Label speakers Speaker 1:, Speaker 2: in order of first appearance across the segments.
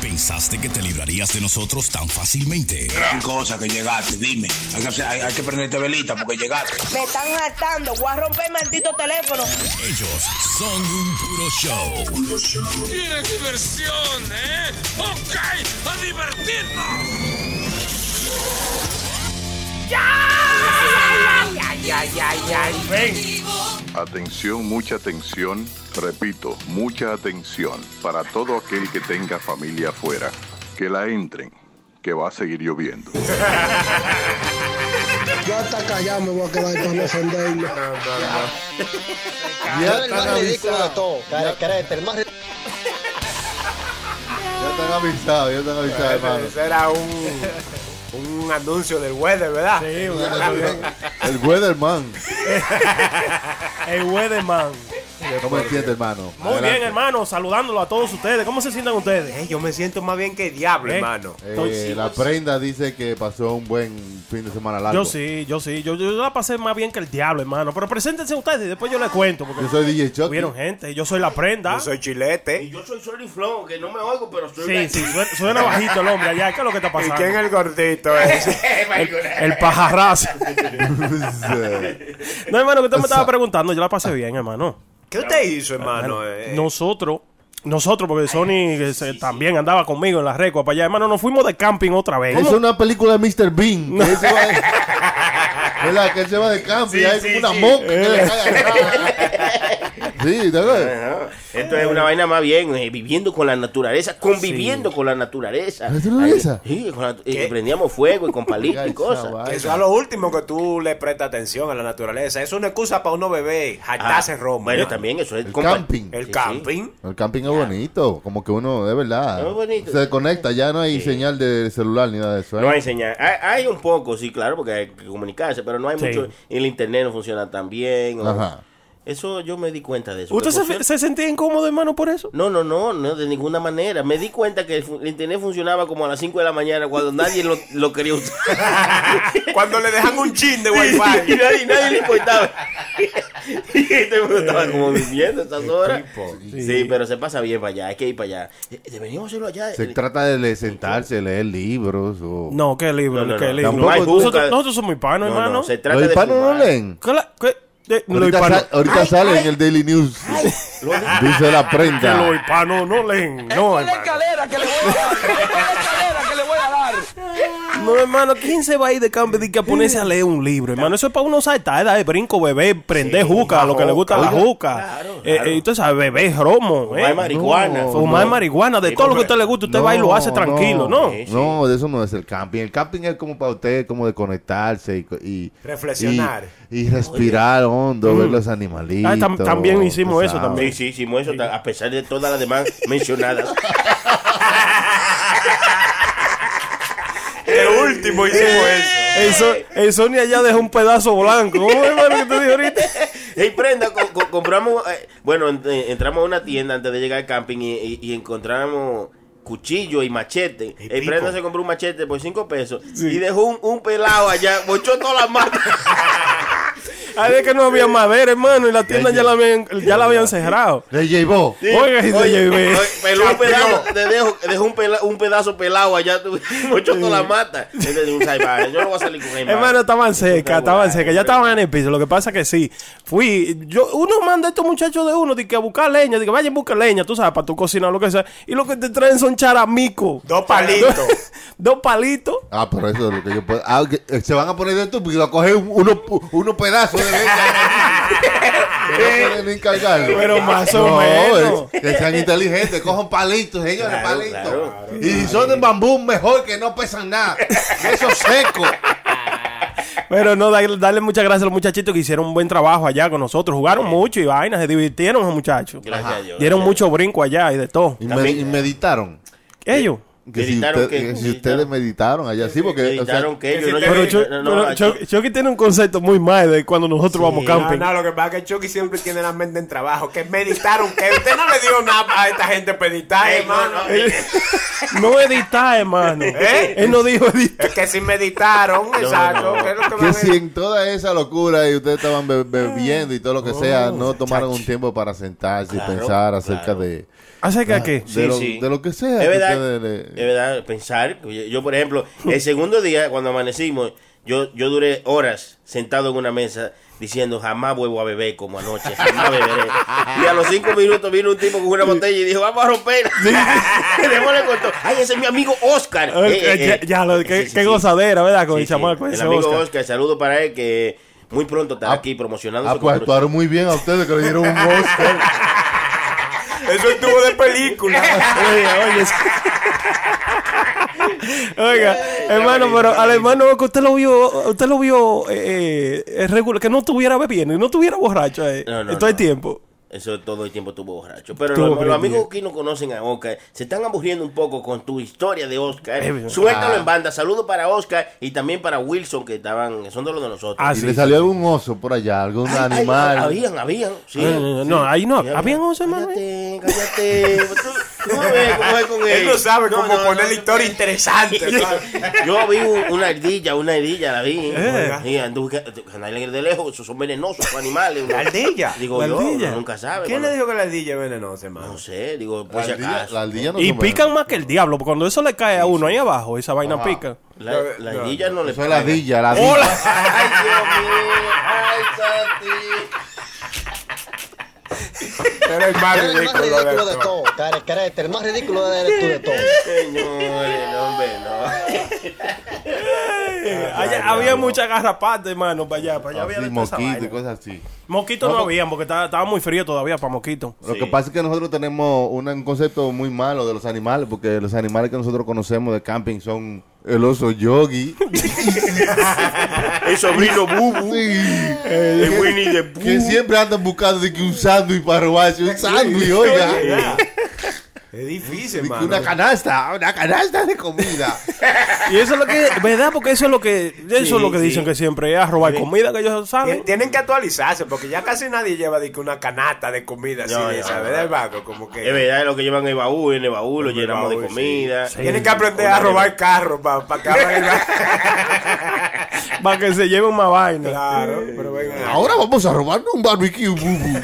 Speaker 1: pensaste que te librarías de nosotros tan fácilmente?
Speaker 2: Gran cosa que llegaste, dime. Hay que, hacer- hay- hay que prenderte velita porque llegaste.
Speaker 3: Me están hartando. Voy a romper el maldito teléfono.
Speaker 1: Ellos son un puro show.
Speaker 4: ¿Quieres diversión, eh? ¡Ok! ¡A divertirnos!
Speaker 5: Atención, mucha atención. Repito, mucha atención para todo aquel que tenga familia afuera. Que la entren, que va a seguir lloviendo.
Speaker 6: Yo hasta callado me voy a quedar para no ofenderme.
Speaker 7: Ya
Speaker 8: Tú eres el
Speaker 7: están
Speaker 8: más ridículo de
Speaker 7: avisados.
Speaker 8: todo. Cara- Careta, el más ri-
Speaker 7: Ya están avisados, ya están avisados, hermano.
Speaker 9: Ese era un, un anuncio del weather, ¿verdad?
Speaker 10: Sí,
Speaker 7: El weatherman.
Speaker 10: el Weatherman.
Speaker 7: No me entiende, hermano.
Speaker 10: Muy bien,
Speaker 7: Adelante.
Speaker 10: hermano, saludándolo a todos ustedes. ¿Cómo se sientan ustedes?
Speaker 9: Eh, yo me siento más bien que el diablo,
Speaker 10: Eh. pues.
Speaker 9: hermano.
Speaker 7: Eh, la prenda dice que pasó un buen fin de semana largo.
Speaker 10: Yo sí, yo sí. Yo, yo la pasé más bien que el diablo, hermano. Pero preséntense ustedes y después yo les cuento. Porque
Speaker 7: Yo soy DJ Chucky.
Speaker 10: Hubieron gente. Yo soy la prenda.
Speaker 9: Yo soy chilete.
Speaker 11: Yo soy Sorry Flow, que no me oigo, pero soy
Speaker 10: Sí, sí. Suena, suena bajito el hombre allá. ¿Qué es lo que está
Speaker 9: ¿Y
Speaker 10: pasando?
Speaker 9: quién es el gordito ese?
Speaker 10: El pajarrazo.
Speaker 7: Sí.
Speaker 10: No, hermano, que usted me estaba preguntando. Yo la pasé bien, hermano.
Speaker 9: ¿Qué usted hizo, hermano? Eh,
Speaker 10: Nosotros, nosotros, porque Sony eh, se- también andaba conmigo en la recua para allá, hermano, nos fuimos de camping otra vez.
Speaker 7: Es una película de Mr. Bean. Que él se va de, ¿Verdad? Que él se va de cambio y hay como una mosca que le cae atrás. Sí, ¿te ves?
Speaker 11: Esto es una vaina más bien, eh, viviendo con la naturaleza, conviviendo con la naturaleza.
Speaker 7: ¿La naturaleza?
Speaker 11: Ahí, sí, con la- eh, prendíamos fuego y con palitos y
Speaker 7: Ay,
Speaker 11: cosas.
Speaker 7: chaval.
Speaker 9: Eso es lo último eh, que tú le prestas atención a la naturaleza. Es una excusa para uno beber, jactarse romo.
Speaker 11: Ah, Bueno,
Speaker 9: ¿no?
Speaker 11: también eso es
Speaker 7: El
Speaker 11: compa-
Speaker 7: camping.
Speaker 9: El
Speaker 11: Sí,
Speaker 9: camping.
Speaker 7: El camping es bonito. Como que uno, de verdad.
Speaker 11: Es bonito.
Speaker 7: Se desconecta. Ya no hay señal de celular ni nada de eso. ¿eh?
Speaker 11: No hay señal. Hay, hay un poco, sí, claro, porque hay que comunicarse, pero no hay
Speaker 10: Sí.
Speaker 11: mucho. El internet no funciona tan bien. o-
Speaker 7: Ajá.
Speaker 11: Eso yo me di cuenta de eso.
Speaker 10: ¿Usted
Speaker 11: que por
Speaker 10: se,
Speaker 11: cierto-
Speaker 10: se sentía incómodo, hermano, por eso?
Speaker 11: No, no, no, no, de ninguna manera. Me di cuenta que el, fu- el internet funcionaba como a las 5 de la mañana cuando nadie lo, lo quería usar.
Speaker 9: Cuando le dejan un chin de
Speaker 11: y
Speaker 9: wifi.
Speaker 11: nadie, nadie le importaba. y todo el mundo estaba como viviendo estas horas. Sí. pero se pasa bien para allá, hay que ir para allá. Eh, Deberíamos hacerlo allá.
Speaker 7: Se trata de le- sentarse, leer libros. O...
Speaker 10: No, qué libro,
Speaker 11: No, no, no.
Speaker 10: qué libro.
Speaker 7: Tampoco
Speaker 10: Ay,
Speaker 7: tú-
Speaker 10: nosotros, nosotros somos hispanos,
Speaker 11: No, no,
Speaker 10: hermano.
Speaker 11: se trata
Speaker 7: ¿Los hispanos
Speaker 11: de
Speaker 7: no
Speaker 11: fumar.
Speaker 7: leen?
Speaker 10: ¿Qué la- qué- de- los
Speaker 7: Ahorita,
Speaker 10: hispanos.
Speaker 7: sale- ahorita sale en el Daily News. Dice la
Speaker 10: Que
Speaker 7: prenda.
Speaker 10: los hispanos no leen. No,
Speaker 3: Ponle
Speaker 10: hermano.
Speaker 3: escalera que le voy a dar. Ponle escalera que le voy a dar.
Speaker 10: No, hermano, ¿quién se va a ir de camping de que a ponerse a leer un libro, hermano? Eso es para uno saltar, de eh, brinco, bebé, prender juca, lo que le gusta la juca. Eh, eh, usted sabe, bebé, romo.
Speaker 11: Fumar
Speaker 10: eh.
Speaker 11: marihuana.
Speaker 10: Fumar marihuana, de
Speaker 11: Sí,
Speaker 10: todo lo que a
Speaker 11: porque-
Speaker 10: usted le gusta, usted va y lo hace tranquilo, ¿no?
Speaker 11: Sí, sí.
Speaker 7: No, de eso no es el camping. El camping es como para usted, como de conectarse y... co- y
Speaker 9: Reflexionar.
Speaker 7: Y, y respirar hondo, ver los animalitos.
Speaker 10: Mm. Ah, tam- también hicimos
Speaker 7: tú
Speaker 10: eso
Speaker 7: sabes.
Speaker 10: también.
Speaker 11: Sí, sí, hicimos eso, ta- a pesar de todas las demás mencionadas.
Speaker 9: El último hicimos eso.
Speaker 10: El, so- el Sony allá dejó un pedazo blanco. ¿Cómo es, hermano, que te dije ahorita?
Speaker 11: Ey, prenda, co- co- compramos. eh, bueno, ent- eh, entramos a una tienda antes de llegar al camping y, y- y encontramos cuchillo y machete.
Speaker 9: Y
Speaker 11: El
Speaker 9: pico.
Speaker 11: prenda se compró un machete por 5 pesos y dejó un, un pelado allá, bochó todas las matas.
Speaker 10: Ay, es que no había madera, hermano, y la tienda ya la habían, ya la habían cerrado.
Speaker 7: Le llevó.
Speaker 10: Oiga, y se
Speaker 11: Oye,
Speaker 10: llevé.
Speaker 11: oye, peló un pedazo, te dejo, dejó un, pela- un pedazo pelado allá, tú- bochó todas las matas. Entonces, un saiba, Yo no voy a salir con él. man.
Speaker 10: Hermano, estaban
Speaker 11: Puta,
Speaker 10: cerca, estaban
Speaker 11: guay,
Speaker 10: cerca, ya estaban en el piso. Lo que pasa que sí, fui. yo Uno manda a estos muchachos de uno de que a buscar leña, de que vayan a buscar leña, tú sabes, para tu cocina o lo que sea. Y lo que te traen son charamicos.
Speaker 9: Dos palitos.
Speaker 10: Dos palitos.
Speaker 7: Ah, pero eso es lo que yo puedo... Ah, que- eh, se van a poner de estúpido a coger un- unos uno pedazos de leña. Que no pueden ni cargarlo.
Speaker 10: Pero más o menos.
Speaker 7: es- que sean inteligentes, cojan palitos, señores,
Speaker 11: Claro,
Speaker 7: palitos.
Speaker 11: claro,
Speaker 7: y si son de bambú, mejor que no pesan nada. Eso es seco.
Speaker 10: Pero no, darle, darle muchas gracias a los muchachitos que hicieron un buen trabajo allá con nosotros. Jugaron mucho y vainas, se divirtieron los muchachos.
Speaker 11: Gracias a Dios.
Speaker 10: Dieron
Speaker 11: gracias a
Speaker 10: mucho brinco allá y de todo.
Speaker 7: Y,
Speaker 11: También-
Speaker 7: med- y meditaron.
Speaker 10: Ellos.
Speaker 7: Que si,
Speaker 11: Meditaron
Speaker 7: usted-
Speaker 11: que-
Speaker 7: que si
Speaker 11: meditaron.
Speaker 7: ustedes meditaron allá, sí, porque... o sea,
Speaker 11: Editaron que ellos,
Speaker 9: si
Speaker 11: no,
Speaker 9: te-
Speaker 11: yo-
Speaker 10: Pero,
Speaker 9: Pero
Speaker 10: yo,
Speaker 11: no, no,
Speaker 10: pero
Speaker 11: no,
Speaker 10: Chuck- Chucky tiene un concepto muy mal de cuando nosotros vamos camping.
Speaker 9: Ah, No, no, lo que pasa es que Chucky siempre tiene la mente en trabajo. Que meditaron, que usted no le dio nada a esta gente para editar,
Speaker 11: Ey, Eh, no,
Speaker 9: hermano.
Speaker 11: no, ey.
Speaker 10: No editar, hermano.
Speaker 9: ¿Eh?
Speaker 10: Él no dijo editar.
Speaker 9: Es que si meditaron, exacto.
Speaker 11: no.
Speaker 9: que es lo que van
Speaker 7: Que
Speaker 9: a-
Speaker 7: si en toda esa locura y ustedes estaban be- bebiendo y todo lo que sea, no tomaron un tiempo para sentarse y pensar acerca de,
Speaker 10: ¿Acerca de qué?
Speaker 7: Ah, De, lo, de lo que sea.
Speaker 11: Es
Speaker 7: que
Speaker 11: verdad,
Speaker 7: ustedes le-
Speaker 11: es verdad, pensar. Yo, yo, por ejemplo, el segundo día, cuando amanecimos, yo, yo duré horas sentado en una mesa diciendo, jamás vuelvo a beber como anoche, jamás beberé. Y a los cinco minutos vino un tipo con una botella y dijo, vamos a romper. Después le contó, ay, ese es mi amigo Oscar.
Speaker 10: Eh,
Speaker 11: Eh, eh,
Speaker 10: ya,
Speaker 11: eh.
Speaker 10: ya, lo- qué,
Speaker 11: Sí, sí,
Speaker 10: qué
Speaker 11: sí.
Speaker 10: gozadera, ¿verdad? Con
Speaker 11: Sí,
Speaker 10: el
Speaker 11: sí.
Speaker 10: chamaco
Speaker 11: El
Speaker 10: ese
Speaker 11: amigo
Speaker 10: Oscar.
Speaker 11: Oscar. saludo para él que muy pronto estará
Speaker 7: Ah,
Speaker 11: aquí promocionando
Speaker 7: Ah,
Speaker 11: su
Speaker 7: pues
Speaker 11: construcción.
Speaker 7: actuaron muy bien a ustedes que le dieron un Oscar.
Speaker 9: Eso estuvo de película.
Speaker 10: Oye, oye. sí. Oiga, hermano, pero al hermano que usted lo vio, usted lo vio eh, eh, regular, que no estuviera bebiendo, no estuviera borracho eh,
Speaker 11: No, no,
Speaker 10: todo el
Speaker 11: no.
Speaker 10: tiempo.
Speaker 11: Eso todo el tiempo estuvo borracho. Pero
Speaker 10: Estuvo
Speaker 11: los, los
Speaker 10: prendido.
Speaker 11: amigos que no conocen a Oscar se están aburriendo un poco con tu historia de Oscar.
Speaker 10: Eh,
Speaker 11: Suéltalo
Speaker 7: ah.
Speaker 11: en banda. Saludos para Oscar y también para Wilson, que estaban, son de los de nosotros.
Speaker 10: Ah,
Speaker 7: Y
Speaker 10: sí.
Speaker 7: le salió algún oso por allá, algún
Speaker 11: Ay, ay,
Speaker 7: animal.
Speaker 11: habían, habían. sí,
Speaker 10: Ah, No, no, no, no,
Speaker 11: sí.
Speaker 10: ahí no,
Speaker 11: Sí,
Speaker 10: habían once, ¿eh? hermano.
Speaker 11: Cállate, cállate. Tú- tú no ves cómo es con él.
Speaker 9: Él no sabe cómo
Speaker 11: no,
Speaker 9: poner
Speaker 11: no,
Speaker 9: la historia interesante. ¿sabes?
Speaker 11: Yo vi un- una ardilla, una ardilla, la vi.
Speaker 10: Eh.
Speaker 11: Y anduve canales de lejos, esos son venenosos, son animales.
Speaker 9: ¿La ardilla?
Speaker 11: Digo
Speaker 10: ¿La
Speaker 11: yo,
Speaker 10: ardilla?
Speaker 11: uno nunca sabe.
Speaker 9: ¿Quién
Speaker 11: cuando-
Speaker 9: le dijo que la ardilla es venenosa, hermano?
Speaker 11: No sé, digo, por
Speaker 7: La
Speaker 11: si
Speaker 7: aldea-
Speaker 11: acaso.
Speaker 7: la aldea no
Speaker 10: Y
Speaker 7: se mueve.
Speaker 10: pican más que el diablo, porque cuando eso le cae a uno ahí abajo, esa vaina
Speaker 7: Ajá.
Speaker 10: pica.
Speaker 11: La, la ardilla no, le
Speaker 7: Eso es la
Speaker 11: pega.
Speaker 7: dilla, la dilla.
Speaker 10: ¡Hola!
Speaker 11: ¡Ay, Dios mío! ¡Ay, Santi!
Speaker 9: Pero el más ridículo de todo.
Speaker 6: El más ridículo eres tú de todo.
Speaker 11: Señores, no, hombre, no.
Speaker 10: Eh, allá había mucha garrapata, hermano, para allá, para
Speaker 11: Ah,
Speaker 10: allá había
Speaker 7: Así,
Speaker 10: de toda esa vaina.
Speaker 7: moquito y cosas así.
Speaker 10: Mosquito no,
Speaker 7: No, mo-
Speaker 10: había, porque estaba, estaba muy frío todavía para mosquito.
Speaker 7: Lo que pasa es que nosotros tenemos un, un concepto muy malo de los animales, porque los animales que nosotros conocemos de camping son el oso yogi,
Speaker 11: El sobrino Bubu.
Speaker 7: sí, Eh,
Speaker 11: El Winnie the Pooh.
Speaker 7: que siempre andan buscando de que un sándwich para robarse, un sándwich, oiga,
Speaker 9: Es difícil,
Speaker 7: De que
Speaker 9: hermano.
Speaker 7: una canasta, una canasta de comida.
Speaker 10: Y eso es lo que, ¿verdad? Porque eso es lo que, eso
Speaker 11: Sí,
Speaker 10: es lo que
Speaker 11: sí.
Speaker 10: dicen que siempre es a robar comida que ellos
Speaker 9: Tien-
Speaker 10: saben.
Speaker 9: Tienen que actualizarse porque ya casi nadie lleva de que una canasta de comida así,
Speaker 11: No,
Speaker 9: de
Speaker 11: no,
Speaker 9: esa,
Speaker 11: no.
Speaker 9: ¿verdad, hermano? Como que
Speaker 11: Es verdad, lo que llevan el baúl, en el baúl lo
Speaker 9: En el
Speaker 11: llenamos de
Speaker 9: baúl, sí.
Speaker 11: comida.
Speaker 9: tienen que aprender a robar carros para que abran el-
Speaker 10: Para que se lleven más vaina.
Speaker 9: Claro, pero venga.
Speaker 7: Ahora vamos a robarnos un barbecue, Bubu.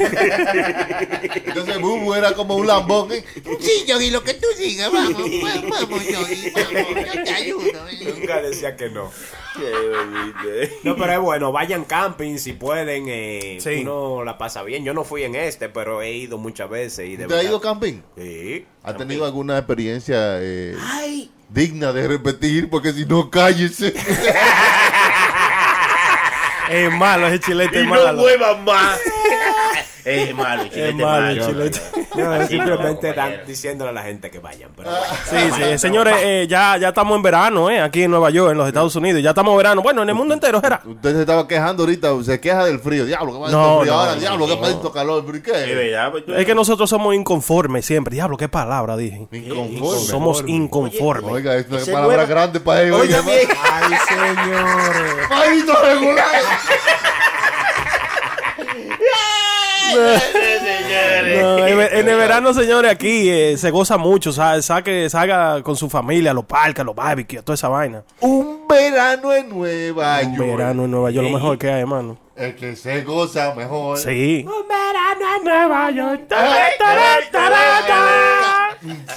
Speaker 7: Entonces Bubu era como un lambón. ¿eh? Sí, Yogi, lo que tú digas, vamos, vamos, vamos, Yogi, vamos, yo te ayudo. ¿eh".
Speaker 9: Nunca decía que no.
Speaker 11: Qué bonito.
Speaker 9: No, pero es bueno, vayan camping si pueden. Eh,
Speaker 10: Sí.
Speaker 9: Uno la pasa bien. Yo no fui en este, pero he ido muchas veces. Y de
Speaker 7: ¿Te ha
Speaker 9: verdad-
Speaker 7: ido camping?
Speaker 9: Sí.
Speaker 7: ¿Ha tenido alguna experiencia eh,
Speaker 11: Ay,
Speaker 7: digna de repetir? Porque si no, cállese.
Speaker 10: Es malo ese chilete,
Speaker 11: y
Speaker 10: es
Speaker 11: no
Speaker 10: malo.
Speaker 11: muevas más. es malo, el chilete
Speaker 10: Es malo el chilete.
Speaker 9: No,
Speaker 11: Así no,
Speaker 9: simplemente
Speaker 11: compañero.
Speaker 9: dan- diciéndole a la gente que vayan. Pero
Speaker 7: Ah.
Speaker 10: Sí, sí, eh, señores, eh, ya, ya estamos en verano, eh, aquí en Nueva York, en los Estados Unidos. Ya estamos en verano. Bueno, en el mundo entero, era.
Speaker 7: Usted se estaba quejando ahorita, se queja del frío. Diablo, ¿qué pasa
Speaker 10: No,
Speaker 7: esto frío
Speaker 10: no,
Speaker 7: ahora?
Speaker 10: sí,
Speaker 7: Diablo,
Speaker 11: sí,
Speaker 7: ¿qué
Speaker 11: no.
Speaker 7: pasa esto calor? ¿Pero y
Speaker 11: Es
Speaker 7: qué?
Speaker 11: verdad, pues tú-
Speaker 10: Es que nosotros somos inconformes siempre. Diablo, qué palabra dije.
Speaker 7: Inconforme.
Speaker 10: Somos inconformes.
Speaker 7: Oiga, esto es
Speaker 11: Ese
Speaker 7: palabra
Speaker 11: nueva-
Speaker 7: grande para ellos.
Speaker 11: Oye,
Speaker 7: Oiga,
Speaker 11: bien.
Speaker 10: Ah,
Speaker 9: Ay, señor.
Speaker 7: ¡Maldito regular!
Speaker 10: No, en, ver- en el verano, señores, aquí eh, se goza mucho. sa- Saque, salga con su familia a los parques, a los barbecues, a toda esa vaina.
Speaker 7: Un verano en Nueva
Speaker 10: Un
Speaker 7: York.
Speaker 10: verano en Nueva York, lo mejor que hay, hermano.
Speaker 7: El que se goza mejor.
Speaker 10: Sí.
Speaker 7: Ay, ay, ay,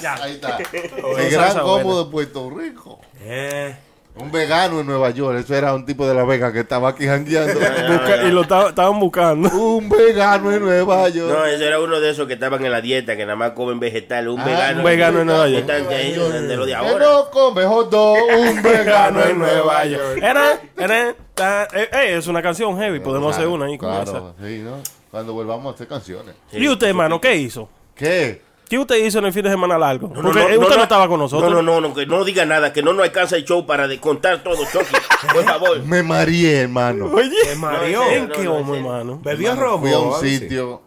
Speaker 7: Ahí está. El gran
Speaker 10: salsa
Speaker 7: cómodo de Puerto Rico.
Speaker 9: Eh,
Speaker 7: Un vegano en Nueva York. Eso era un tipo de La Vega que estaba aquí jangueando.
Speaker 10: Busca- Eh. y lo ta- estaban buscando.
Speaker 7: un vegano en Nueva
Speaker 11: No,
Speaker 7: York.
Speaker 11: eso era uno de esos que estaban en la dieta, que nada más comen vegetales, un
Speaker 7: Ah,
Speaker 11: vegano.
Speaker 10: un vegano en Nueva York.
Speaker 11: Están de ahí, de lo de
Speaker 7: Que
Speaker 11: ahora.
Speaker 7: no come hot dog, un vegano en Nueva York.
Speaker 10: Era, era, ta- eh, eh, es una canción heavy, podemos hacer una ahí con
Speaker 7: Claro, sí, ¿no? Cuando volvamos a hacer canciones.
Speaker 10: esa. ¿Y usted, hermano, qué hizo?
Speaker 7: ¿Qué?
Speaker 10: ¿Qué usted hizo en el fin de semana largo? Porque eh, usted no, estaba con nosotros.
Speaker 11: No, no, no, no, que no diga nada, que no nos alcanza el show para de- contar todo, Chucky. Por favor.
Speaker 7: Me mareé, hermano.
Speaker 10: Oye,
Speaker 9: se mareó.
Speaker 10: ¿en
Speaker 11: no,
Speaker 10: qué
Speaker 11: no,
Speaker 10: homo,
Speaker 11: sí.
Speaker 10: hermano?
Speaker 9: Bebió robo.
Speaker 7: Fui a un
Speaker 9: algo así.
Speaker 7: sitio,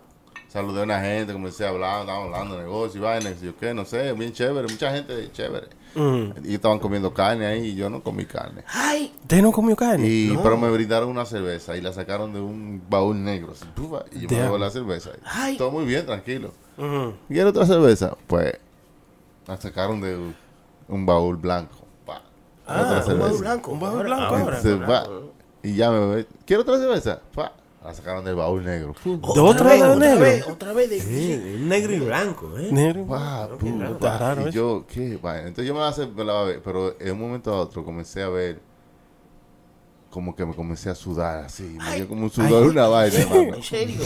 Speaker 7: saludé a una gente, comencé a hablar, estábamos hablando de negocios y vainas, y yo qué, no sé, bien chévere, mucha gente chévere.
Speaker 10: Mm.
Speaker 7: Y estaban comiendo carne ahí y yo no comí carne.
Speaker 10: ¿Usted no comió carne?
Speaker 7: Y, Pero me brindaron una cerveza y la sacaron de un baúl negro. así, pufa, y yo me
Speaker 10: Damn.
Speaker 7: bebo la cerveza. Y Todo muy bien, tranquilo. ¿Quiere otra cerveza? Pues la sacaron de un, un baúl blanco. pa, otra cerveza.
Speaker 10: Ah, blanco, un bajo blanco
Speaker 7: Entonces,
Speaker 10: ahora.
Speaker 7: pa, y ya me bebé. ¿Quiere otra cerveza? Pa, La sacaron del baúl negro.
Speaker 10: ¿De otra vez de negro?
Speaker 11: Otra vez de
Speaker 9: negro y blanco, ¿eh?
Speaker 10: Negro.
Speaker 7: Pa, puta.
Speaker 10: Está raro
Speaker 7: Y
Speaker 10: eso.
Speaker 7: yo, ¿qué? vaina? Entonces yo me la, hace- me la va a ver, pero en un momento a otro comencé a ver como que me comencé a sudar así. Me dio como un sudor, una vaina. hermano.
Speaker 11: ¿En serio?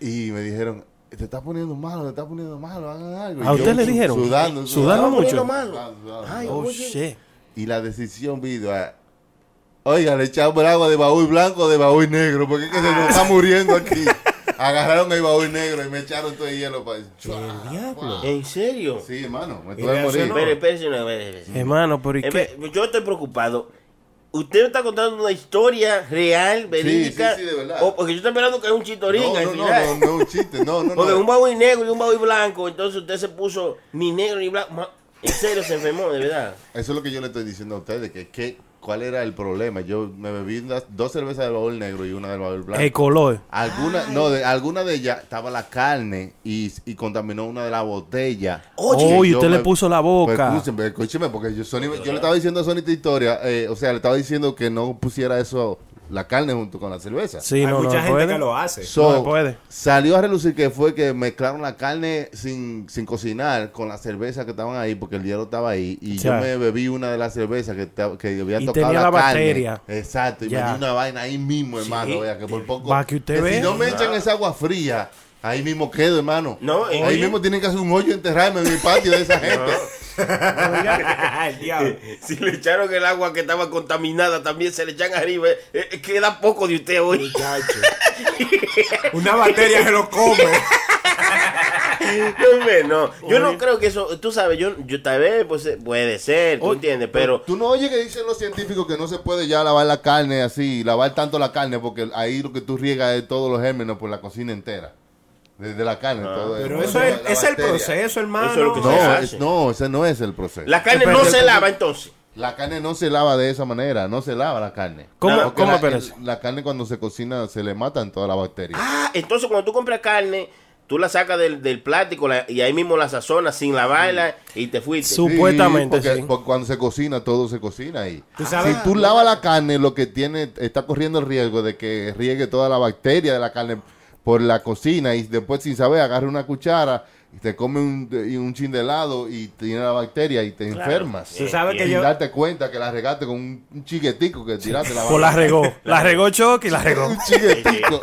Speaker 7: Y me dijeron, te estás poniendo malo, te estás poniendo malo, hagan algo. Y
Speaker 10: ¿A
Speaker 7: yo
Speaker 10: usted le
Speaker 7: su-
Speaker 10: dijeron?
Speaker 7: Sudando,
Speaker 10: ¿Sudando mucho?
Speaker 7: Sudando, sudando.
Speaker 11: Ay,
Speaker 10: Oh,
Speaker 11: oye.
Speaker 10: shit.
Speaker 7: Y la decisión vino a... Oiga, le echamos el agua de baúl blanco de baúl negro, porque es que se nos está muriendo aquí. Agarraron el baúl negro y me echaron todo el hielo para...
Speaker 11: ¿En serio?
Speaker 7: Sí, hermano, me
Speaker 9: Y
Speaker 7: tuve que morir.
Speaker 9: reaccionó.
Speaker 11: Espere, espere, una vez.
Speaker 10: Hermano, pero ¿y
Speaker 11: Eh,
Speaker 10: qué?
Speaker 11: ve, Yo estoy preocupado. Usted me está contando una historia real, verídica.
Speaker 7: sí, sí, de verdad.
Speaker 11: O porque yo estoy esperando que es un chitorín
Speaker 7: No, no,
Speaker 11: al
Speaker 7: no,
Speaker 11: final.
Speaker 7: no, no, un chiste, no, no,
Speaker 11: Porque
Speaker 7: no.
Speaker 11: un baúl negro y un baúl blanco, entonces usted se puso ni negro ni blanco. Ma- En serio se enfermó, de verdad.
Speaker 7: Eso es lo que yo le estoy diciendo a ustedes, que, que cuál era el problema. Yo me bebí unas- dos cervezas del baúl negro y una del baúl blanco.
Speaker 10: El color.
Speaker 7: Alguna, no, de, alguna de ellas estaba la carne y, y contaminó una de las botellas.
Speaker 10: Oye. Oye,
Speaker 7: Yo
Speaker 10: usted le
Speaker 7: me-
Speaker 10: puso la boca.
Speaker 7: Pues, escúcheme, escúcheme, porque yo, Sony- yo le estaba diciendo a Sony esta historia, eh, o sea, le estaba diciendo que no pusiera eso, la carne junto con la cerveza.
Speaker 10: Sí,
Speaker 9: Hay
Speaker 10: no, no pues, eh.
Speaker 9: mucha gente
Speaker 10: puede.
Speaker 9: que lo hace.
Speaker 7: So,
Speaker 10: No se puede.
Speaker 7: Salió a relucir que fue que mezclaron la carne sin, sin cocinar con la cerveza que estaban ahí porque el hielo estaba ahí. Y
Speaker 10: Ya.
Speaker 7: yo me bebí una de las cervezas que, ta- que había
Speaker 10: Y
Speaker 7: tocado
Speaker 10: tenía la
Speaker 7: la, carne.
Speaker 10: bacteria.
Speaker 7: Exacto. Y
Speaker 10: Ya.
Speaker 7: me di una vaina ahí mismo, hermano. vea, que por poco.
Speaker 10: Va que usted
Speaker 7: que
Speaker 10: vea.
Speaker 7: si no me echan esa agua fría. Ahí mismo quedo, hermano.
Speaker 11: No, y-
Speaker 7: ahí
Speaker 11: oye.
Speaker 7: mismo tienen que hacer un hoyo y enterrarme en mi patio de esa gente.
Speaker 9: El diablo.
Speaker 11: Si le echaron el agua que estaba contaminada, también se le echan arriba. Eh, eh, queda poco de usted hoy.
Speaker 9: Muchacho. Una bacteria se lo come.
Speaker 11: Hombre, no. Yo no creo que eso. Tú sabes, yo, yo tal vez pues, eh, puede ser, tú entiendes, pero.
Speaker 7: Tú no oyes que dicen los científicos que no se puede ya lavar la carne así, lavar tanto la carne, porque ahí lo que tú riegas es todos los gérmenes por la cocina entera. Desde la carne, todo
Speaker 9: Pero
Speaker 7: no,
Speaker 9: eso
Speaker 7: la-
Speaker 9: es,
Speaker 7: la
Speaker 9: es el
Speaker 7: bacteria.
Speaker 9: proceso, hermano.
Speaker 11: Eso Ah, es lo que se
Speaker 7: No,
Speaker 11: hace.
Speaker 7: es- no, ese no es el proceso.
Speaker 11: La
Speaker 7: La,
Speaker 11: carne no se lava entonces.
Speaker 7: carne no se lava de esa manera, no se lava la carne.
Speaker 10: ¿Cómo-
Speaker 7: Porque
Speaker 10: cómo,
Speaker 7: la,
Speaker 10: pero
Speaker 7: el-
Speaker 10: eso?
Speaker 7: la carne cuando se cocina se le matan todas las bacterias.
Speaker 11: Ah, entonces cuando tú compras carne, tú la sacas del, del plástico la- y ahí mismo la sazonas sin lavarla y te fuiste.
Speaker 10: Su- supuestamente,
Speaker 7: porque,
Speaker 10: sí.
Speaker 7: porque cuando se cocina, todo se cocina ahí.
Speaker 9: Tú sabes-
Speaker 7: si tú lavas la carne, lo que tiene, está corriendo el riesgo de que riegue toda la bacteria de la carne por la cocina y después sin saber agarra una cuchara y te come un, y un chin de helado y tiene la bacteria y te enfermas.
Speaker 9: Tú sabes que
Speaker 7: Sin
Speaker 9: yo,
Speaker 7: darte cuenta que la regaste con un, un chiquetico que tiraste la
Speaker 10: Pues la
Speaker 7: bacteria.
Speaker 10: regó. La regó Chucky y la regó.
Speaker 7: Un chiquetico.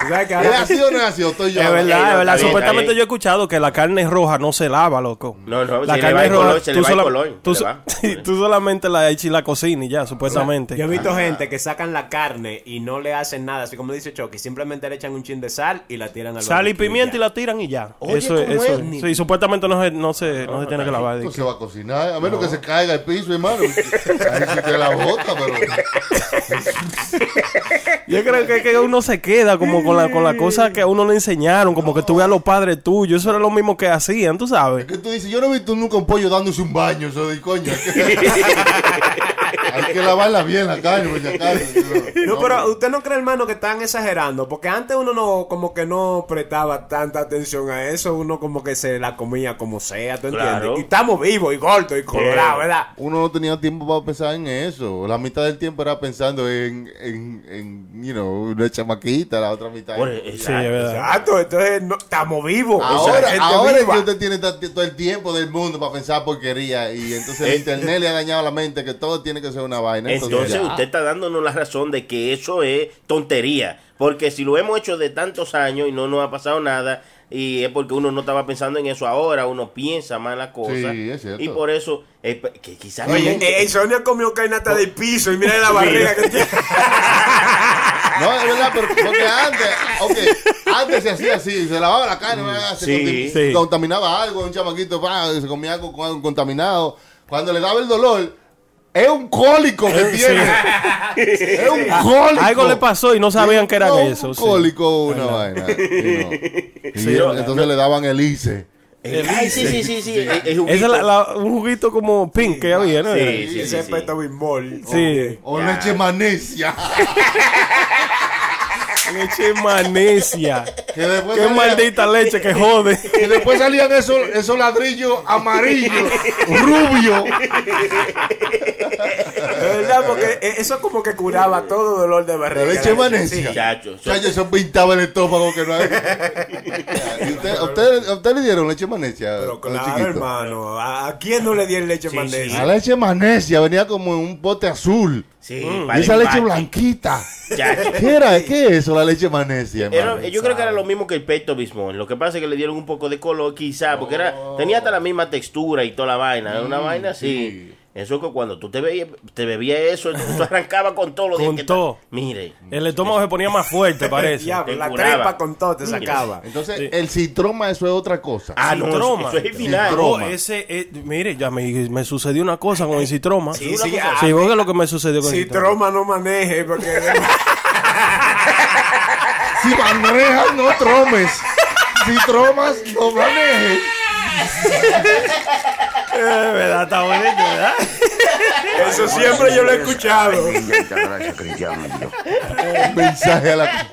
Speaker 9: tú sabes que
Speaker 7: ¿Es
Speaker 9: ahora
Speaker 7: así o no es así? ¿O estoy yo?
Speaker 10: Es
Speaker 11: no,
Speaker 10: verdad,
Speaker 11: está
Speaker 10: es verdad.
Speaker 11: bien, está
Speaker 10: Supuestamente
Speaker 11: bien.
Speaker 10: yo he escuchado que la carne roja no se lava, loco.
Speaker 11: No, no,
Speaker 10: la
Speaker 11: se le va el color, se le
Speaker 10: tú
Speaker 11: va el
Speaker 10: sola-
Speaker 11: color.
Speaker 10: Tú,
Speaker 11: se
Speaker 10: so-
Speaker 11: va.
Speaker 10: tú solamente la echas y la cocinas y ya, supuestamente.
Speaker 9: Yo he visto gente que sacan la carne y no le hacen nada, así como dice Chucky, simplemente le echan un chin de sal y la tiran al
Speaker 10: Ah. Sal y
Speaker 9: barbecue
Speaker 10: pimienta
Speaker 9: ya.
Speaker 10: y la tiran y ya.
Speaker 11: Oye,
Speaker 10: eso es,
Speaker 11: ¿cómo
Speaker 10: eso
Speaker 11: es?
Speaker 10: es. Sí, supuestamente no se, no se, no se tiene que lavar.
Speaker 7: No se va a cocinar, a menos que se caiga el piso, hermano. Ahí sí te la bota, pero...
Speaker 10: Yo creo que, que uno se queda como con la, con la cosa que a uno le enseñaron, como que tú veas a los padres tuyos. Eso era lo mismo que hacían, tú sabes.
Speaker 7: Que tú dices, yo no he visto nunca un pollo dándose un baño, eso de coño. Hay que lavarla bien la carne, doña Carmen.
Speaker 9: No, pero usted no cree, hermano, que están exagerando, porque antes uno no, como que no prestaba tanta atención a eso, uno como que se la comía como sea, ¿tú entiendes?
Speaker 11: Claro.
Speaker 9: Y estamos vivos y gordos y colorados, ¿verdad?
Speaker 7: Uno no tenía tiempo para pensar en eso. La mitad del tiempo era pensando en, en, en you know, una chamaquita, la otra mitad.
Speaker 11: Por- eh,
Speaker 10: Sí, es verdad.
Speaker 9: Exacto, entonces no- estamos vivos.
Speaker 7: Ahora,
Speaker 9: esa gente
Speaker 7: ahora es
Speaker 9: viva.
Speaker 7: que usted tiene ta- todo el tiempo del mundo para pensar porquería y entonces
Speaker 11: Eh.
Speaker 7: el internet le ha dañado la mente que todo tiene que ser una vaina.
Speaker 11: Entonces
Speaker 7: ya.
Speaker 11: usted está dándonos la razón de que eso es tontería. Porque si lo hemos hecho de tantos años y no nos ha pasado nada, y es porque uno no estaba pensando en eso ahora, uno piensa más en la cosa.
Speaker 7: Sí, es cierto.
Speaker 11: Y por eso, eh, que quizás...
Speaker 9: Oye,
Speaker 11: nunca-
Speaker 9: eh, eh, Sonia comió carne hasta del piso y mira la barriga que tiene.
Speaker 7: No, es verdad, pero porque antes, ok, antes se hacía así, se lavaba la carne, ¿verdad? se
Speaker 11: Mm, sí,
Speaker 7: contam-
Speaker 10: sí.
Speaker 7: contaminaba algo, un chamaquito pa, se comía algo con- contaminado. Cuando le daba el dolor, es un cólico que
Speaker 10: sí. Ah,
Speaker 7: tiene. es un cólico.
Speaker 10: Algo le pasó y no sabían que era
Speaker 7: No,
Speaker 10: eso.
Speaker 7: Un
Speaker 10: sí.
Speaker 7: cólico, una vaina. Y no. Y
Speaker 11: no,
Speaker 7: entonces le daban el ICE.
Speaker 11: eh, ay, sí, sí, sí, sí. eh, eh,
Speaker 10: Esa es la-
Speaker 11: juguito.
Speaker 10: la- un juguito como pink que había, ¿no?
Speaker 11: Sí, sí,
Speaker 9: Ese
Speaker 11: sí, sí.
Speaker 9: peto bimol.
Speaker 10: Sí.
Speaker 7: O leche manecia.
Speaker 10: Leche manesia.
Speaker 7: Que después
Speaker 10: Qué
Speaker 7: salía-
Speaker 10: maldita leche que jode.
Speaker 7: Y después salían esos, esos ladrillos amarillos, rubios.
Speaker 9: De verdad, porque eh, eso como que curaba todo dolor de barriga.
Speaker 7: La leche
Speaker 9: Sí.
Speaker 7: manencia.
Speaker 11: Chacho, eso-
Speaker 7: Chacho, eso pintaba el estómago que no hay. ¿Y usted, a usted- a usted le dieron leche manencia?
Speaker 9: Pero
Speaker 7: cuando
Speaker 9: claro,
Speaker 7: chiquito?
Speaker 9: hermano. ¿A, a quién no le di el leche
Speaker 11: Sí,
Speaker 9: manencia?
Speaker 7: La leche manencia venía como en un bote azul.
Speaker 11: Sí,
Speaker 10: Mm.
Speaker 7: Y
Speaker 11: para
Speaker 7: esa
Speaker 11: el
Speaker 7: leche
Speaker 11: empate.
Speaker 7: blanquita.
Speaker 11: Chacho.
Speaker 7: ¿Qué era? ¿Qué es eso, la leche manencia?
Speaker 11: Era-
Speaker 7: hermano?
Speaker 11: yo creo que era lo mismo que el peito bismol. Lo que pasa es que le dieron un poco de color, quizá, porque era
Speaker 7: Oh.
Speaker 11: tenía hasta la misma textura y toda la vaina. Era una vaina así. Eso que cuando tú te, veías, te bebías eso, tú arrancabas con todo lo
Speaker 10: Con
Speaker 11: que-
Speaker 10: todo.
Speaker 11: Mire.
Speaker 10: El estómago se ponía más fuerte, parece.
Speaker 9: Ya,
Speaker 11: te
Speaker 9: la
Speaker 11: curaba.
Speaker 9: trepa con todo te sacaba.
Speaker 7: Entonces, el citroma, eso es otra cosa.
Speaker 11: Ah, no, eso,
Speaker 10: Citroma.
Speaker 11: eso es el final.
Speaker 7: Citroma.
Speaker 10: Oh, ese, eh, mire, ya me, me sucedió una cosa con el citroma.
Speaker 9: Sí, sí, a-
Speaker 10: Sí, porque lo que me sucedió con el
Speaker 9: Si Troma no maneje, porque
Speaker 7: Si manejas, no tromes. Si tromas, no manejes.
Speaker 10: ¿Verdad? Está bonito, ¿verdad?
Speaker 9: eso siempre yo lo he escuchado.
Speaker 2: gracias, Cristiano.
Speaker 7: Mensaje a la.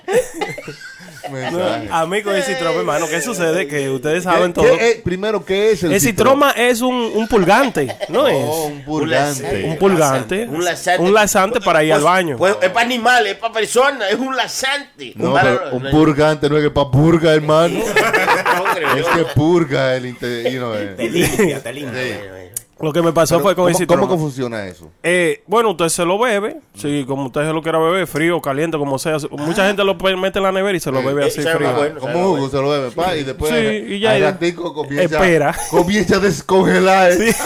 Speaker 7: Mensaje.
Speaker 9: ah,
Speaker 10: A mí con el citroma, hermano, ¿qué sucede? Que ustedes
Speaker 7: ¿Qué-
Speaker 10: saben todo.
Speaker 7: qué es- primero, ¿qué es el,
Speaker 10: El citroma es un, un pulgante, ¿no
Speaker 7: Oh,
Speaker 10: es?
Speaker 7: un purgante.
Speaker 10: Un pulgante.
Speaker 11: Un lazante.
Speaker 10: Un lazante para ir al baño.
Speaker 11: Pues, es para animales, es para personas, es un lazante.
Speaker 7: No,
Speaker 11: Para-
Speaker 7: pero un purgante no es que para purga, hermano.
Speaker 11: No creo
Speaker 7: es
Speaker 11: yo.
Speaker 7: que purga el inter... you know, eh.
Speaker 9: limpia, te limpia.
Speaker 10: Lo que me pasó fue con el
Speaker 7: ¿Cómo,
Speaker 10: citroma.
Speaker 7: ¿Cómo que funciona eso?
Speaker 10: Eh, bueno, usted se lo bebe, sí, como usted se lo quiera beber, frío, caliente, como sea. Mucha gente lo pe- mete en la nevera y se lo bebe
Speaker 11: eh,
Speaker 10: así
Speaker 11: sabe
Speaker 10: frío.
Speaker 11: más bueno.
Speaker 7: Como
Speaker 11: sabe,
Speaker 7: un jugo se lo bebe, pa, y después
Speaker 10: Sí,
Speaker 7: al-
Speaker 10: y ya-
Speaker 7: al ratico comienza,
Speaker 10: Espera.
Speaker 7: comienza a descongelar. eh.
Speaker 9: Eso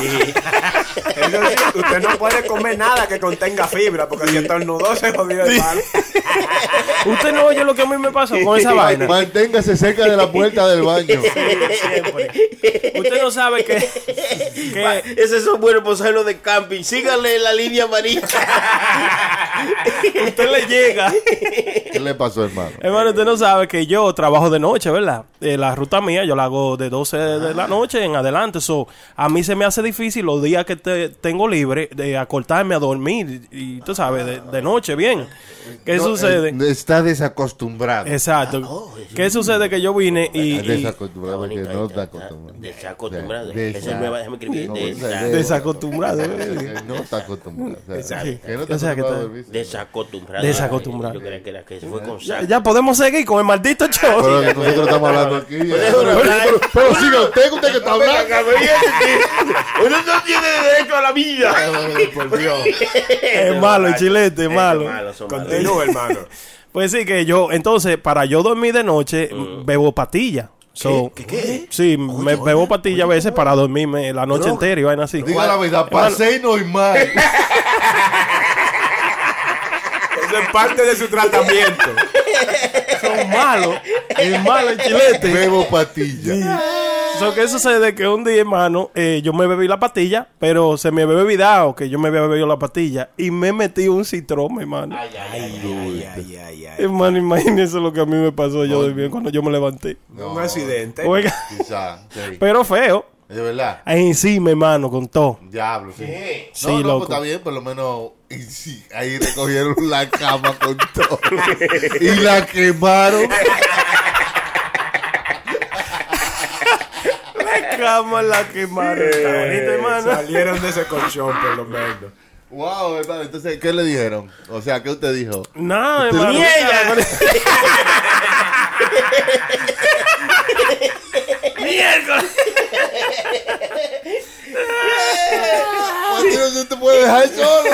Speaker 9: sí, usted no puede comer nada que contenga fibra, porque si estornudó se jodió el pan.
Speaker 10: Usted no oye lo que a mí me pasó con esa vaina.
Speaker 7: Manténgase cerca de la puerta del baño.
Speaker 10: Usted no sabe que,
Speaker 11: Va,
Speaker 10: que
Speaker 11: Ese son buenos pasajeros de camping. Síganle la línea amarilla.
Speaker 10: usted le llega.
Speaker 7: ¿Qué le pasó, hermano?
Speaker 10: Hermano, usted no sabe que yo trabajo de noche, ¿verdad? Eh, la ruta mía yo la hago de 12 de
Speaker 7: Ah.
Speaker 10: la noche en adelante. So, a mí se me hace difícil los días que te- tengo libre de acortarme a dormir. Y tú sabes, de, de noche, bien. ¿Qué
Speaker 7: No, Ah, oh,
Speaker 10: sucede?
Speaker 7: eh, está desacostumbrado.
Speaker 10: Exacto. ¿Qué sucede? Que yo vine y...
Speaker 7: Está
Speaker 10: y-
Speaker 7: desacostumbrado porque no está acostumbrado.
Speaker 11: Desacostumbrado.
Speaker 7: O sea,
Speaker 11: Esa es nueva, déjame escribir.
Speaker 7: no,
Speaker 11: Desa-
Speaker 7: o sea, de-
Speaker 10: Desacostumbrado,
Speaker 7: o sea,
Speaker 10: ¿eh?
Speaker 7: que No está acostumbrado. o sea,
Speaker 10: Exacto.
Speaker 7: que no está
Speaker 10: O sea, que está-
Speaker 7: acostumbrado a dormirse.
Speaker 11: Desacostumbrado.
Speaker 10: Desacostumbrado.
Speaker 11: Yo creía que era que se fue con
Speaker 10: ya,
Speaker 11: saco.
Speaker 10: ya podemos seguir con el maldito show.
Speaker 7: Pero que nosotros estamos hablando aquí. eh,
Speaker 11: déjalo
Speaker 7: pero-
Speaker 11: hablar.
Speaker 7: pero- Pero siga usted, que usted que está hablando.
Speaker 11: Uno no tiene derecho a la vida.
Speaker 7: Por Dios.
Speaker 11: Este
Speaker 10: Es malo, el chilete, es malo.
Speaker 11: son malos.
Speaker 9: Continúa, hermano.
Speaker 10: Pues sí, que yo, entonces, para yo dormir de noche, bebo patilla. So,
Speaker 11: ¿Qué? ¿Qué?
Speaker 10: Sí, me bebo patilla a veces para dormirme la noche entera y vaina así.
Speaker 7: Diga la verdad, pasé normal.
Speaker 9: Eso es parte de su tratamiento.
Speaker 10: Son malos, es malo el chilete.
Speaker 7: Bebo patilla.
Speaker 10: So, que sucede que un día, hermano, eh, yo me bebí la patilla, pero se me había olvidado que yo me había bebido la patilla y me metí un citrón, hermano.
Speaker 9: Ay, ay, ay.
Speaker 10: Hermano, imagínese lo que a mí me pasó yo dormí cuando yo me levanté.
Speaker 7: No,
Speaker 9: Un accidente.
Speaker 10: Oiga,
Speaker 7: Quizá, sí.
Speaker 10: pero feo.
Speaker 7: Es verdad.
Speaker 10: Ahí encima, hermano, con todo.
Speaker 7: Diablo, sí.
Speaker 10: Sí,
Speaker 7: No, no,
Speaker 10: loco.
Speaker 7: pues está bien, por lo menos y sí, ahí recogieron la cama con todo y la quemaron.
Speaker 10: La cama la quemaron. Está bonito, hermano.
Speaker 9: Eh, Salieron de ese colchón, por lo menos.
Speaker 7: Wow, hermano. Entonces, ¿qué le dijeron? O sea, ¿qué usted dijo?
Speaker 10: No, hermano.
Speaker 11: Mierda.
Speaker 7: Mateo, Pues, no te puede dejar solo.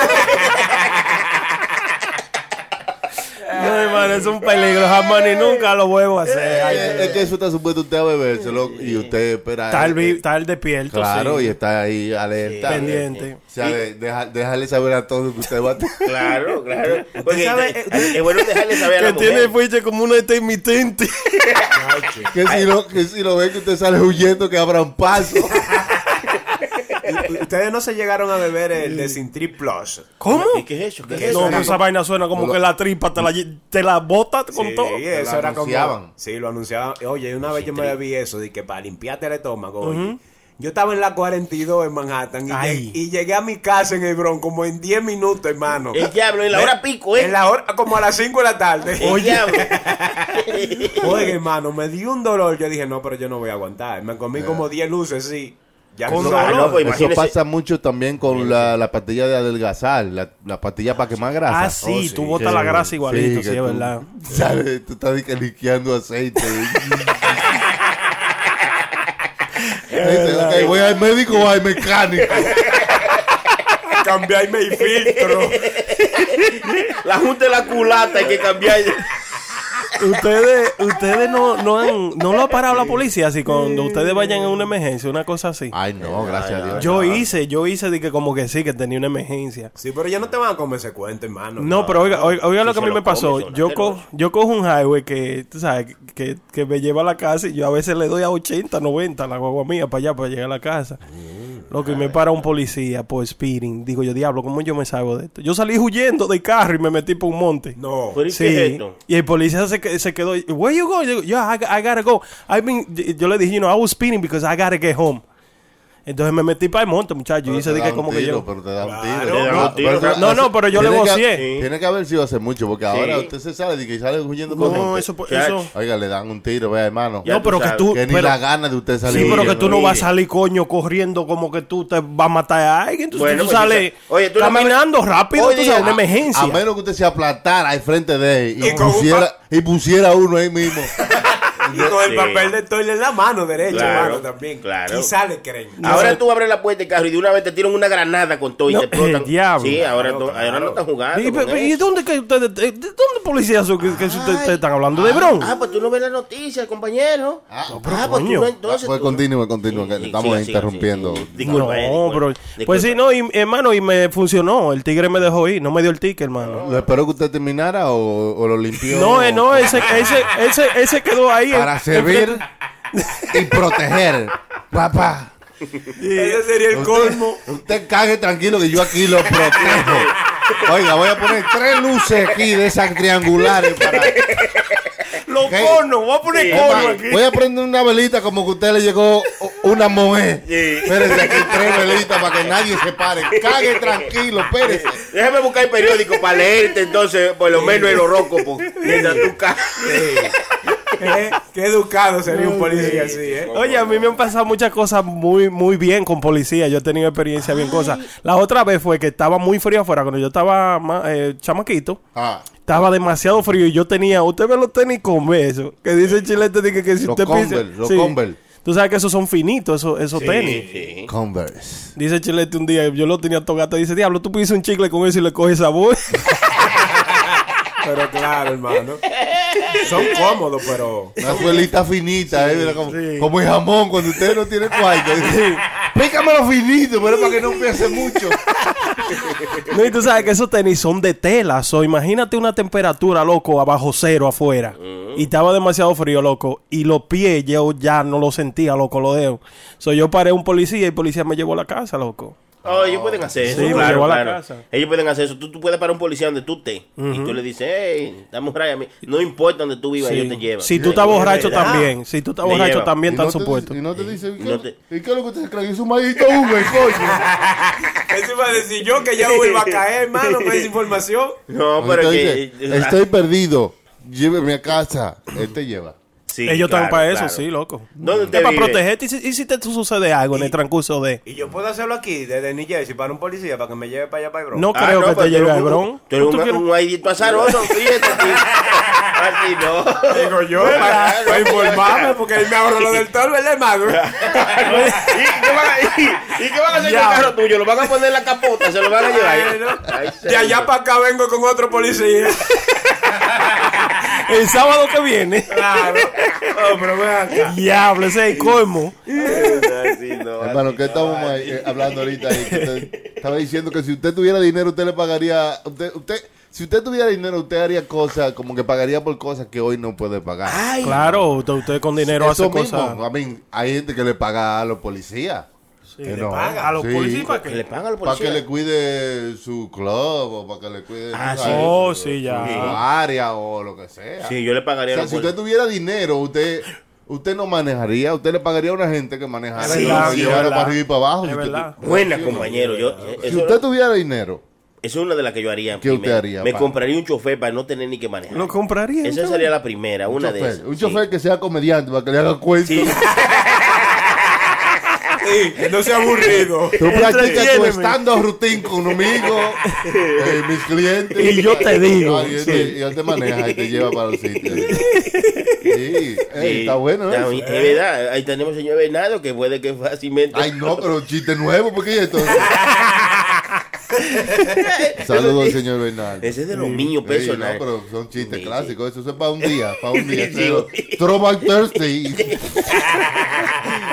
Speaker 10: No, hermano, es un peligro. Jamás ni nunca lo vuelvo a hacer. Ay,
Speaker 7: Eh, es que eso está supuesto usted a bebérselo y usted espera.
Speaker 10: Estar, vi- estar despierto.
Speaker 7: Claro,
Speaker 10: sí.
Speaker 7: y está ahí alerta.
Speaker 10: Pendiente.
Speaker 7: O sea, de- deja- déjale saber a todos que usted va a
Speaker 11: Claro, claro. Porque
Speaker 9: sabe-
Speaker 11: eh, eh, es bueno dejarle saber a la
Speaker 10: Que tiene
Speaker 11: mujer.
Speaker 10: fuiste como una intermitente.
Speaker 7: Que si, lo, que si lo ven que usted sale huyendo, que abran paso.
Speaker 9: Ustedes no se llegaron a beber el de Sintri Plus.
Speaker 10: ¿Cómo?
Speaker 11: ¿Y ¿Qué es eso? ¿Qué es eso?
Speaker 10: No, esa vaina suena como que la tripa te la, lle- te la bota con
Speaker 9: Sí, eh.
Speaker 10: todo.
Speaker 9: eso
Speaker 7: lo
Speaker 9: era
Speaker 7: anunciaban.
Speaker 9: como. Sí, lo anunciaban. Oye, una vez yo me bebí eso, de que para limpiarte el estómago. oye. Yo estaba en la 42 en Manhattan y,
Speaker 10: Ay.
Speaker 9: lleg- y llegué a mi casa en el Bronx como en 10 minutos, hermano.
Speaker 11: El diablo, en la hora pico, ¿eh?
Speaker 9: En la hora, como a las 5 de la tarde.
Speaker 11: El diablo.
Speaker 9: Oye, hermano, me dio un dolor. Yo dije, no, pero yo no voy a aguantar. Me comí como 10 luces, sí. Ya
Speaker 10: Con
Speaker 9: no-
Speaker 10: dolor.
Speaker 9: ah, no, pues,
Speaker 11: imagínese.
Speaker 7: Eso pasa mucho también con la, la pastilla de adelgazar, la, la pastilla para quemar grasa.
Speaker 10: Ah, sí,
Speaker 11: Oh,
Speaker 10: tú
Speaker 11: sí,
Speaker 10: botas la
Speaker 7: Sí,
Speaker 10: grasa igualito, sí,
Speaker 7: que
Speaker 10: es
Speaker 7: tú-
Speaker 10: verdad.
Speaker 7: ¿Sabes? Tú estás de que liqueando aceite. Dice, ok, voy al médico o al mecánico.
Speaker 9: cambiarme el filtro.
Speaker 11: La junta de la culata hay que cambiar.
Speaker 10: ustedes ustedes no, no, han, no lo ha parado la policía así cuando ustedes vayan en una emergencia, una cosa así.
Speaker 7: Ay, no, gracias a Dios.
Speaker 10: Yo hice, yo hice de que como que sí, que tenía una emergencia.
Speaker 9: Sí, pero ya no te van a comer ese cuento, hermano.
Speaker 10: No, pero oiga, oiga, oiga
Speaker 11: Si
Speaker 10: lo que a
Speaker 11: Ah, se
Speaker 10: mí
Speaker 11: lo
Speaker 10: me
Speaker 11: come,
Speaker 10: pasó.
Speaker 11: son
Speaker 10: Yo,
Speaker 11: rateros.
Speaker 10: co- yo cojo un highway que, tú sabes, que, que me lleva a la casa y yo a veces le doy a 80, 90 la guagua mía para allá, para llegar a la casa.
Speaker 11: Mm,
Speaker 10: Lo que me para un policía por speeding. Digo yo, diablo, ¿cómo yo me salgo de esto? Yo salí huyendo del carro y me metí por un monte.
Speaker 9: No.
Speaker 11: Pero ¿y qué es
Speaker 10: Sí.
Speaker 11: esto?
Speaker 10: Y el policía se, que- se quedó. Where you going? Yo, yeah, I, I gotta go. I mean, y- yo le dije, you know, I was spinning because I gotta get home. Entonces me metí para el monte, muchacho. Y
Speaker 7: Pero
Speaker 10: se
Speaker 7: te da
Speaker 10: dije,
Speaker 7: un
Speaker 10: como que
Speaker 7: tiro,
Speaker 10: yo.
Speaker 7: Pero te da un
Speaker 9: Claro.
Speaker 7: tiro.
Speaker 11: Te da un
Speaker 7: Ah,
Speaker 11: tiro.
Speaker 10: No, no, pero yo le
Speaker 7: tiene que-
Speaker 10: vocié.
Speaker 7: Tiene que haber sido hace mucho, porque ahora
Speaker 11: Sí.
Speaker 7: usted se sale de que sale huyendo con
Speaker 10: No,
Speaker 7: gente.
Speaker 10: eso. po-
Speaker 11: Ya-
Speaker 10: eso
Speaker 7: Oiga, le dan un tiro, vea, hermano.
Speaker 11: Ya
Speaker 10: no, pero
Speaker 11: tú
Speaker 10: que
Speaker 11: sabes.
Speaker 10: tú.
Speaker 7: que ni
Speaker 10: pero-
Speaker 7: la gana de usted salir.
Speaker 10: sí, pero que
Speaker 7: huyendo.
Speaker 10: tú no
Speaker 11: Sí.
Speaker 10: vas a salir, coño, corriendo como que tú te vas a matar a alguien. Entonces
Speaker 11: Bueno,
Speaker 10: tú
Speaker 11: pues,
Speaker 10: sales
Speaker 11: quizá- Oye, tú no
Speaker 10: caminando rápido,
Speaker 7: Oye,
Speaker 10: tú sabes, una
Speaker 7: a-
Speaker 10: emergencia.
Speaker 7: A, menos que usted se aplantara al frente de él y,
Speaker 9: Y con un
Speaker 7: pusiera, y pusiera uno ahí mismo.
Speaker 9: Y con el
Speaker 11: Sí.
Speaker 9: papel de toile en la mano derecha,
Speaker 11: Claro,
Speaker 9: hermano, también.
Speaker 11: claro.
Speaker 9: Quizá le creen.
Speaker 11: Ahora tú abres la puerta del carro y de una vez te tiran una granada con todo y
Speaker 10: No,
Speaker 11: te explotan.
Speaker 10: el diablo.
Speaker 11: Sí, ahora,
Speaker 9: Claro,
Speaker 11: to-
Speaker 9: claro.
Speaker 11: ahora no están jugando.
Speaker 10: ¿Y,
Speaker 11: con
Speaker 10: pe- y
Speaker 11: eso.
Speaker 10: dónde que ustedes, de- de- dónde policías son que, que ustedes están hablando de bron?
Speaker 11: Ah, pues tú no ves la noticia, compañero. Ah, pues tú
Speaker 10: coño.
Speaker 11: no entonces.
Speaker 7: Pues
Speaker 11: tú-
Speaker 7: continúe, continúe, que
Speaker 11: Sí,
Speaker 7: estamos
Speaker 11: siga, siga,
Speaker 7: interrumpiendo.
Speaker 11: siga, sí. Disculpa, eh,
Speaker 10: no,
Speaker 11: disculpa,
Speaker 10: bro.
Speaker 11: disculpa.
Speaker 10: Pues sí, no, y, hermano, y me funcionó. El tigre me dejó ir, no me dio el ticket, hermano.
Speaker 7: ¿Lo esperó que usted terminara o, o lo limpió?
Speaker 10: No, eh, no, ese, ese, ese, ese quedó ahí.
Speaker 7: Para servir y proteger. Papá.
Speaker 11: eh,
Speaker 9: Ese sería el colmo.
Speaker 7: Usted cague tranquilo que yo aquí lo protejo. Oiga, voy a poner tres luces aquí de esas triangulares para.
Speaker 10: Los
Speaker 7: ¿Qué?
Speaker 10: conos, voy a poner conos aquí.
Speaker 7: Voy a prender una velita como que a usted le llegó o- una moe. Espérese aquí tres velitas para que nadie se pare. Cague tranquilo, espérese.
Speaker 11: Déjame buscar el periódico para leerte entonces, por lo menos el horóscopo. Mientras tú ca-
Speaker 9: Eh, Qué educado sería un policía así, ¿eh?
Speaker 10: Oye, a mí me han pasado muchas cosas muy, muy bien con policía. Yo he tenido experiencia bien cosas. La otra vez fue que estaba muy frío afuera. Cuando yo estaba ma- eh, chamaquito,
Speaker 7: Ah,
Speaker 10: estaba demasiado frío y yo tenía. Usted ve los tenis con eso. Que dice el chilete de que, que si
Speaker 7: Los
Speaker 10: usted pisa-
Speaker 7: Converse, los Converse.
Speaker 10: Tú sabes que esos son finitos, esos, esos tenis.
Speaker 11: Sí.
Speaker 7: Converse.
Speaker 10: Dice Chilete un día, yo lo tenía tocado, dice, diablo, tú pides un chicle con eso y le coges sabor.
Speaker 9: Pero claro, hermano. Son cómodos, pero.
Speaker 7: Una suelita finita, eh, mira, como, como el jamón cuando usted no tiene cuarto. Pícamelo finito, pero para que no piense mucho.
Speaker 10: no, y tú sabes que esos tenis son de tela, so imagínate una temperatura, loco, abajo cero afuera. Y estaba demasiado frío, loco, y los pies yo ya no los sentía, loco, los dedos. So yo paré a un policía y el policía me llevó a la casa, loco.
Speaker 11: Oh, ellos pueden hacer eso.
Speaker 10: Sí, me
Speaker 11: claro,
Speaker 10: llevó a la
Speaker 11: claro.
Speaker 10: casa.
Speaker 11: Ellos pueden hacer eso. Tú, tú puedes parar a un policía donde tú estés. Y tú le dices, hey, estamos raya a mí. No importa donde tú vivas,
Speaker 10: Sí.
Speaker 11: ellos te llevan. Ah,
Speaker 10: Si tú
Speaker 11: Sí,
Speaker 10: estás
Speaker 11: es
Speaker 10: borracho
Speaker 11: verdad.
Speaker 10: también, si tú estás
Speaker 11: Me
Speaker 10: borracho
Speaker 11: llevan.
Speaker 10: también,
Speaker 7: Y no
Speaker 10: están
Speaker 7: te
Speaker 10: supuestos.
Speaker 7: dice- Y no te dice, ¿y qué,
Speaker 11: No te-
Speaker 7: y qué es lo que usted se cree? Es un maldito Uber, coño.
Speaker 9: Eso iba a decir yo que ya vuelvo a caer, hermano, por esa información.
Speaker 11: No,
Speaker 7: Cuando
Speaker 11: pero
Speaker 7: usted
Speaker 11: que.
Speaker 7: dice, estoy perdido, lléveme a casa. Él te lleva.
Speaker 11: Sí,
Speaker 10: Ellos
Speaker 11: claro,
Speaker 10: están para eso,
Speaker 11: claro.
Speaker 10: sí, loco.
Speaker 11: ¿Dónde
Speaker 10: Es
Speaker 11: usted
Speaker 10: para
Speaker 11: vive?
Speaker 10: protegerte y si, y si te sucede algo en el transcurso de...
Speaker 9: Y yo puedo hacerlo aquí, desde New Jersey, para un policía, para que me lleve para allá, para el Bronx.
Speaker 10: No
Speaker 11: Ah,
Speaker 10: creo que
Speaker 11: no, pero
Speaker 10: te
Speaker 11: tú eres
Speaker 10: llegue
Speaker 11: un-
Speaker 10: al bron.
Speaker 11: Tú eres
Speaker 10: ¿Tú quieres-
Speaker 11: un, un aidito azaroso, fíjate. tío. Así no.
Speaker 9: Ah, Digo yo, para, para informarme, porque ahí me ahorro lo del tol, ¿verdad, hermano?
Speaker 11: ¿Y qué van a, y- y qué van a hacer con el carro tuyo? ¿Lo van a poner en la capota? ¿Se lo van a
Speaker 9: Ay,
Speaker 11: llevar?
Speaker 9: ¿no?
Speaker 11: Ay,
Speaker 9: De allá
Speaker 11: señor.
Speaker 9: para acá vengo con otro policía.
Speaker 10: El sábado que viene.
Speaker 9: Claro. No, pero ven acá.
Speaker 10: Diablo, ese es colmo.
Speaker 11: Así no,
Speaker 7: Hermano,
Speaker 11: así
Speaker 7: ¿qué Eh,
Speaker 11: no,
Speaker 7: estamos
Speaker 11: así
Speaker 7: eh, hablando ahorita? ahí? Que usted estaba diciendo que si usted tuviera dinero, usted le pagaría. Usted, usted, si usted tuviera dinero, usted haría cosas como que pagaría por cosas que hoy no puede pagar.
Speaker 10: Claro, usted, usted con dinero
Speaker 7: Eso
Speaker 10: hace
Speaker 7: mismo. Ah,
Speaker 10: cosas.
Speaker 7: I mean, hay gente que le paga a los policías. Que no,
Speaker 10: paga a los
Speaker 7: sí,
Speaker 10: policías para
Speaker 11: Que le pagan a los
Speaker 7: Para que
Speaker 11: policías.
Speaker 7: le cuide su club o para que le cuide
Speaker 11: Ah,
Speaker 7: tú
Speaker 11: sí.
Speaker 7: sabes,
Speaker 10: Oh, sí, ya.
Speaker 7: su área o lo que sea.
Speaker 11: Sí, yo le pagaría
Speaker 7: O
Speaker 11: a
Speaker 7: sea,
Speaker 11: los
Speaker 7: si usted
Speaker 11: policías.
Speaker 7: tuviera dinero, usted usted no manejaría, usted le pagaría a una gente que manejara
Speaker 11: Sí,
Speaker 7: y lo
Speaker 11: sí,
Speaker 7: llevara
Speaker 10: es
Speaker 7: para
Speaker 10: verdad.
Speaker 7: arriba y para abajo.
Speaker 10: Es
Speaker 7: Si usted-
Speaker 10: verdad.
Speaker 11: Buena, compañero. Yo, eh,
Speaker 7: si
Speaker 11: eso,
Speaker 7: usted tuviera dinero,
Speaker 11: eso es una de las que yo haría.
Speaker 7: ¿Qué usted
Speaker 11: primero.
Speaker 7: haría,
Speaker 11: Me
Speaker 7: pa?
Speaker 11: compraría un chofer para no tener ni que manejar.
Speaker 10: Lo compraría.
Speaker 11: Esa
Speaker 10: entonces.
Speaker 11: sería la primera, una de
Speaker 7: chofer,
Speaker 11: esas.
Speaker 7: un
Speaker 11: sí.
Speaker 7: chofer que sea comediante para que le haga cuentos.
Speaker 11: Sí.
Speaker 9: Y Sí, que no sea aburrido.
Speaker 7: Tú practicas tu
Speaker 10: Entretiéneme.
Speaker 7: estando rutín conmigo, eh, mis clientes.
Speaker 10: Y yo te digo,
Speaker 7: Ah, y, él
Speaker 10: sí.
Speaker 7: te, y él te maneja y te lleva para el sitio. Sí, ey, está bueno
Speaker 11: Ya,
Speaker 7: eso.
Speaker 11: Es verdad, ahí tenemos al señor Bernardo que puede que fácilmente.
Speaker 7: Ay, no, pero chiste nuevo, ¿por qué entonces? Saludos, señor Bernal.
Speaker 11: Ese es de los míos personales.
Speaker 7: no, pero son chistes
Speaker 11: Sí,
Speaker 7: clásicos. Eso es para un día, para un día.
Speaker 11: Sí,
Speaker 7: Pero
Speaker 11: sí.
Speaker 7: Throwback Thursday.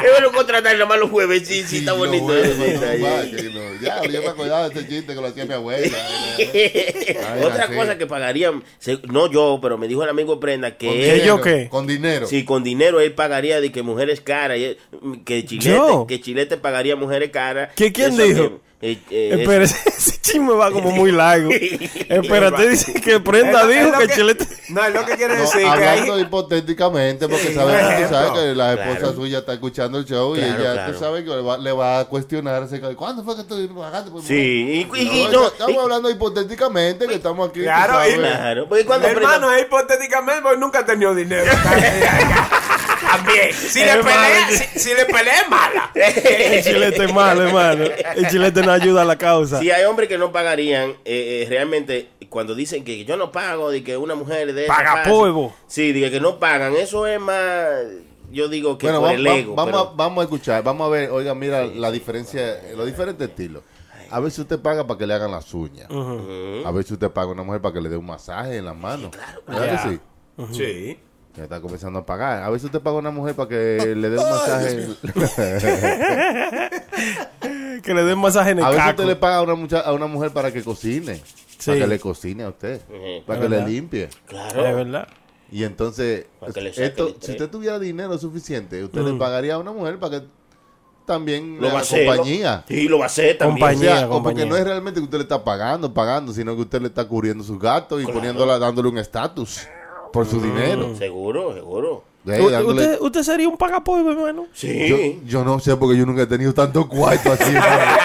Speaker 11: Es bueno contratar nomás los jueves, sí, sí, está
Speaker 7: Y lo
Speaker 11: bonito.
Speaker 7: bueno,
Speaker 11: ese,
Speaker 7: no,
Speaker 11: ahí.
Speaker 7: va, que lo- Ya, yo me acordaba de ese chiste que lo hacía mi abuela. eh, Ay,
Speaker 11: Otra
Speaker 7: así.
Speaker 11: cosa que pagarían, se- no yo, pero me dijo el amigo Prenda
Speaker 7: Con
Speaker 11: que él,
Speaker 10: yo qué?
Speaker 7: Con dinero.
Speaker 11: si con dinero él pagaría de que mujeres caras, y él- que Chilete,
Speaker 10: ¿Yo?
Speaker 11: que Chilete pagaría mujeres caras.
Speaker 10: ¿Qué- quién
Speaker 11: Eso
Speaker 10: dijo?
Speaker 11: que- eh, eh, eso.
Speaker 10: Espera, ese chisme va como muy largo. Espérate, dice que Prenda
Speaker 9: Es lo- es
Speaker 10: dijo
Speaker 9: lo
Speaker 10: que Chilete.
Speaker 9: No, es lo que quiere
Speaker 7: No,
Speaker 9: decir. que ahí-
Speaker 7: hablando hipotéticamente, porque sabes,
Speaker 9: por
Speaker 7: tú sabes
Speaker 9: ejemplo.
Speaker 7: que la esposa
Speaker 11: Claro.
Speaker 7: suya está escuchando el show y
Speaker 11: Claro,
Speaker 7: ella,
Speaker 11: claro.
Speaker 7: tú sabes que le va, le va a cuestionar acerca de cuándo fue que tú pagaste por
Speaker 11: Sí, y, y- y
Speaker 7: No,
Speaker 11: no,
Speaker 7: estamos
Speaker 11: y-
Speaker 7: hablando hipotéticamente que estamos aquí. tú
Speaker 9: Claro,
Speaker 7: sabes.
Speaker 9: y-
Speaker 11: claro, porque cuando
Speaker 9: Mi
Speaker 11: Prenda-
Speaker 9: hermano, es hipotéticamente, porque nunca ha tenido dinero. También. Si le,
Speaker 10: Hermano,
Speaker 9: pelea,
Speaker 10: sí.
Speaker 9: si, si le pelea, es mala.
Speaker 10: El Chilete es malo, hermano. El Chilete no ayuda a la causa.
Speaker 11: Si hay hombres que no pagarían, eh, eh, realmente, cuando dicen que yo no pago, de que una mujer de esas
Speaker 10: Paga
Speaker 11: pasa-
Speaker 10: polvo.
Speaker 11: Sí, de que no pagan, eso es más, yo digo que
Speaker 7: Bueno,
Speaker 11: por
Speaker 7: va-
Speaker 11: el
Speaker 7: va-
Speaker 11: ego.
Speaker 7: vamos,
Speaker 11: pero-
Speaker 7: a, vamos a escuchar, vamos a ver, oiga, mira la diferencia, eh, los diferentes estilos. A ver si usted paga para que le hagan las uñas. A ver si usted paga a una mujer para que le dé un masaje en las manos. Claro, que sí.
Speaker 9: Sí.
Speaker 7: Ya está comenzando a pagar. A ver si usted paga a una mujer para que le dé un masaje.
Speaker 10: Que le den masaje en el
Speaker 7: a ver si
Speaker 10: caco.
Speaker 7: usted le paga a una, mucha- a una mujer para que cocine.
Speaker 10: Sí.
Speaker 7: Para que le cocine a usted.
Speaker 11: Ujú.
Speaker 7: Para que le limpie.
Speaker 10: Es
Speaker 11: Claro.
Speaker 10: verdad.
Speaker 7: Y entonces,
Speaker 11: Para que le saque el
Speaker 7: esto,
Speaker 11: estrés.
Speaker 7: si usted tuviera dinero suficiente, usted le pagaría a una mujer para que también le
Speaker 11: Lo va a
Speaker 7: haga
Speaker 11: hacer.
Speaker 7: compañía.
Speaker 11: Sí, lo va a hacer también.
Speaker 7: O
Speaker 10: Compañía.
Speaker 7: sea, o porque
Speaker 10: compañía.
Speaker 7: no es realmente que usted le está pagando, pagando, sino que usted le está cubriendo sus gastos y poniéndola, dándole un estatus por su dinero.
Speaker 11: Seguro, seguro.
Speaker 7: Eh,
Speaker 10: Mm. U-
Speaker 7: dándole-
Speaker 10: usted, usted sería un pagapolvo, hermano.
Speaker 11: Sí.
Speaker 7: yo, yo no sé porque yo nunca he tenido tantos cuartos así. hermano.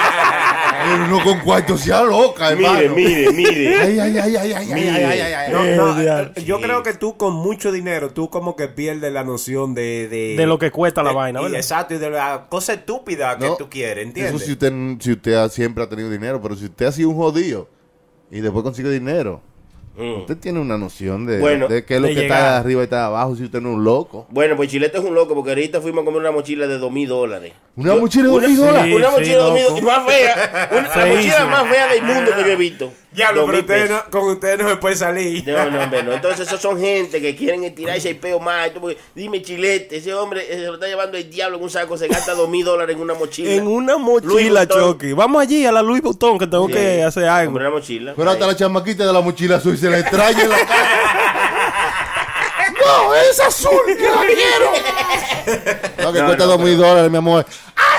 Speaker 7: Uno con cuartos sea loca,
Speaker 11: mire,
Speaker 7: hermano.
Speaker 11: mire, mire.
Speaker 7: Ay, ay, ay, ay, ay, ay, ay, ay, ay, ay.
Speaker 9: No,
Speaker 10: Eh,
Speaker 9: no,
Speaker 10: diablo.
Speaker 9: yo creo que tú con mucho dinero, tú como que pierdes la noción de... De,
Speaker 10: De lo que cuesta la
Speaker 9: de-
Speaker 10: vaina,
Speaker 9: y-
Speaker 10: ¿verdad?
Speaker 9: Exacto, y de la cosa estúpida que
Speaker 7: No,
Speaker 9: tú quieres,
Speaker 7: Eso
Speaker 9: ¿entiendes?
Speaker 7: si usted, si usted ha- siempre ha tenido dinero, pero si usted ha sido un jodido y después consigue dinero,
Speaker 11: Mm.
Speaker 7: usted tiene una noción de,
Speaker 11: Bueno,
Speaker 7: de qué es lo
Speaker 10: de
Speaker 7: que
Speaker 10: llegar.
Speaker 7: está arriba y está abajo, si usted no es un loco.
Speaker 11: Bueno, pues Chilete es un loco porque ahorita fuimos a comer una mochila de dos mil dólares.
Speaker 7: Una mochila de
Speaker 11: Una-
Speaker 7: 2.000 dólares.
Speaker 10: Sí,
Speaker 11: Una
Speaker 10: sí,
Speaker 11: mochila de dos mil
Speaker 10: loco.
Speaker 11: dólares más fea. Una, la mochila
Speaker 10: Feísima.
Speaker 11: más fea del mundo que yo he visto.
Speaker 9: Diablo,
Speaker 11: Dos
Speaker 9: pero
Speaker 11: mil
Speaker 9: ustedes
Speaker 11: pesos.
Speaker 9: no- con ustedes no se puede salir.
Speaker 11: No, no, hombre, no. Entonces, esos son gente que quieren estirar ese peo más. Esto, porque, dime, chilete, ese hombre eh, se lo está llevando el diablo en un saco. Se gasta dos mil dólares en una mochila.
Speaker 10: En una
Speaker 11: Louis
Speaker 10: mochila,
Speaker 11: Vuitton.
Speaker 10: Chucky. Vamos allí a la Louis Vuitton que tengo
Speaker 11: Sí.
Speaker 10: que hacer algo.
Speaker 11: Hombre, una mochila.
Speaker 7: Pero hasta
Speaker 11: Ahí.
Speaker 7: la chamaquita de la mochila azul se la extraña en la cara. ¡No, es azul! ¡Que la quiero! No, que
Speaker 11: No,
Speaker 7: cuesta
Speaker 11: no,
Speaker 7: dos mil dólares, mi amor.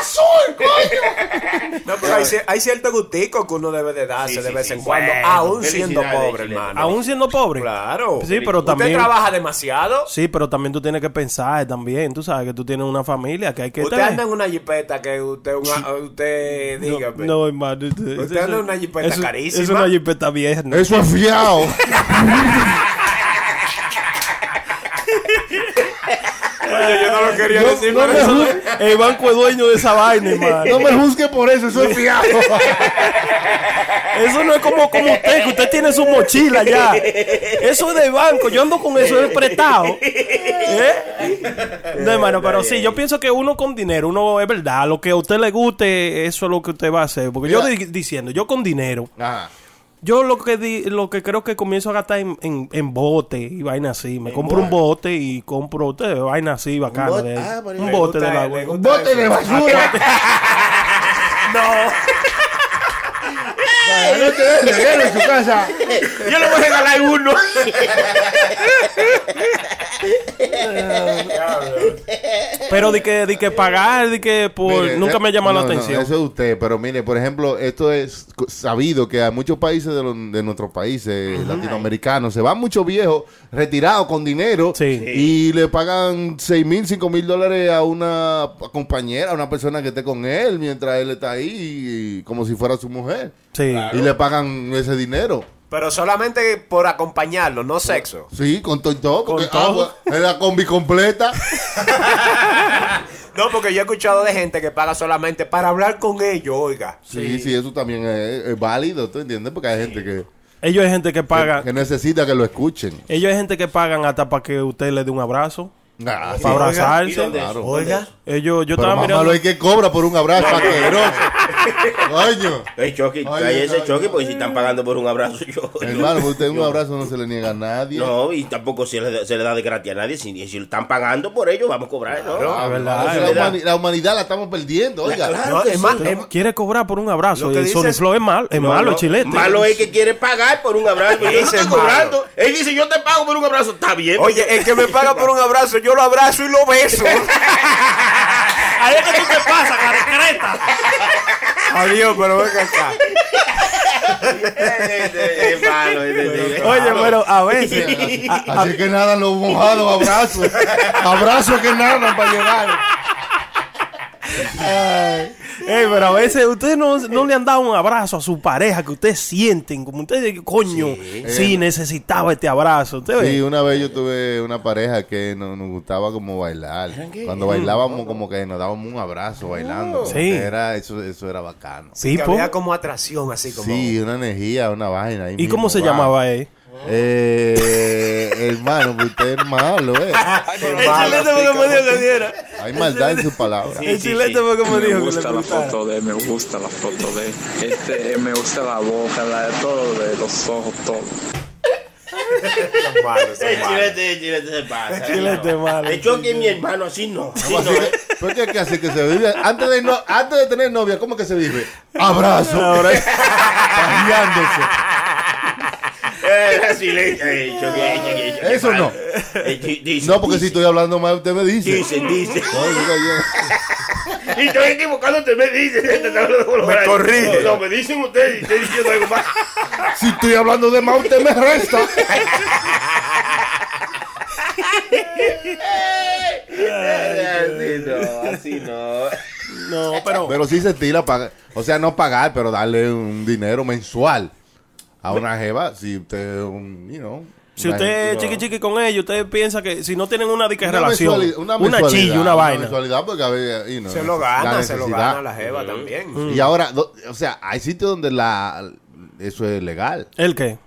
Speaker 7: ¡Azul, coño!
Speaker 9: No, pero hay, cier- hay cierto gustico que uno debe de darse
Speaker 11: Sí,
Speaker 9: de
Speaker 11: sí,
Speaker 9: vez
Speaker 11: sí.
Speaker 9: en cuando,
Speaker 11: Bueno,
Speaker 9: aún siendo
Speaker 11: felicidades,
Speaker 9: pobre,
Speaker 11: Chilete.
Speaker 9: hermano.
Speaker 10: Aún siendo pobre.
Speaker 9: Claro.
Speaker 10: Sí, pero
Speaker 9: ¿Usted
Speaker 10: también.
Speaker 9: trabaja demasiado?
Speaker 10: Sí, pero también tú tienes que pensar también. Tú sabes que tú tienes una familia que hay que
Speaker 9: Usted
Speaker 10: tener.
Speaker 9: anda en una jipeta que usted, una- usted dígame.
Speaker 10: No, hermano.
Speaker 9: Usted anda pues. en una jipeta
Speaker 10: eso-
Speaker 9: carísima.
Speaker 10: Es una jipeta vieja.
Speaker 7: Eso es fiao.
Speaker 9: Oye, yo no lo quería decir,
Speaker 10: No,
Speaker 9: pero
Speaker 10: no,
Speaker 9: eso-
Speaker 10: no. el banco es dueño de esa vaina, hermano.
Speaker 7: No me juzgue por eso, eso es fiao.
Speaker 10: Eso no es como, como usted, que usted tiene su mochila ya. Eso es de banco. Yo ando con eso, es prestado. ¿Eh? No, hermano, pero sí, yo pienso que uno con dinero, uno es verdad, lo que a usted le guste, eso es lo que usted va a hacer. Porque yo
Speaker 7: Mira.
Speaker 10: di- diciendo, yo con dinero,
Speaker 7: Ajá.
Speaker 10: yo lo que di- lo que creo que comienzo a gastar en, en, en bote y vaina así. Me compro un bote y compro usted, vaina así, bacana.
Speaker 11: bote?
Speaker 10: de-
Speaker 11: Ah, pero
Speaker 10: un
Speaker 11: le
Speaker 10: bote
Speaker 9: gusta-
Speaker 10: de la
Speaker 9: le
Speaker 10: buena.
Speaker 9: gusta-
Speaker 7: ¡Bote de basura! ¡No! No te des reguero en su casa.
Speaker 11: Yo le voy a regalar uno.
Speaker 10: Pero de que, de que pagar, de que por.
Speaker 7: Mire,
Speaker 10: nunca
Speaker 7: eh,
Speaker 10: me ha llamado
Speaker 7: no,
Speaker 10: la
Speaker 7: no,
Speaker 10: atención.
Speaker 7: eso es usted, pero mire, por ejemplo, esto es co- sabido que a muchos países de, los- de nuestros países latinoamericanos se van muchos viejos retirados con dinero
Speaker 10: Sí.
Speaker 7: y le pagan 6 mil, 5 mil dólares a una compañera, a una persona que esté con él mientras él está ahí, y- como si fuera su mujer.
Speaker 10: sí.
Speaker 7: Y le pagan ese dinero.
Speaker 9: Pero solamente por acompañarlo, no sexo.
Speaker 7: Sí, con todo, y todo, porque
Speaker 10: Con todo.
Speaker 7: agua, es la combi completa.
Speaker 9: No, porque yo he escuchado de gente que paga solamente para hablar con ellos, oiga.
Speaker 7: Sí, sí, eso también es, es válido, ¿tú entiendes? Porque hay gente que,
Speaker 10: Ellos hay gente que paga.
Speaker 7: que necesita que lo escuchen.
Speaker 10: Ellos hay gente que pagan hasta para que usted le dé un abrazo.
Speaker 7: Ah, sí,
Speaker 10: para
Speaker 9: oiga,
Speaker 10: abrazarse.
Speaker 11: ¿Y dónde es?
Speaker 7: claro.
Speaker 9: Oiga.
Speaker 10: Ellos, yo
Speaker 7: Pero
Speaker 10: estaba
Speaker 7: más
Speaker 10: mirando.
Speaker 7: malo es que cobra por un abrazo asqueroso. Coño.
Speaker 11: Ey, Chucky,
Speaker 7: Oye,
Speaker 11: cállese,
Speaker 7: no,
Speaker 11: Chucky,
Speaker 7: no.
Speaker 11: porque pues, si están pagando por un abrazo, yo.
Speaker 7: Hermano, usted un
Speaker 11: yo-
Speaker 7: abrazo no se le niega a nadie.
Speaker 11: No, y tampoco se le, se le da de gratis a nadie. Si, si lo están pagando por ello, vamos a cobrar, ¿no?
Speaker 7: Ah,
Speaker 10: verdad,
Speaker 7: entonces
Speaker 11: es
Speaker 7: la,
Speaker 11: verdad.
Speaker 7: humani- la humanidad la estamos perdiendo, oiga.
Speaker 11: claro
Speaker 9: No,
Speaker 11: que
Speaker 9: es
Speaker 11: sí.
Speaker 9: más,
Speaker 10: Pero
Speaker 9: es-
Speaker 10: quiere cobrar por un abrazo.
Speaker 9: Lo
Speaker 10: Y
Speaker 9: que
Speaker 10: el
Speaker 9: dice
Speaker 10: Sony
Speaker 9: es-
Speaker 10: Flow es malo, es
Speaker 11: No,
Speaker 10: malo,
Speaker 11: no.
Speaker 10: el chilete.
Speaker 11: Malo es que quiere pagar por un abrazo. Yo no
Speaker 9: Ese
Speaker 11: estoy
Speaker 9: es malo.
Speaker 11: cobrando. Él dice, yo te pago por un abrazo. Está bien.
Speaker 9: Oye, el que me paga por un abrazo, yo lo abrazo y lo beso.
Speaker 10: Ahí es que tú te pasas, carecreta.
Speaker 9: Adiós, pero venga acá.
Speaker 11: es malo. es- es- es-
Speaker 10: Oye, pero a
Speaker 7: Así,
Speaker 10: veces. a- a-
Speaker 7: así que nada, los mojados, abrazos. abrazos que nada para llegar.
Speaker 10: ey, pero a veces ustedes no, no le han dado un abrazo a su pareja que ustedes sienten. Como ustedes, dicen, coño, sí, necesitaba este abrazo. Usted ve.
Speaker 7: Sí, una vez yo tuve una pareja que no- nos, gustaba como bailar. Cuando bailábamos, como que nos dábamos un abrazo bailando. como
Speaker 10: Sí.
Speaker 7: que Era, eso, eso era bacano.
Speaker 10: Sí,
Speaker 9: que
Speaker 10: po.
Speaker 9: había como atracción, así como.
Speaker 7: Sí, una energía, una vaina. ahí
Speaker 10: ¿Y cómo
Speaker 7: mismo,
Speaker 10: se
Speaker 7: wow.
Speaker 10: llamaba él?
Speaker 7: Eh, hermano, pues usted es malo, eh. Hay maldad en sus palabras.
Speaker 11: Sí, sí, sí.
Speaker 10: fue como
Speaker 8: Me gusta la foto de, me gusta la foto de, este, me gusta la boca, la de todo, de los ojos, todo.
Speaker 9: Son malos, son
Speaker 11: El
Speaker 9: malos.
Speaker 11: chilete, el chilete se pasa. El
Speaker 10: chilete malo.
Speaker 11: El choque es mi hermano, así no. Así no. ¿eh?
Speaker 7: ¿Por qué Pues es que así que se vive? Antes de, no, antes de tener novia, ¿cómo que se vive? Abrazo. Pajeándose.
Speaker 11: Eh, brasileño. Eh, Choque, eh, Choque, eh, Choque,
Speaker 7: Eso no.
Speaker 11: Eh, di- dice,
Speaker 7: No, porque si
Speaker 11: dice,
Speaker 7: estoy hablando mal, usted me dice.
Speaker 11: Dice, dice.
Speaker 7: No, digo yo.
Speaker 11: Y estoy equivocándote, me dice. te está hablando con los
Speaker 9: Me
Speaker 11: brazos.
Speaker 9: corrige.
Speaker 11: No, no, me dicen ustedes y estoy diciendo algo más.
Speaker 7: Si estoy hablando de mal, usted me resta.
Speaker 11: Así no, así no.
Speaker 10: No, pero.
Speaker 7: Pero sí se tira, paga- o sea, no pagar, pero darle un dinero mensual a una jeva. Si usted, un, you know,
Speaker 10: Si
Speaker 7: una
Speaker 10: usted es
Speaker 7: gente-
Speaker 10: chiqui chiqui con ellos, usted piensa que si no tienen una dica
Speaker 7: Una
Speaker 10: relación,
Speaker 7: mensuali-
Speaker 10: una,
Speaker 7: mensualidad,
Speaker 10: chilla, una vaina.
Speaker 7: mensualidad porque, a ver, you know,
Speaker 9: Se lo
Speaker 7: la
Speaker 9: gana, se lo
Speaker 7: necesidad.
Speaker 9: gana la jeva también.
Speaker 10: Mm.
Speaker 7: Y ahora, do- o sea, hay sitios donde la eso es legal. Eh,
Speaker 10: ¿El qué?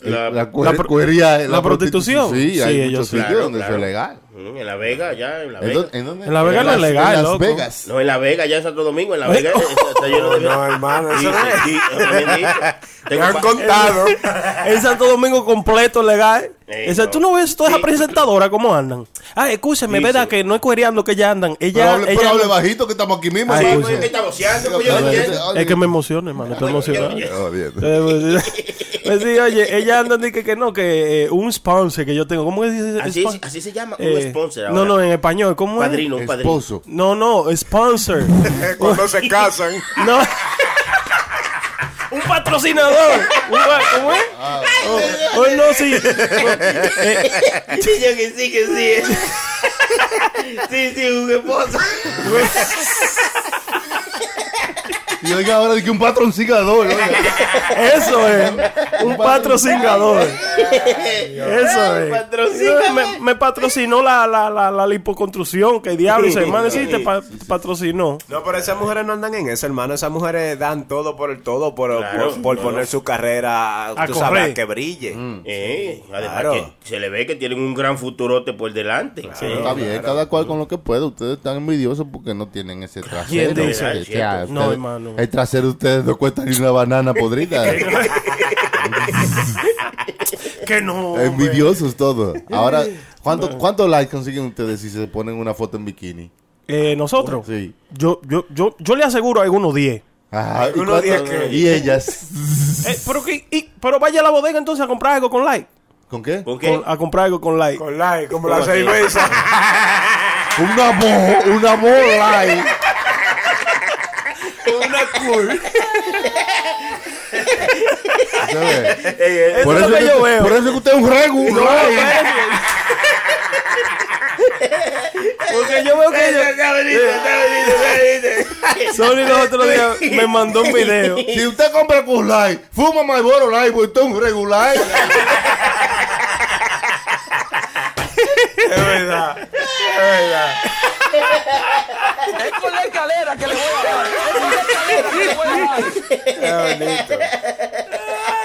Speaker 11: La-
Speaker 7: La, cuer-
Speaker 10: la pro-
Speaker 7: cuería-
Speaker 10: la prostitución.
Speaker 7: Sí,
Speaker 10: Sí,
Speaker 7: hay
Speaker 10: ellos
Speaker 7: muchos
Speaker 10: sí.
Speaker 7: sitios
Speaker 11: Claro,
Speaker 7: donde
Speaker 11: claro.
Speaker 7: eso es legal.
Speaker 11: Mm, En La Vega, ya, en La
Speaker 7: ¿En,
Speaker 11: Vega.
Speaker 7: dónde- en dónde?
Speaker 10: En Las Vegas no es
Speaker 7: Las-
Speaker 10: legal,
Speaker 7: En Las
Speaker 10: loco.
Speaker 7: Vegas.
Speaker 11: No, en La Vega, ya en Santo Domingo, en La
Speaker 10: Oye,
Speaker 11: Vega. eh, está- está lleno de-
Speaker 9: No, hermano,
Speaker 11: Sí,
Speaker 9: eso no es.
Speaker 11: sí, sí, también digo.
Speaker 9: Me
Speaker 11: Tengo
Speaker 9: han
Speaker 11: pa-
Speaker 9: contado.
Speaker 10: El Santo Domingo completo legal.
Speaker 11: Ey,
Speaker 10: Esa,
Speaker 11: no.
Speaker 10: tú no ves todas
Speaker 11: Sí.
Speaker 10: esas presentadoras cómo andan. Ah, escúcheme,
Speaker 11: Sí,
Speaker 10: ¿verdad?
Speaker 11: sí.
Speaker 10: Que no es cuereando que ya andan. Ella,
Speaker 7: Pero hable, pero
Speaker 10: ella-
Speaker 7: hable bajito que estamos aquí mismo.
Speaker 10: Ay,
Speaker 11: Sí,
Speaker 7: Escuche.
Speaker 11: porque está voceando, coño,
Speaker 7: Oye,
Speaker 11: no entiendo.
Speaker 7: oye,
Speaker 10: Es que me emociona, hermano. Estoy emocionado.
Speaker 11: oye,
Speaker 7: Oh, bien.
Speaker 10: Eh, pues, sí. Pues sí, oye, ella anda diciendo que no, que eh, un sponsor que yo tengo. ¿Cómo que dice?
Speaker 11: Así,
Speaker 10: spon-
Speaker 11: es- así se llama,
Speaker 10: Eh,
Speaker 11: un sponsor ahora.
Speaker 10: No, no, en español. ¿Cómo
Speaker 11: Padrino, un padrino.
Speaker 7: Esposo.
Speaker 10: es? No, no, sponsor.
Speaker 9: Cuando se casan.
Speaker 10: No. Un patrocinador. Un pa- ¿Cómo es? Oh, oh, no, sí.
Speaker 11: Sí, yo que sí, que sí. Sí, sí, un esposo.
Speaker 7: Y oiga, ahora de que un patrocinador. oiga.
Speaker 10: Eso es. Un patrocinador. Eso
Speaker 11: Ay,
Speaker 10: es.
Speaker 11: patrocíname.
Speaker 10: Me, me patrocinó la, la, la, la lipoconstrucción. Que diablo. Ese hermano sí te pa- patrocinó.
Speaker 9: No, pero esas mujeres no andan en eso, hermano. Esas mujeres dan todo por el todo, por,
Speaker 11: Claro,
Speaker 9: por, por
Speaker 11: claro.
Speaker 9: poner su carrera,
Speaker 10: A
Speaker 9: tú sabes,
Speaker 10: correr.
Speaker 9: a que brille.
Speaker 11: Eh, además
Speaker 9: Claro.
Speaker 11: que se le ve que tienen un gran futurote por delante. Eh,
Speaker 7: Está bien, cada cual con lo que puede. Ustedes están envidiosos porque no tienen ese trasero.
Speaker 10: ¿Quién dice?
Speaker 7: O
Speaker 10: No,
Speaker 7: sea, ustedes-
Speaker 10: hermano.
Speaker 7: El trasero de ustedes no cuesta ni una banana podrida.
Speaker 10: Que no.
Speaker 7: Envidiosos todos. Ahora, ¿cuánto, ¿cuántos likes consiguen ustedes si se ponen una foto en bikini?
Speaker 10: Eh, nosotros.
Speaker 7: Sí.
Speaker 10: Yo, yo, yo, yo le aseguro a algunos 10.
Speaker 7: Ajá, ¿y,
Speaker 9: Algunos días
Speaker 7: cuánto-
Speaker 9: que-
Speaker 7: y ellas.
Speaker 10: Eh, pero, que, y- pero vaya a la bodega entonces a comprar algo con like.
Speaker 7: ¿Con qué?
Speaker 11: ¿Con qué?
Speaker 10: Con- a comprar algo Eh. con like.
Speaker 9: Con like, como
Speaker 11: ¿Cómo
Speaker 9: la
Speaker 11: así?
Speaker 9: cerveza.
Speaker 7: Una bo, una bo like.
Speaker 9: Una cool.
Speaker 7: Se ve.
Speaker 11: Eh, eh,
Speaker 7: Por
Speaker 10: es
Speaker 7: eso,
Speaker 10: lo que
Speaker 7: que
Speaker 10: yo veo.
Speaker 7: por eso que usted es un regu. un regu.
Speaker 10: Porque yo veo que ellos-
Speaker 11: está bonito, está bonito, está bonito.
Speaker 10: Sony los otros días me mandó un video.
Speaker 7: Si usted compra con like, fuma Marlboro Light, pues usted es un regular.
Speaker 10: Eh,
Speaker 9: Es verdad. Es
Speaker 11: verdad.
Speaker 3: Es con la escalera que le voy a dar. Es con la escalera que le voy a dar.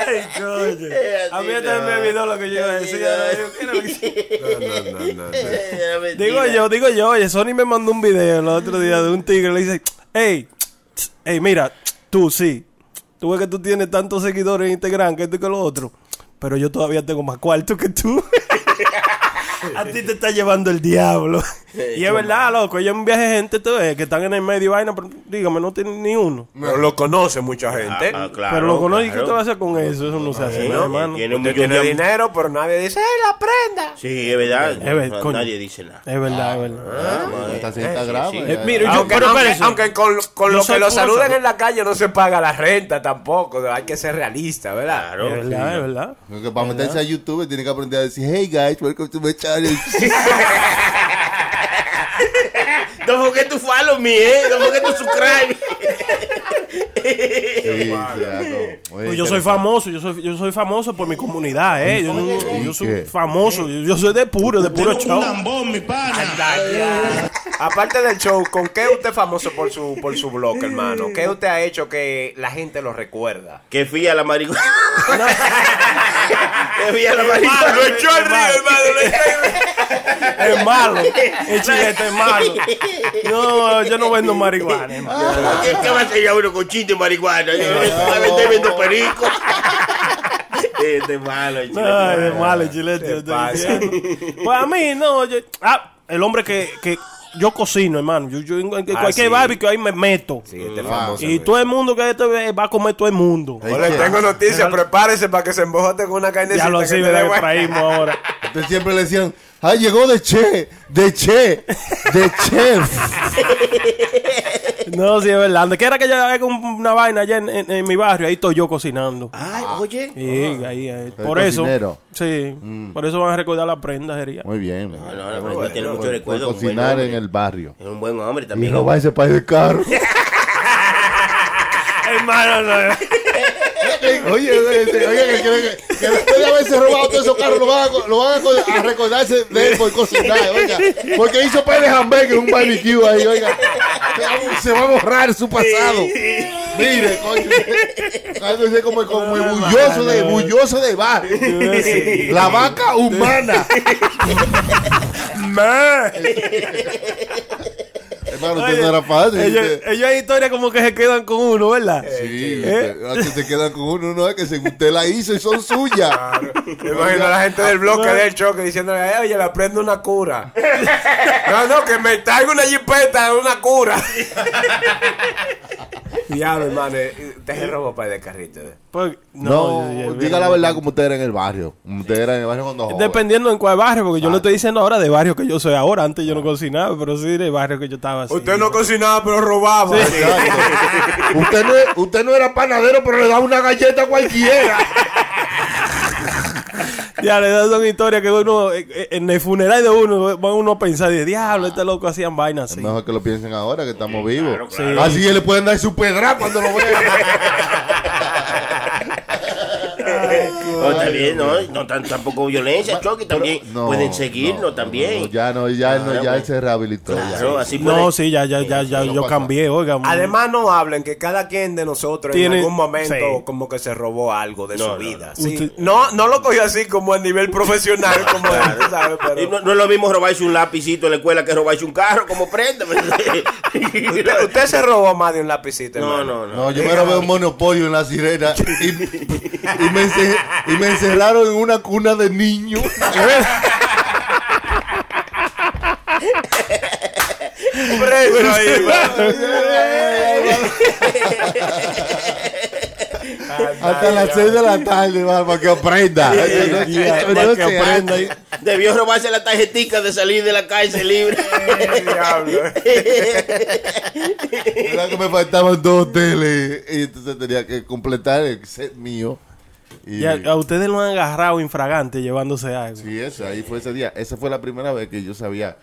Speaker 9: Ay, coño. A mí hasta me olvidó lo que yo iba a decir. Ahora digo, ¿qué era lo que- No, no, no, no.
Speaker 11: eh,
Speaker 10: Digo yo, digo yo, oye, Sony me mandó un video el otro día de un tigre, le dice, hey, hey, mira, tú sí, tú ves que tú tienes tantos seguidores en Instagram que esto y que lo otro, pero yo todavía tengo más cuarto que tú. A ti te está llevando el diablo. y es verdad, loco. Yo en un viaje gente tú ves, que están en el medio y vaina, pero dígame, no tienen ni uno.
Speaker 9: Pero lo conoce mucha gente.
Speaker 11: Ah, ah, claro,
Speaker 10: eh, pero lo conoces, ¿qué
Speaker 11: claro.
Speaker 10: te vas a hacer con eso? Eso no se hace,
Speaker 11: Sí,
Speaker 10: nada, hermano.
Speaker 11: Tiene un
Speaker 9: Usted
Speaker 11: millón
Speaker 9: tiene Eh,
Speaker 11: de-
Speaker 9: dinero, pero nadie dice, ¡ay, la prenda!
Speaker 11: Sí, es verdad.
Speaker 10: Es ver-
Speaker 11: No,
Speaker 10: coño.
Speaker 11: Nadie dice nada.
Speaker 10: Es verdad, es verdad.
Speaker 7: Estás en
Speaker 10: eh,
Speaker 7: Instagram.
Speaker 11: sí,
Speaker 7: ya,
Speaker 11: sí.
Speaker 7: ya.
Speaker 10: mira, yo,
Speaker 9: Aunque,
Speaker 10: pero
Speaker 9: aunque-
Speaker 10: espérese.
Speaker 9: aunque con, con
Speaker 10: Yo
Speaker 9: lo
Speaker 10: soy
Speaker 9: que lo
Speaker 10: puro
Speaker 9: saludan
Speaker 10: sapo.
Speaker 9: en la calle no se paga la renta tampoco. Hay que ser realista, ¿verdad?
Speaker 11: Claro.
Speaker 10: Es verdad, es verdad.
Speaker 7: Porque para meterse a YouTube tiene que aprender a decir, hey guys, welcome to my channel.
Speaker 11: Don't forget to follow me, eh. Don't forget to subscribe.
Speaker 7: Sí, ya, no. Oye,
Speaker 10: Pues yo soy
Speaker 7: interesante.
Speaker 10: famoso, yo soy, yo soy famoso por mi comunidad, ¿eh? Yo, no- yo soy
Speaker 7: ¿Qué?
Speaker 10: famoso, yo, yo soy de puro, de puro show.
Speaker 9: Aparte del show, ¿con qué usted es famoso por su, por su blog, hermano? ¿Qué usted ha hecho que la gente lo recuerda?
Speaker 11: Que fía la maricona. que fía la maricona.
Speaker 9: Ah, Lo echó al río, hermano, lo echó al río.
Speaker 10: Es malo, el chilete es malo. No, yo no vendo marihuana, hermano.
Speaker 11: ¿Qué, qué va a hacer ya uno con chiste marihuana? Yo no estoy viendo perico. este es malo, chico.
Speaker 10: Ay, es malo el chilete. yo te
Speaker 9: pasa?
Speaker 10: diciendo. Pues a mí, no. yo- ah, el hombre que, que yo cocino, hermano. Yo, yo en en
Speaker 9: Ah,
Speaker 10: cualquier
Speaker 9: sí.
Speaker 10: barbecue ahí me meto.
Speaker 9: Sí, este es
Speaker 7: Ah.
Speaker 9: famoso.
Speaker 10: Y todo el mundo que esto ve va a comer todo el mundo.
Speaker 7: Ay,
Speaker 9: Hola,
Speaker 7: ¿qué?
Speaker 9: tengo noticias, prepárese para que se embojote con una carnecita.
Speaker 10: Ya lo
Speaker 9: que
Speaker 10: así
Speaker 9: te
Speaker 10: de
Speaker 9: dé buena.
Speaker 10: Efraín ahora.
Speaker 7: Entonces siempre le decían, ah, llegó de che, de che, de chef.
Speaker 10: No, sí, es verdad. ¿Qué era que yo había con una vaina allá en, en- en mi barrio? Ahí estoy yo cocinando.
Speaker 11: Ay, oye.
Speaker 10: Sí, ahí, ahí.
Speaker 7: Ah. El
Speaker 10: Por eso.
Speaker 7: cocinero. Mm.
Speaker 10: Sí. Por eso van a recordar la prenda, sería.
Speaker 7: Muy bien.
Speaker 11: No, no, la verdad, tiene mucho
Speaker 7: Por- por
Speaker 11: recuerdo. un buen
Speaker 7: cocinar
Speaker 11: hombre.
Speaker 7: en el barrio.
Speaker 11: Es un buen hombre
Speaker 7: Y
Speaker 11: también.
Speaker 7: robar ese país de carro.
Speaker 10: Hermano, no.
Speaker 7: oye, oye, oye, oye, que, que, que después de haberse robado todos esos carros, lo van a, co- lo van a, co- a recordarse de él por cocinar, oiga. Porque hizo país de hamburger en un barbecue ahí, oiga. Se va, se va a borrar su pasado. Mire, coño. Algo así como, como bulloso, de, bulloso de barrio. La vaca humana. Hermano, usted no era fácil.
Speaker 10: Ellos,
Speaker 7: usted-
Speaker 10: ellos hay historias como que se quedan con uno, ¿verdad?
Speaker 7: Sí,
Speaker 10: ¿eh?
Speaker 7: usted- ah, que se queda con uno, no es que se- usted la hizo y son suyas.
Speaker 9: Me imagino a la gente del bloque del choque diciéndole, "Ay, oye, le prendo una cura. no, no, que me traiga una jipeta, una cura. Diablo, hermano, eh, te se robó para de carrito. eh.
Speaker 10: Pues,
Speaker 7: No,
Speaker 10: yo- yo-
Speaker 7: diga la verdad como usted era en el barrio. Como usted era en el barrio cuando joven.
Speaker 10: Dependiendo en cuál barrio, porque yo
Speaker 7: Ah.
Speaker 10: no estoy diciendo ahora de barrio que yo soy ahora. Antes yo no cocinaba, pero sí de barrio que yo estaba así.
Speaker 9: Usted no cocinaba, pero robaba.
Speaker 7: Exacto. usted, no, es- usted no era panadero, pero le daba una galleta a cualquiera.
Speaker 10: Ya, le dan son historias que uno, eh, eh, en el funeral de uno, va uno a pensar, de diablo, este loco hacían vainas así.
Speaker 7: Mejor que lo piensen ahora que estamos vivos.
Speaker 10: claro.
Speaker 7: Así que le pueden dar su pedra cuando lo vean.
Speaker 11: No, está bien, no, no tan- tampoco violencia, choque también.
Speaker 7: No,
Speaker 11: Pueden seguirlo
Speaker 7: no,
Speaker 11: también.
Speaker 7: no, ya no, ya no,
Speaker 11: Claro,
Speaker 7: ya él
Speaker 11: pues.
Speaker 7: se rehabilitó. ya.
Speaker 11: Claro, así
Speaker 10: No,
Speaker 11: pueden-
Speaker 10: sí, ya, ya, ya, ya,
Speaker 7: no
Speaker 10: yo
Speaker 7: pasa.
Speaker 10: cambié, oiga.
Speaker 9: Además, no hablen que cada quien de nosotros
Speaker 10: Tiene-
Speaker 9: en algún momento
Speaker 10: sí.
Speaker 9: como que se robó algo de
Speaker 11: No,
Speaker 9: su
Speaker 11: no,
Speaker 9: vida.
Speaker 10: no.
Speaker 9: sí.
Speaker 10: Usted-
Speaker 9: No, no lo cogió así como a nivel profesional, como
Speaker 11: Claro.
Speaker 9: tú sabes, pero...
Speaker 11: Y no, no es lo mismo robarse un lapicito en la escuela que robarse un carro como prenda.
Speaker 9: Usted, usted se robó más de un lapicito,
Speaker 11: no,
Speaker 9: hermano.
Speaker 11: no, no.
Speaker 7: No, yo me robé un monopolio en la sirena y, y me, ence- y me encerraron en una cuna de niños.
Speaker 9: Preso ahí, hermano.
Speaker 7: Hasta las 6 de la tarde, va, para que aprenda. Esto no
Speaker 10: para que
Speaker 7: se
Speaker 10: aprenda.
Speaker 7: hace.
Speaker 11: Debió robarse la tarjetica de salir de la cárcel libre.
Speaker 9: Diablo.
Speaker 7: Era que me faltaban dos hoteles y entonces tenía que completar el set mío. Y,
Speaker 10: Ya, a ustedes lo han agarrado infragante llevándose algo.
Speaker 7: sí, eso, ahí fue ese día. Esa fue la primera vez que yo sabía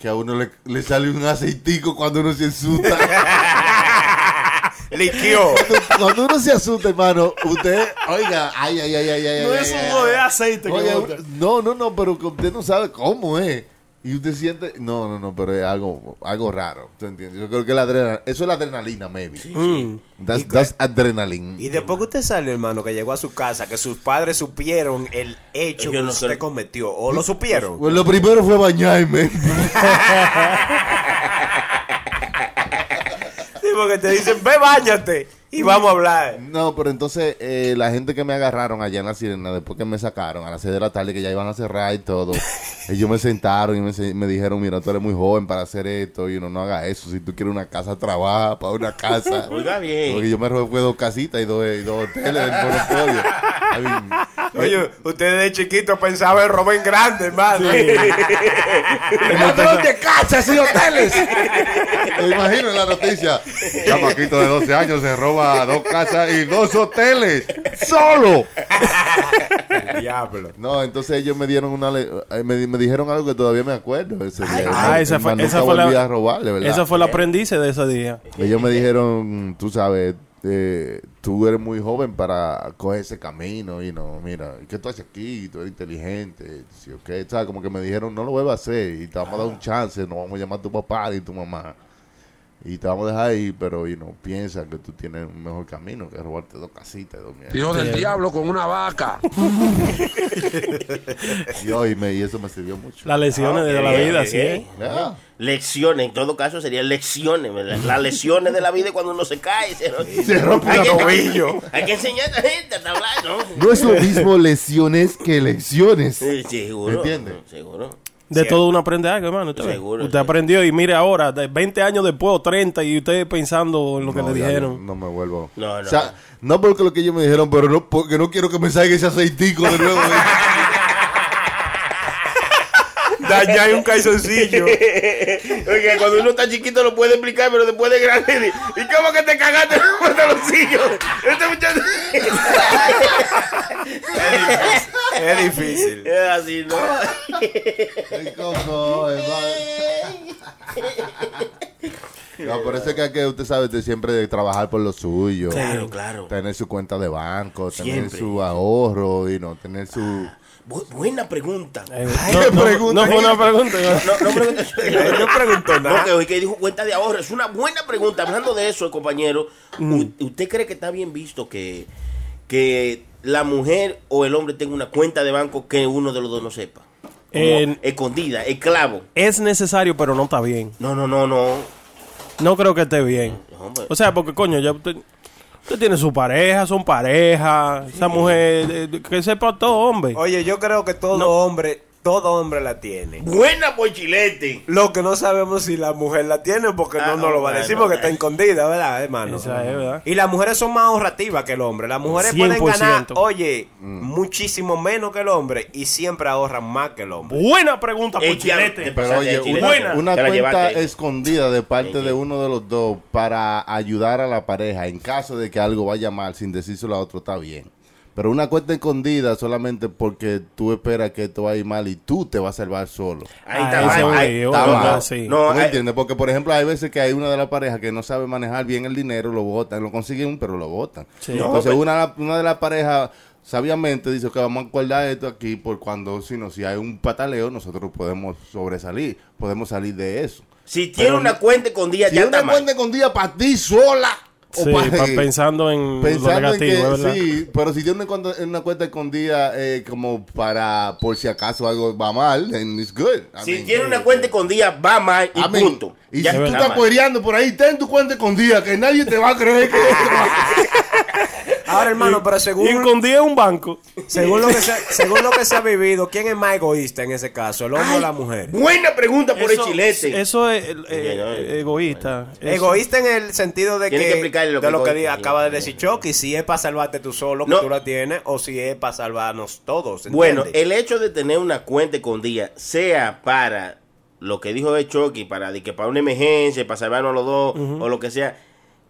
Speaker 7: que a uno le, le sale un aceitico cuando uno se asusta.
Speaker 9: Liquió.
Speaker 7: cuando uno se asusta, hermano, usted, oiga, ay, ay, ay, ay, ay. ay, ay, ay.
Speaker 10: aceite.
Speaker 7: Oye, no, no, no, pero que usted no sabe cómo es. Y usted siente, no, no, no, pero es algo, algo raro, ¿tú entiendes? Yo creo que la adrenalina, eso es la adrenalina, maybe. That's, that's adrenaline.
Speaker 9: Y después que usted sale, hermano, que llegó a su casa, que sus padres supieron el hecho que usted cometió, o lo supieron.
Speaker 7: Pues lo primero fue bañarme.
Speaker 9: Sí, porque te dicen, ve, bañate, y vamos a hablar.
Speaker 7: No, pero entonces eh, la gente que me agarraron allá en la sirena, después que me sacaron a las 6 de la tarde, que ya iban a cerrar y todo, ellos me sentaron y me, se- me dijeron, mira, tú eres muy joven para hacer esto, y uno no haga eso, si tú quieres una casa, trabaja para una casa.
Speaker 11: Oiga bien.
Speaker 7: Porque yo me robé dos casitas y dos, y dos hoteles del monopolio. I mean,
Speaker 9: Oye, usted de chiquito pensaba en Robén Grande, hermano.
Speaker 3: ¡Ladrón de casas y hoteles!
Speaker 7: Me imagino en la noticia. Chamaquito de 12 años se roba dos casas y dos hoteles. ¡Solo!
Speaker 9: Diablo.
Speaker 7: No, entonces ellos me dieron una le- eh, me, me dijeron algo que todavía me acuerdo ese día.
Speaker 10: Ah, esa fue,
Speaker 7: Nunca
Speaker 10: esa fue
Speaker 7: volví
Speaker 10: la,
Speaker 7: a robarle, ¿verdad?
Speaker 10: esa fue la aprendiz de ese día.
Speaker 7: Ellos me dijeron, tú sabes, eh, tú eres muy joven para coger ese camino y no, mira, ¿qué tú haces aquí? Tú eres inteligente, sí, ok, o sea, como que me dijeron, no lo vuelvas a hacer y te vamos a dar un chance, no vamos a llamar a tu papá y tu mamá y te vamos a dejar ahí, pero y no piensa que tú tienes un mejor camino que robarte dos casitas, y dos mierdas.
Speaker 4: Hijo
Speaker 8: este.
Speaker 4: del diablo con una vaca.
Speaker 7: Y, hoy me- y eso me sirvió mucho.
Speaker 10: Las lesiones de la vida, sí.
Speaker 11: eh.
Speaker 7: Ah.
Speaker 11: Lecciones, en todo caso serían lecciones, ¿verdad? Las lesiones de la vida es cuando uno se cae. Se,
Speaker 7: Se rompe
Speaker 11: Hay
Speaker 7: el
Speaker 11: que-
Speaker 7: tobillo.
Speaker 11: Hay que enseñar a la gente a hablar, ¿no?
Speaker 7: No es lo mismo lesiones que lecciones.
Speaker 11: Sí, seguro.
Speaker 7: ¿Entiendes?
Speaker 11: Seguro.
Speaker 10: De todo uno aprende algo, hermano. Usted, ve.
Speaker 11: Seguro,
Speaker 10: Usted aprendió y mire ahora, de 20 años después o 30, y usted pensando en lo que
Speaker 7: No,
Speaker 10: le
Speaker 7: ya
Speaker 10: dijeron.
Speaker 7: No, no me vuelvo.
Speaker 11: No, no.
Speaker 7: O sea, no porque lo que ellos me dijeron, pero no porque no quiero que me salga ese aceitico de nuevo.
Speaker 9: Dañar un calzoncillo.
Speaker 11: Oiga, cuando uno está chiquito lo puede explicar, pero después de grande. ¿Y cómo que te cagaste en los pantaloncillos? Este muchacho.
Speaker 9: es difícil.
Speaker 11: Es así, ¿no?
Speaker 7: Ay, coco, eh, va. No, por eso es que hay que, usted sabe, de siempre de trabajar por lo suyo.
Speaker 11: Claro, claro.
Speaker 7: Tener su cuenta de banco, tener
Speaker 11: Siempre. Ah.
Speaker 7: su ahorro y no tener su...
Speaker 11: Bu- buena pregunta.
Speaker 10: Eh, no, no, no fue una pregunta.
Speaker 11: No, no pregunta.
Speaker 9: No preguntó nada.
Speaker 11: No, que hoy que dijo cuenta de ahorro. Es una buena pregunta. Hablando de eso, compañero, ¿u- ¿usted cree que está bien visto que, que la mujer o el hombre tenga una cuenta de banco que uno de los dos no sepa? Como
Speaker 10: En-
Speaker 11: escondida, esclavo.
Speaker 10: Es necesario, pero no está bien.
Speaker 11: No, no, no, no.
Speaker 10: No creo que esté bien.
Speaker 11: Hombre.
Speaker 10: O sea, porque coño, ya usted, usted tiene su pareja, son pareja. Esa mujer, eh, que sepa todo, hombre.
Speaker 9: Oye, yo creo que todo hombre, todo hombre la tiene.
Speaker 11: Buena por chilete.
Speaker 9: Lo que no sabemos si la mujer la tiene porque
Speaker 11: Ah,
Speaker 9: no nos lo va a
Speaker 11: no,
Speaker 9: decir
Speaker 11: no,
Speaker 9: porque
Speaker 11: no.
Speaker 9: está escondida, ¿verdad, hermano?
Speaker 10: Esa es, ¿verdad?
Speaker 9: Y las mujeres son más ahorrativas que el hombre. Las mujeres pueden ganar,
Speaker 10: 100%.
Speaker 9: oye,
Speaker 11: Mm.
Speaker 9: muchísimo menos que el hombre y siempre ahorran más que el hombre.
Speaker 10: Buena pregunta,
Speaker 11: Eh, ya-
Speaker 10: Pochilete.
Speaker 11: eh,
Speaker 7: Pero oye,
Speaker 11: Chile,
Speaker 7: una,
Speaker 11: te
Speaker 7: una
Speaker 11: la
Speaker 7: cuenta
Speaker 11: llevaste.
Speaker 7: escondida de parte
Speaker 11: Sí,
Speaker 7: de
Speaker 11: sí.
Speaker 7: uno de los dos para ayudar a la pareja en caso de que algo vaya mal sin decírselo a otro está bien. Pero una cuenta escondida solamente porque tú esperas que esto vaya mal y tú te vas a salvar solo.
Speaker 11: Ahí
Speaker 10: Ah,
Speaker 11: está
Speaker 10: ese
Speaker 11: mal, ahí-
Speaker 10: video,
Speaker 11: no,
Speaker 7: Está
Speaker 11: no,
Speaker 7: mal.
Speaker 10: sí.
Speaker 11: no, eh.
Speaker 7: ¿Tú me
Speaker 11: ahí-
Speaker 7: entiendes? Porque, por ejemplo, hay veces que hay una de las parejas que no sabe manejar bien el dinero, lo botan, lo consiguen, pero lo botan.
Speaker 10: Sí.
Speaker 7: Entonces,
Speaker 11: No,
Speaker 7: una, una de las parejas sabiamente dice que vamos a guardar esto aquí por cuando, si no, si hay un pataleo, nosotros podemos sobresalir, podemos salir de eso.
Speaker 11: Si tiene
Speaker 7: Pero
Speaker 11: una
Speaker 7: no-
Speaker 11: cuenta escondida,
Speaker 7: Si
Speaker 11: ya
Speaker 7: una
Speaker 11: está mal.
Speaker 7: cuenta escondida para ti sola,
Speaker 10: Sí, pa- pensando en
Speaker 7: pensando
Speaker 10: lo
Speaker 7: en que
Speaker 10: negativo, ¿verdad?
Speaker 7: sí, pero si tiene una cuenta, una cuenta escondida eh, como para, por si acaso algo va mal, then it's good. I
Speaker 11: Si
Speaker 7: mean,
Speaker 11: tiene una cuenta escondida, va mal y
Speaker 7: I mean,
Speaker 11: punto.
Speaker 7: Y
Speaker 11: Ya
Speaker 7: si tú
Speaker 11: está
Speaker 7: estás
Speaker 11: mal.
Speaker 7: cuereando por ahí, ten tu cuenta escondida, que nadie te va a creer que
Speaker 9: Ahora, hermano, pero según...
Speaker 10: Y escondida en un banco.
Speaker 9: Según lo, que se, según lo que se ha vivido, ¿quién es más egoísta en ese caso, el hombre o la mujer?
Speaker 11: Buena pregunta por el chilete.
Speaker 10: Eso es eh, eh,
Speaker 11: no, eh,
Speaker 10: egoísta. Eso-
Speaker 9: Egoísta en el sentido de que,
Speaker 11: Tiene que explicarle lo
Speaker 9: de
Speaker 11: que
Speaker 9: lo que
Speaker 11: egoísta
Speaker 9: di-
Speaker 11: es.
Speaker 9: acaba de decir Chucky, si es para salvarte tú solo, que
Speaker 11: No.
Speaker 9: tú la tienes, o si es para salvarnos todos.
Speaker 11: Bueno,
Speaker 9: ¿entiendes?
Speaker 11: el hecho de tener una cuenta escondida, sea para lo que dijo el Chucky, para, de que para una emergencia, para salvarnos a los dos, o lo que sea,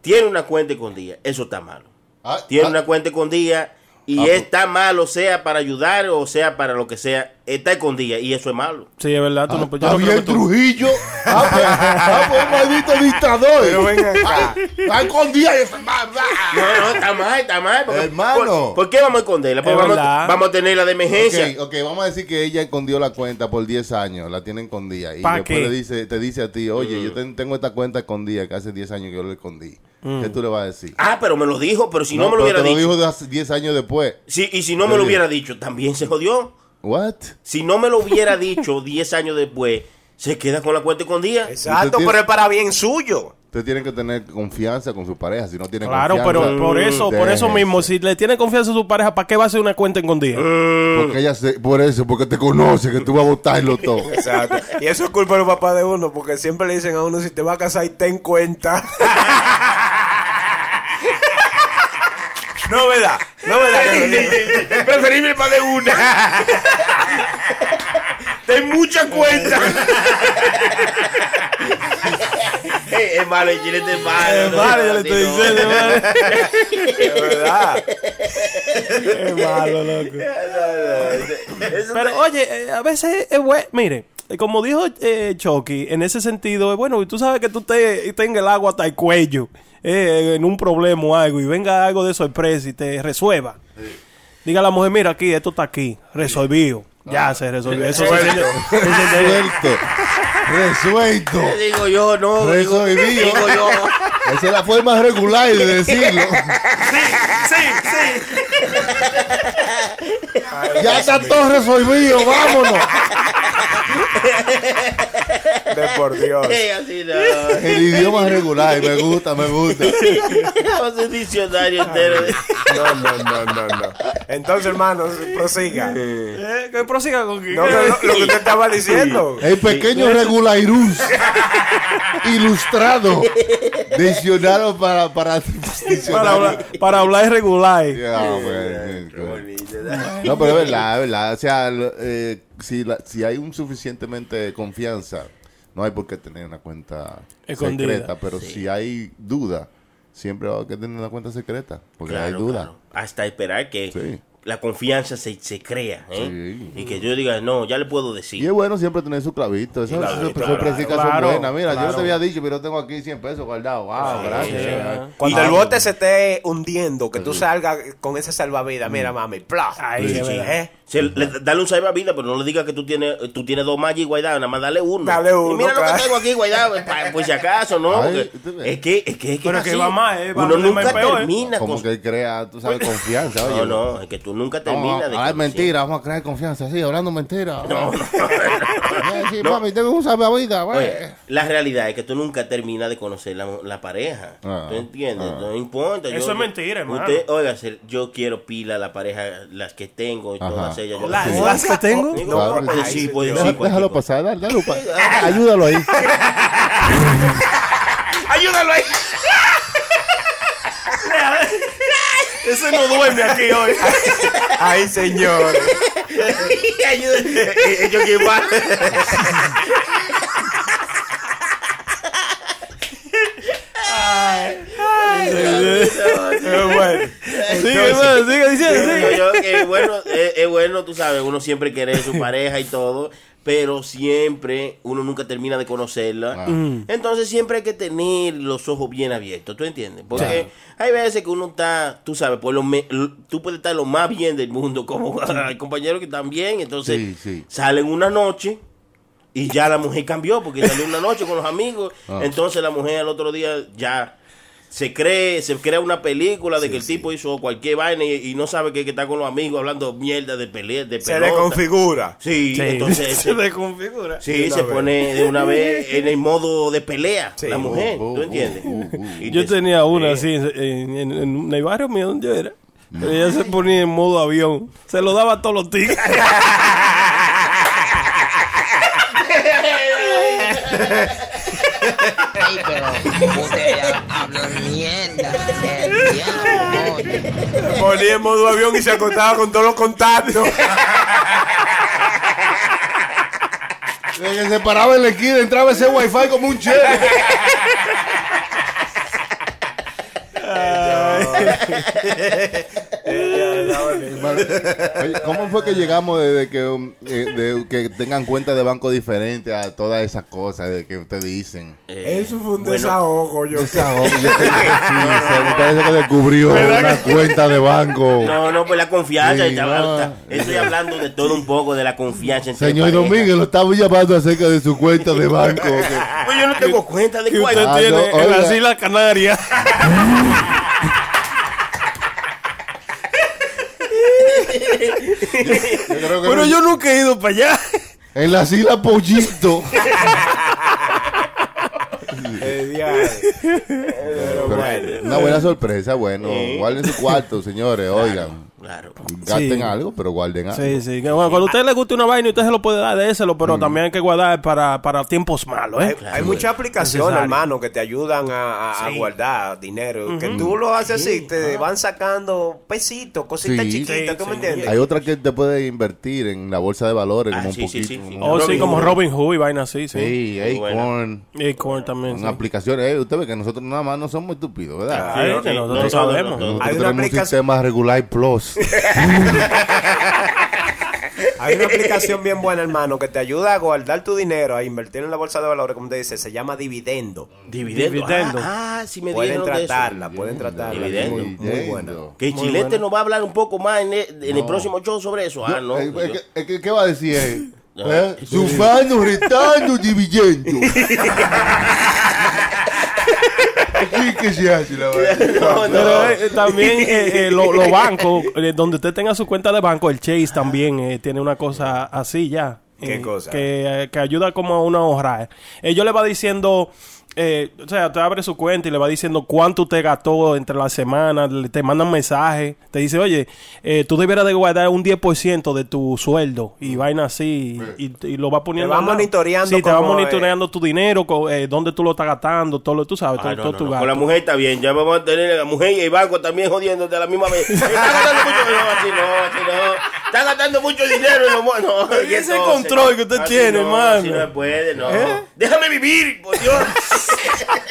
Speaker 11: tiene una cuenta escondida, eso está malo.
Speaker 7: Ah,
Speaker 11: Tiene
Speaker 7: ah,
Speaker 11: una cuenta escondida y
Speaker 7: Ah, pues.
Speaker 11: está malo, sea para ayudar o sea para lo que sea, está escondida y eso es malo.
Speaker 10: Sí, es verdad.
Speaker 7: Ah,
Speaker 10: Tú no, pues, yo no creo
Speaker 7: Javier
Speaker 10: que tú-
Speaker 7: Trujillo. Ah, pues, ah, pues, un maldito dictador.
Speaker 9: Pero ven acá.
Speaker 7: Ay, ay, con día y eso, va, va.
Speaker 11: No, no, está mal, está mal. porque-
Speaker 7: Hermano.
Speaker 11: ¿Por, por qué vamos a esconderla? Pues
Speaker 10: Es
Speaker 11: vamos,
Speaker 10: verdad.
Speaker 11: vamos a tener la de emergencia.
Speaker 7: Ok, ok, vamos a decir que ella escondió la cuenta por 10 años, la tiene escondida. Y
Speaker 10: ¿Pa
Speaker 7: después
Speaker 10: qué?
Speaker 7: le dice, te dice a ti, oye,
Speaker 11: Mm.
Speaker 7: yo ten- tengo esta cuenta escondida que hace 10 años que yo la escondí.
Speaker 10: Mm.
Speaker 7: ¿Qué tú le vas a decir?
Speaker 11: Ah, pero me lo dijo, pero si no, me
Speaker 7: pero
Speaker 11: lo hubiera
Speaker 7: te
Speaker 11: dicho.
Speaker 7: lo dijo de hace 10 años después.
Speaker 11: Sí, y si no
Speaker 7: Lo
Speaker 11: me lo
Speaker 7: dijo.
Speaker 11: hubiera dicho, también se jodió.
Speaker 7: What?
Speaker 11: Si no me lo hubiera dicho 10 años después, se queda con la cuenta escondida.
Speaker 9: Exacto,
Speaker 7: Usted
Speaker 9: pero es para bien suyo.
Speaker 7: Ustedes tienen que tener confianza con su pareja. Si no tienen
Speaker 10: Claro,
Speaker 7: confianza.
Speaker 10: pero por eso, por eso
Speaker 7: déjense.
Speaker 10: mismo, si le tiene confianza a su pareja, ¿para qué va a hacer una cuenta escondida?
Speaker 7: Porque ella se- por eso, porque te conoce, que tú vas a votarlo todo.
Speaker 9: Exacto. Y eso es culpa del papá de uno, porque siempre le dicen a uno, si te vas a casar, ten cuenta. no, ¿verdad? No, ¿verdad?
Speaker 2: Preferible para de una. Ten mucha cuenta.
Speaker 11: Eh, es malo, el chilete es malo.
Speaker 10: Es
Speaker 11: no,
Speaker 10: malo, yo
Speaker 11: no,
Speaker 10: le estoy
Speaker 11: no.
Speaker 10: diciendo, es malo.
Speaker 9: Es verdad.
Speaker 10: Es malo, loco.
Speaker 11: Eso
Speaker 10: Pero oye, eh, a veces es bueno. Mire, eh, como dijo eh, Chucky, en ese sentido, eh, bueno, y tú sabes que tú te, tengas el agua hasta el cuello eh, en un problema o algo, y venga algo de sorpresa y te resuelva. Diga a la mujer, mira aquí, esto está aquí, resolvido. Ya se resolvió. Eso se siente-
Speaker 7: Resuelto. Resuelto.
Speaker 11: te digo yo, no. Digo,
Speaker 7: Resolvido.
Speaker 11: digo yo.
Speaker 7: Esa es la forma regular de decirlo. Ya está todo resolvido, vámonos.
Speaker 9: De por Dios.
Speaker 11: Eh, así no.
Speaker 7: El idioma regular, me gusta, me gusta.
Speaker 11: Vamos a un diccionario entero. de-
Speaker 9: No, no, no, no, no. Entonces, hermaano, prosiga. No,
Speaker 10: Eh, que prosiga con que-
Speaker 9: no, no, lo que usted estaba diciendo.
Speaker 7: El pequeño regularus ilustrado. Diccionario para para
Speaker 10: para, hablar,
Speaker 7: diccionario. Ah,
Speaker 10: para hablar eh. irregular.
Speaker 7: Ya, güey. No, pero es verdad, es verdad. O sea, lo- eh, si, la- si hay un suficientemente confianza, no hay por qué tener una cuenta
Speaker 10: Escondida.
Speaker 7: secreta. Pero si hay duda, siempre va a que tener una cuenta secreta. Porque hay
Speaker 11: Claro,
Speaker 7: duda.
Speaker 11: claro. Hasta esperar que
Speaker 7: Sí.
Speaker 11: la confianza se, se crea. ¿eh?
Speaker 7: Sí.
Speaker 11: Y que yo diga, no, ya le puedo decir.
Speaker 7: Y es bueno siempre tener su clavito. Esas
Speaker 11: Claro,
Speaker 7: esas
Speaker 11: claro,
Speaker 7: sorpresitas
Speaker 10: claro,
Speaker 7: son buenas. Mira, yo no
Speaker 10: claro.
Speaker 7: te había dicho, pero yo tengo aquí 100 pesos guardados. Wow, gracias.
Speaker 9: Cuando el bote se esté hundiendo, que tú salgas con esa salvavidas, mira, mami, ¡plá!
Speaker 10: Ahí,
Speaker 9: Sí,
Speaker 10: es
Speaker 9: sí.
Speaker 10: verdad.
Speaker 9: ¿Eh?
Speaker 11: Se- le- dale un salvavidas, pero no le digas que tú tienes, tú tienes dos magic guardados, nada más dale uno.
Speaker 9: Dale uno,
Speaker 11: Y mira lo
Speaker 9: claro.
Speaker 11: que tengo aquí guardado, pa- por si acaso, ¿no?
Speaker 7: Ay,
Speaker 11: Porque
Speaker 7: tú ves.
Speaker 11: es que, es que, es que
Speaker 10: Pero
Speaker 11: es
Speaker 10: que
Speaker 11: así.
Speaker 10: va más, eh, va
Speaker 11: Uno
Speaker 10: más,
Speaker 11: nunca
Speaker 10: es peor, eh.
Speaker 11: termina
Speaker 7: Como
Speaker 11: con-
Speaker 7: que crea, tú sabes, confianza. Oye,
Speaker 11: No, no, es que tú nunca
Speaker 7: Vamos
Speaker 11: terminas
Speaker 7: a-
Speaker 11: de
Speaker 7: ah, es
Speaker 11: conocer.
Speaker 7: mentira, vamos a crear confianza, sí, hablando mentira. No, sí, mami, tengo un salvavidas, güey.
Speaker 11: Oye, la realidad es que tú nunca terminas de conocer la, la pareja.
Speaker 7: Ah,
Speaker 11: ¿Tú entiendes?
Speaker 7: ah.
Speaker 11: No importa.
Speaker 10: Eso es mentira, hermano.
Speaker 11: Usted, oiga, se- yo quiero pila la pareja, las que tengo,
Speaker 7: Ajá.
Speaker 11: todas ellas. yo
Speaker 10: Las-
Speaker 11: las quiero.
Speaker 10: las que tengo.
Speaker 11: Digo,
Speaker 7: Claro,
Speaker 11: pues,
Speaker 7: sí.
Speaker 11: sí, pues, sí,
Speaker 7: Deja-
Speaker 11: cualquier
Speaker 7: déjalo
Speaker 11: cosa.
Speaker 7: pasar, dale, dale, pa- ayúdalo ahí.
Speaker 2: Ayúdalo ahí.
Speaker 10: Ese no duerme aquí hoy.
Speaker 9: ¡Ay, señor!
Speaker 11: Ayúdame. Yo quiero más.
Speaker 9: Pero bueno.
Speaker 10: Sigue, hermano, sigue diciendo.
Speaker 11: Digo
Speaker 10: sigue.
Speaker 11: yo que es bueno, es, es bueno, tú sabes, uno siempre quiere su pareja y todo, pero siempre uno nunca termina de conocerla.
Speaker 7: Ah. Mm.
Speaker 11: Entonces siempre hay que tener los ojos bien abiertos, ¿tú entiendes? Porque hay veces que uno está, tú sabes, por lo me- l- tú puedes estar lo más bien del mundo, como hay compañeros que están bien, entonces
Speaker 7: Sí, sí.
Speaker 11: salen una noche. Y ya la mujer cambió porque salió una noche con los amigos.
Speaker 7: Ah.
Speaker 11: Entonces la mujer al otro día ya se cree, se crea una película de que el tipo hizo cualquier vaina y, y no sabe que, que está con los amigos hablando mierda de pelea, de
Speaker 9: Se
Speaker 11: pelota.
Speaker 9: le configura.
Speaker 11: Sí,
Speaker 10: Sí,
Speaker 11: entonces
Speaker 10: se
Speaker 11: se,
Speaker 10: desconfigura.
Speaker 11: sí,
Speaker 9: una
Speaker 11: se
Speaker 9: vez.
Speaker 11: pone de una vez en el modo de pelea
Speaker 9: Sí.
Speaker 11: la mujer,
Speaker 7: Oh, oh,
Speaker 11: ¿tú
Speaker 7: oh,
Speaker 11: entiendes?
Speaker 7: oh, oh.
Speaker 11: Y
Speaker 10: Yo
Speaker 11: te-
Speaker 10: tenía una
Speaker 11: sí.
Speaker 10: así en, en- en el barrio mío donde yo era. Pero ella se ponía en modo avión. Se lo daba a todos los tigres.
Speaker 3: Ay, pero ustedes hablan mierda. El diablo, coño.
Speaker 9: Ponía en modo avión y se acostaba con todos los contactos.
Speaker 7: Desde que se paraba en la esquina, entraba ese wifi como un chef.
Speaker 9: Eh, ya, ya, bueno.
Speaker 7: hermano. Oye, ¿Cómo fue que llegamos desde que, um, eh, de que tengan cuenta de banco diferente a todas esas cosas de que ustedes dicen?
Speaker 9: Eso fue un
Speaker 7: bueno,
Speaker 9: desahogo, yo
Speaker 7: Desahogo, yo creo que sí, se- me parece que descubrió una cuenta de banco.
Speaker 11: No, no, pues la confianza.
Speaker 7: Sí,
Speaker 11: estaba-
Speaker 7: no.
Speaker 11: está- estoy hablando de todo un poco, de la confianza. entre
Speaker 7: Señor
Speaker 11: parejas.
Speaker 7: Domínguez, lo estamos llamando acerca de su cuenta de banco.
Speaker 11: Pues yo no tengo cuenta de
Speaker 10: que
Speaker 11: cuál.
Speaker 10: usted
Speaker 7: Ah,
Speaker 10: tiene
Speaker 7: no,
Speaker 10: en
Speaker 7: oiga.
Speaker 10: las Islas Canarias. Pero yo nunca he ido para allá.
Speaker 7: En la isla Pollito.
Speaker 9: Pero bueno.
Speaker 7: Una buena sorpresa, bueno.
Speaker 10: Sí.
Speaker 7: Guarden su cuarto, señores, oigan.
Speaker 11: Claro.
Speaker 7: Gasten
Speaker 10: Sí.
Speaker 7: algo, pero guarden algo.
Speaker 10: Sí, sí. que bueno, cuando a usted le guste una vaina, usted se lo puede dar de ese, pero también hay que guardar para, para tiempos malos, ¿eh?
Speaker 9: Hay muchas aplicaciones,
Speaker 10: Necesario.
Speaker 9: hermano, que te ayudan a, a- a
Speaker 10: Sí.
Speaker 9: guardar dinero. Que
Speaker 10: Ujú.
Speaker 9: tú lo haces
Speaker 10: Sí,
Speaker 9: así, te van sacando pesitos, cositas
Speaker 7: Sí.
Speaker 9: chiquitas, ¿tú me entiendes?
Speaker 7: Hay otra que te puede invertir en la bolsa de valores, como un poquito. como-
Speaker 10: O sí, como Robin Hood y vaina así, sí.
Speaker 7: Sí, Acorn.
Speaker 10: Acorn también.
Speaker 7: Una
Speaker 10: sí.
Speaker 7: aplicación, eh, usted ve que nosotros nada más no somos estúpidos, ¿verdad?
Speaker 10: Sí, que nosotros sabemos.
Speaker 7: Nosotros
Speaker 9: Hay una
Speaker 7: tenemos un
Speaker 9: aplicación-
Speaker 7: sistema regular plus.
Speaker 9: Hay una aplicación bien buena, hermano, que te ayuda a guardar tu dinero, a invertir en la bolsa de valores, como te dice, se llama dividendo.
Speaker 11: Dividendo.
Speaker 10: Dividendo.
Speaker 11: Ah, ah, sí me
Speaker 9: pueden
Speaker 11: dieron de eso.
Speaker 9: tratarla, pueden tratarla.
Speaker 11: Dividendo.
Speaker 9: Muy, muy buena.
Speaker 11: Que
Speaker 7: Muy
Speaker 11: Chilete
Speaker 7: bueno.
Speaker 11: nos va a hablar un poco más en el, en el
Speaker 7: No.
Speaker 11: próximo show sobre eso. Ah, no.
Speaker 7: Eh,
Speaker 11: pues
Speaker 7: eh,
Speaker 11: yo-
Speaker 7: que- eh, que- ¿Qué va a decir él?
Speaker 11: No.
Speaker 7: ¿Eh?
Speaker 11: Sí.
Speaker 7: Sufano, retando, dividiendo. Así que se hace la vaina.
Speaker 11: No,
Speaker 10: Pero
Speaker 11: no.
Speaker 10: eh, eh, también eh, eh, lo- los bancos, eh, donde usted tenga su cuenta de banco, el Chase también eh, tiene una cosa así ya.
Speaker 9: ¿Qué
Speaker 10: eh,
Speaker 9: cosa?
Speaker 10: Que, eh, que ayuda como a uno a ahorrar. Ellos le va diciendo, eh, o sea, te abre su cuenta y le va diciendo cuánto usted gastó entre las semanas, le- te mandan mensajes, te dice, oye, eh, tú debieras de guardar un 10% de tu sueldo y vaina así, y, y lo va poniendo.
Speaker 9: Mm. va
Speaker 10: al lado.
Speaker 9: monitoreando
Speaker 10: Sí, te va
Speaker 9: como, eh,
Speaker 10: monitoreando tu dinero, co- eh, dónde tú lo estás gastando, todo lo tú sabes, todo,
Speaker 11: Ah, no,
Speaker 10: todo
Speaker 11: no,
Speaker 10: tu
Speaker 11: no.
Speaker 10: gasto.
Speaker 11: Con la mujer está bien, ya vamos a tener a la mujer y el banco también jodiéndote a la misma vez. Está gastando mucho dinero, así no, así no. Está gastando mucho dinero, no, no.
Speaker 10: Pero
Speaker 11: Y
Speaker 10: ese
Speaker 11: entonces,
Speaker 10: control que usted
Speaker 11: así
Speaker 10: tiene,
Speaker 11: no,
Speaker 10: hermano.
Speaker 11: Así no se puede, no. Déjame vivir, por Dios.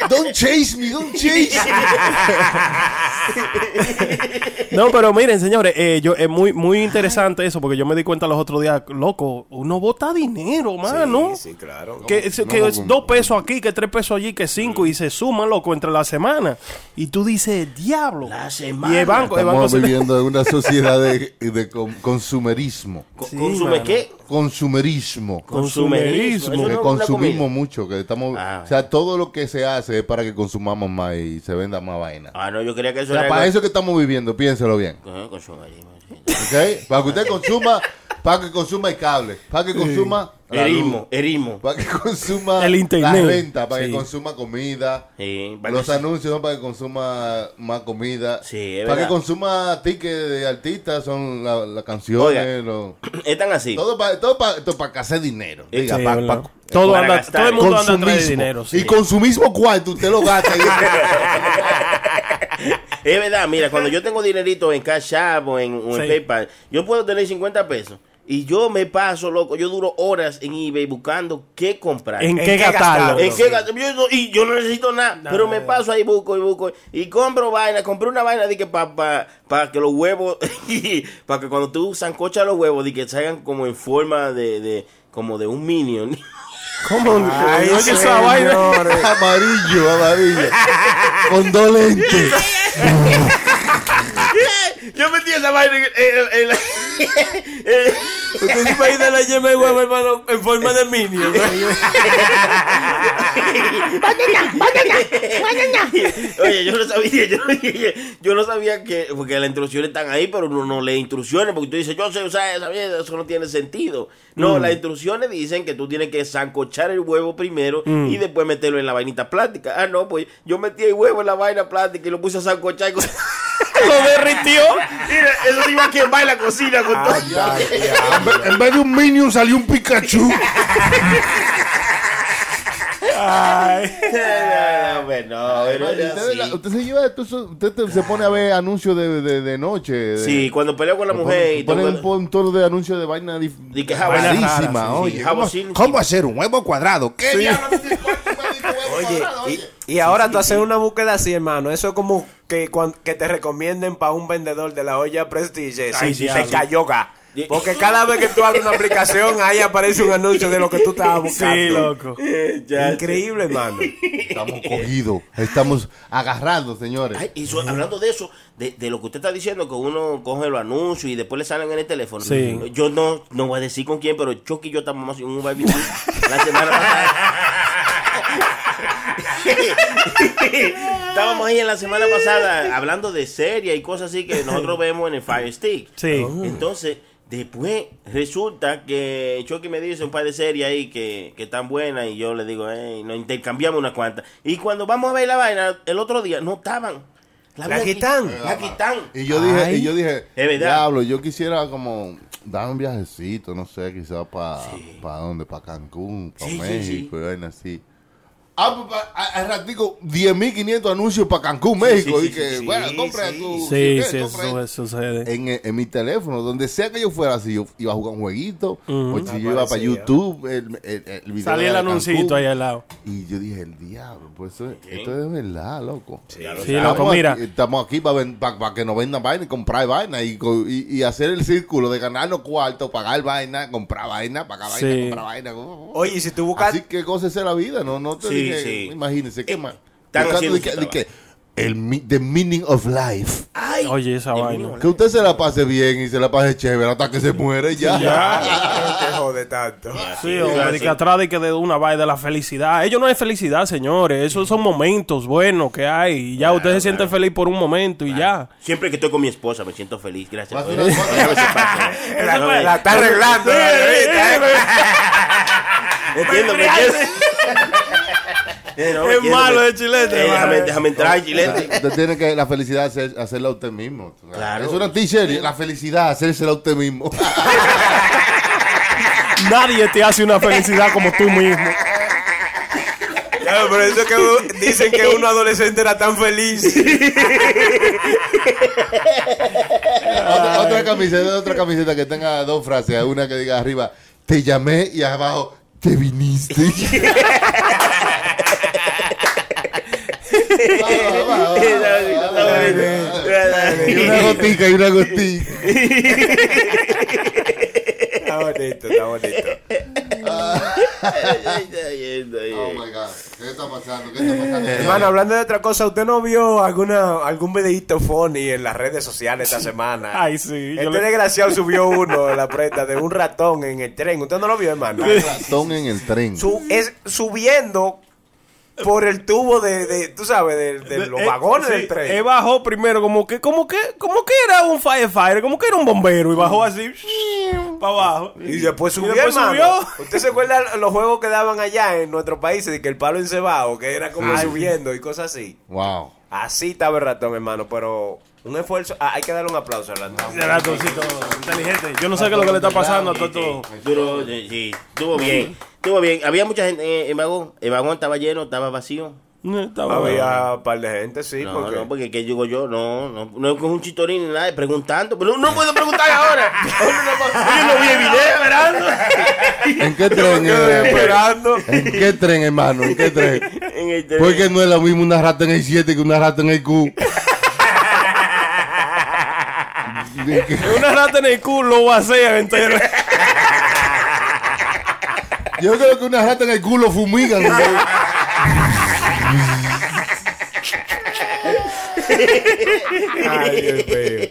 Speaker 7: Don't chase me, don't chase me.
Speaker 10: No, pero miren, señores, eh, yo, es muy, muy interesante eso, porque yo me di cuenta los otros días, loco, uno bota dinero, mano.
Speaker 9: Sí, sí, claro.
Speaker 10: Que, es- que es dos pesos aquí, que tres pesos allí, que cinco, y se suman, loco, entre la semana. Y tú dices, diablo.
Speaker 11: La
Speaker 10: Y el
Speaker 11: semana.
Speaker 10: banco, el banco
Speaker 7: Estamos
Speaker 10: se le-
Speaker 7: viviendo en una sociedad de, de con- consumerismo.
Speaker 11: Co-
Speaker 10: Sí,
Speaker 11: ¿Consume
Speaker 10: mano.
Speaker 11: qué?
Speaker 7: Consumerismo.
Speaker 10: Consumerismo.
Speaker 11: Eso no
Speaker 7: que
Speaker 11: es una
Speaker 7: consumimos
Speaker 11: comida.
Speaker 7: mucho, que estamos,
Speaker 11: Ah.
Speaker 7: o sea, todo lo que se hace es para que consumamos más y se venda más vaina.
Speaker 11: Ah, no, yo quería que
Speaker 7: O
Speaker 11: eso
Speaker 7: sea,
Speaker 11: era
Speaker 7: para
Speaker 11: algo-
Speaker 7: eso que estamos viviendo, piénselo bien.
Speaker 11: Ah, consumerismo, sí.
Speaker 7: ¿ok? Para que usted consuma, para que consuma el cable, para que consuma la luz,
Speaker 11: Erismo, erismo.
Speaker 7: para que consuma
Speaker 10: El
Speaker 7: la
Speaker 10: internet.
Speaker 7: renta, para
Speaker 10: Sí.
Speaker 7: que consuma comida.
Speaker 11: Sí, para
Speaker 7: Los
Speaker 11: que-
Speaker 7: anuncios son para que consuma más comida.
Speaker 11: Sí, es
Speaker 7: para
Speaker 11: verdad.
Speaker 7: que consuma tickets de artistas, son la- las
Speaker 11: Oiga.
Speaker 7: canciones. los-
Speaker 11: Están así.
Speaker 7: todo para todo pa- todo pa' que hacer dinero.
Speaker 11: Sí,
Speaker 7: Diga,
Speaker 10: Sí,
Speaker 7: pa-
Speaker 10: ¿verdad?
Speaker 7: pa-
Speaker 10: todo,
Speaker 11: para
Speaker 10: anda-
Speaker 11: gastar.
Speaker 10: Eh, todo el mundo anda atrás de
Speaker 7: consumismo.
Speaker 10: dinero. sí.
Speaker 7: Y con su mismo cuarto usted lo gasta.
Speaker 11: Es verdad, mira, cuando yo tengo dinerito en Cash App o en, o en
Speaker 10: Sí.
Speaker 11: PayPal, yo puedo tener 50 pesos. Y yo me paso, loco, yo duro horas en eBay buscando qué comprar.
Speaker 10: ¿En,
Speaker 9: ¿En
Speaker 10: qué
Speaker 9: qué
Speaker 10: gastarlo?
Speaker 9: gastarlo?
Speaker 11: ¿En qué gasto? Yo no- y yo no necesito nada, pero me paso ahí, busco y busco. Y compro vaina, compré una vaina de que para pa, pa que los huevos, para que cuando tú sancochas los huevos, de que salgan como en forma de, de como de un minion.
Speaker 10: ¿Cómo?
Speaker 9: Ay,
Speaker 10: Oye, esa
Speaker 9: señores.
Speaker 10: vaina.
Speaker 7: amarillo, amarillo. Con dos lentes.
Speaker 11: yo metí esa vaina en, en- en la- en-
Speaker 9: Usted se imagina la yema de huevo, hermano, en forma de minion.
Speaker 11: Oye, yo no sabía, yo, yo no sabía que, porque las instrucciones están ahí, pero uno no lee instrucciones, porque tú dices, yo sé usar esa mierda, eso no tiene sentido. No, las instrucciones dicen que tú tienes que zancochar el huevo primero y después meterlo en la vainita plástica. Ah, no, pues yo metí el huevo en la vaina plástica y lo puse a zancochar y con- lo derritió. Mira, eso te iba a quemar en la cocina con todo.
Speaker 7: En vez- En vez de un Minion salió un Pikachu.
Speaker 11: No, no, pues, no, pero era
Speaker 7: Usted, la-
Speaker 11: así.
Speaker 7: usted se lleva, usted, usted te- se pone a ver anuncios de, de, de noche. de-
Speaker 11: Sí, cuando peleo con la
Speaker 7: se pone-
Speaker 11: mujer
Speaker 7: se
Speaker 11: y
Speaker 7: pone
Speaker 11: todo-
Speaker 7: un, po- un toro de anuncios de vaina dif-
Speaker 11: Di que jabón.
Speaker 7: rarísima,
Speaker 11: Sí,
Speaker 7: oye.
Speaker 11: jabón sin-
Speaker 4: ¿Cómo hacer un huevo cuadrado? ¿Qué diablos?
Speaker 9: Oye, y, y ahora tú haces una búsqueda así, hermano. Eso es como que, cuan- que te recomienden para un vendedor de la olla Prestige.
Speaker 11: Ay,
Speaker 9: Si se
Speaker 11: diablo.
Speaker 9: cayó ga. Porque cada vez que tú abres una aplicación, ahí aparece un anuncio de lo que tú estabas buscando.
Speaker 10: Sí, loco.
Speaker 11: Ya.
Speaker 9: Increíble, hermano.
Speaker 7: Estamos cogidos, estamos agarrados, señores.
Speaker 11: Ay, y so- hablando de eso, de, de lo que usted está diciendo, que uno coge los anuncios y después le salen en el teléfono.
Speaker 10: Sí.
Speaker 11: Yo no, no voy a decir con quién, pero Chucky y yo estamos en un barbecue la semana pasada. Estábamos ahí en la semana pasada hablando de series y cosas así que nosotros vemos en el Fire Stick.
Speaker 10: Sí.
Speaker 11: Entonces, después resulta que Chucky me dice un par de series ahí que, que están buenas y yo le digo, "Ey, nos intercambiamos unas cuantas. Y cuando vamos a ver la vaina, el otro día no estaban.
Speaker 9: La
Speaker 11: habían
Speaker 9: quitan.
Speaker 11: quit- La quitan.
Speaker 7: Y yo dije, y yo dije,
Speaker 11: Es verdad.
Speaker 7: diablo, yo quisiera como dar un viajecito, no sé, quizás para para dónde, para Cancún, para
Speaker 11: Sí, sí,
Speaker 7: México, y vaina así. Ah, pues, pa- a- al ratico 10.500 anuncios para Cancún, México.
Speaker 11: sí,
Speaker 7: y que,
Speaker 11: sí, sí,
Speaker 7: bueno,
Speaker 11: sí,
Speaker 7: compra
Speaker 11: sí.
Speaker 7: tu.
Speaker 10: Sí,
Speaker 7: ticket,
Speaker 10: sí,
Speaker 7: compra
Speaker 10: eso,
Speaker 7: esto.
Speaker 10: eso sucede.
Speaker 7: en, en mi teléfono, donde sea que yo fuera, si yo iba a jugar un jueguito, o si yo iba para
Speaker 9: Aparecía.
Speaker 7: YouTube, el, el, el video
Speaker 10: Salía el
Speaker 7: era de
Speaker 10: anuncito
Speaker 7: Cancún.
Speaker 10: ahí al lado.
Speaker 7: Y yo dije, el diablo, pues eso, esto es verdad, loco.
Speaker 10: Sí,
Speaker 7: Estamos
Speaker 10: loco,
Speaker 7: aquí-
Speaker 10: mira.
Speaker 7: Estamos aquí para que nos vendan vaina y comprar vaina y, co- y- y hacer el círculo de ganarnos cuartos, pagar vaina, comprar vaina, pagar vaina,
Speaker 10: Sí.
Speaker 7: comprar vaina. Uh,
Speaker 9: Oye, y si tú buscas.
Speaker 7: Así que gócese la vida, no, no te
Speaker 11: Sí,
Speaker 7: dije,
Speaker 11: sí.
Speaker 7: imagínense, qué
Speaker 11: Eh,
Speaker 7: más.
Speaker 11: están
Speaker 7: Buscando
Speaker 11: haciendo
Speaker 7: de que-
Speaker 11: su
Speaker 7: de que el mi- the meaning of life.
Speaker 11: Ay,
Speaker 10: Oye, esa
Speaker 11: el
Speaker 10: vaina.
Speaker 11: mínimo,
Speaker 7: Que usted se la pase bien y se la pase chévere hasta que se muere y ya.
Speaker 9: No te jode tanto.
Speaker 10: Sí,
Speaker 11: o sea,
Speaker 10: hombre, de
Speaker 11: sí.
Speaker 10: que atrás de que de una vaina de la felicidad. Ello no es felicidad, señores. Esos son momentos buenos que hay. Y ya usted se siente feliz por un momento y ya.
Speaker 11: Siempre que estoy con mi esposa me siento feliz. Gracias.
Speaker 7: Más
Speaker 11: a Dios.
Speaker 7: una cosa.
Speaker 11: Ya no se pasa.
Speaker 9: La,
Speaker 11: No,
Speaker 9: Pues, la está arreglando. la revista, ¿eh?
Speaker 11: Entiendo, me entiendes. Eh, no, me
Speaker 10: Es
Speaker 11: entiendo,
Speaker 10: malo
Speaker 11: me-
Speaker 10: el chilete,
Speaker 11: Eh,
Speaker 10: hermano.
Speaker 11: déjame, déjame entrar, chilete.
Speaker 7: Usted tiene que la felicidad hacer- hacerla usted mismo.
Speaker 11: Claro.
Speaker 7: Es una t-shirt, la felicidad hacérsela usted mismo.
Speaker 10: Nadie te hace una felicidad como tú mismo.
Speaker 9: Ya, por eso que u- dicen que uno adolescente era tan feliz.
Speaker 7: otra, otra camiseta, otra camiseta que tenga dos frases, una que diga arriba, te llamé y abajo, te viniste. Vamos, vamos, vamos, vamos. Y una gotica, y una gotica.
Speaker 9: está bonito, está bonito.
Speaker 7: Oh my God. ¿Qué está pasando? ¿Qué está pasando?
Speaker 9: Hermano, hablando de otra cosa, ¿usted no vio alguna algún videíto funny en las redes sociales esta semana?
Speaker 10: Ay, sí.
Speaker 9: Este
Speaker 10: yo le-
Speaker 9: desgraciado subió uno en la prenda de un ratón en el tren. ¿Usted no lo vio, hermano?
Speaker 7: Ratón en el tren.
Speaker 9: Su- es subiendo por el tubo de, de- tú sabes, de, de los
Speaker 10: Eh,
Speaker 9: vagones
Speaker 10: sí,
Speaker 9: del tren.
Speaker 10: Él bajó primero como que, como que, como que era un firefighter, como que era un bombero y bajó así para abajo.
Speaker 9: Y después subió,
Speaker 10: después
Speaker 9: hermano.
Speaker 10: subió.
Speaker 9: ¿Usted se acuerda los juegos que daban allá en nuestro país de que el palo encebado, que era como subiendo y cosas así?
Speaker 7: Wow.
Speaker 9: Así estaba el ratón, hermano, pero un esfuerzo. ah, hay que darle un aplauso al ratón.
Speaker 10: Era ratoncito inteligente. Yo no sé qué es lo que le está pasando a todo esto.
Speaker 11: Duró, eh, sí, estuvo bien. Estuvo bien. Había mucha gente eh, en el vagón. El vagón estaba lleno, estaba vacío.
Speaker 10: No, estaba
Speaker 9: Había un par de gente, sí,
Speaker 11: No,
Speaker 9: porque.
Speaker 11: no, porque que digo yo, no, no, no es con un chitorín ni nada, es preguntando, pero no puedo preguntar ahora. Yo no vi el video esperando.
Speaker 7: ¿En qué tren?
Speaker 9: Yo estoy esperando.
Speaker 7: hermano? ¿En qué tren, hermano? ¿En qué tren?
Speaker 11: En el tren.
Speaker 7: Porque no es lo mismo una rata en el 7 que una rata en el Q.
Speaker 10: Una rata en el culo lo vacía entero.
Speaker 7: Yo creo que una rata en el culo fumigan. ¿no?
Speaker 9: Ay, Dios mío.
Speaker 10: Ay,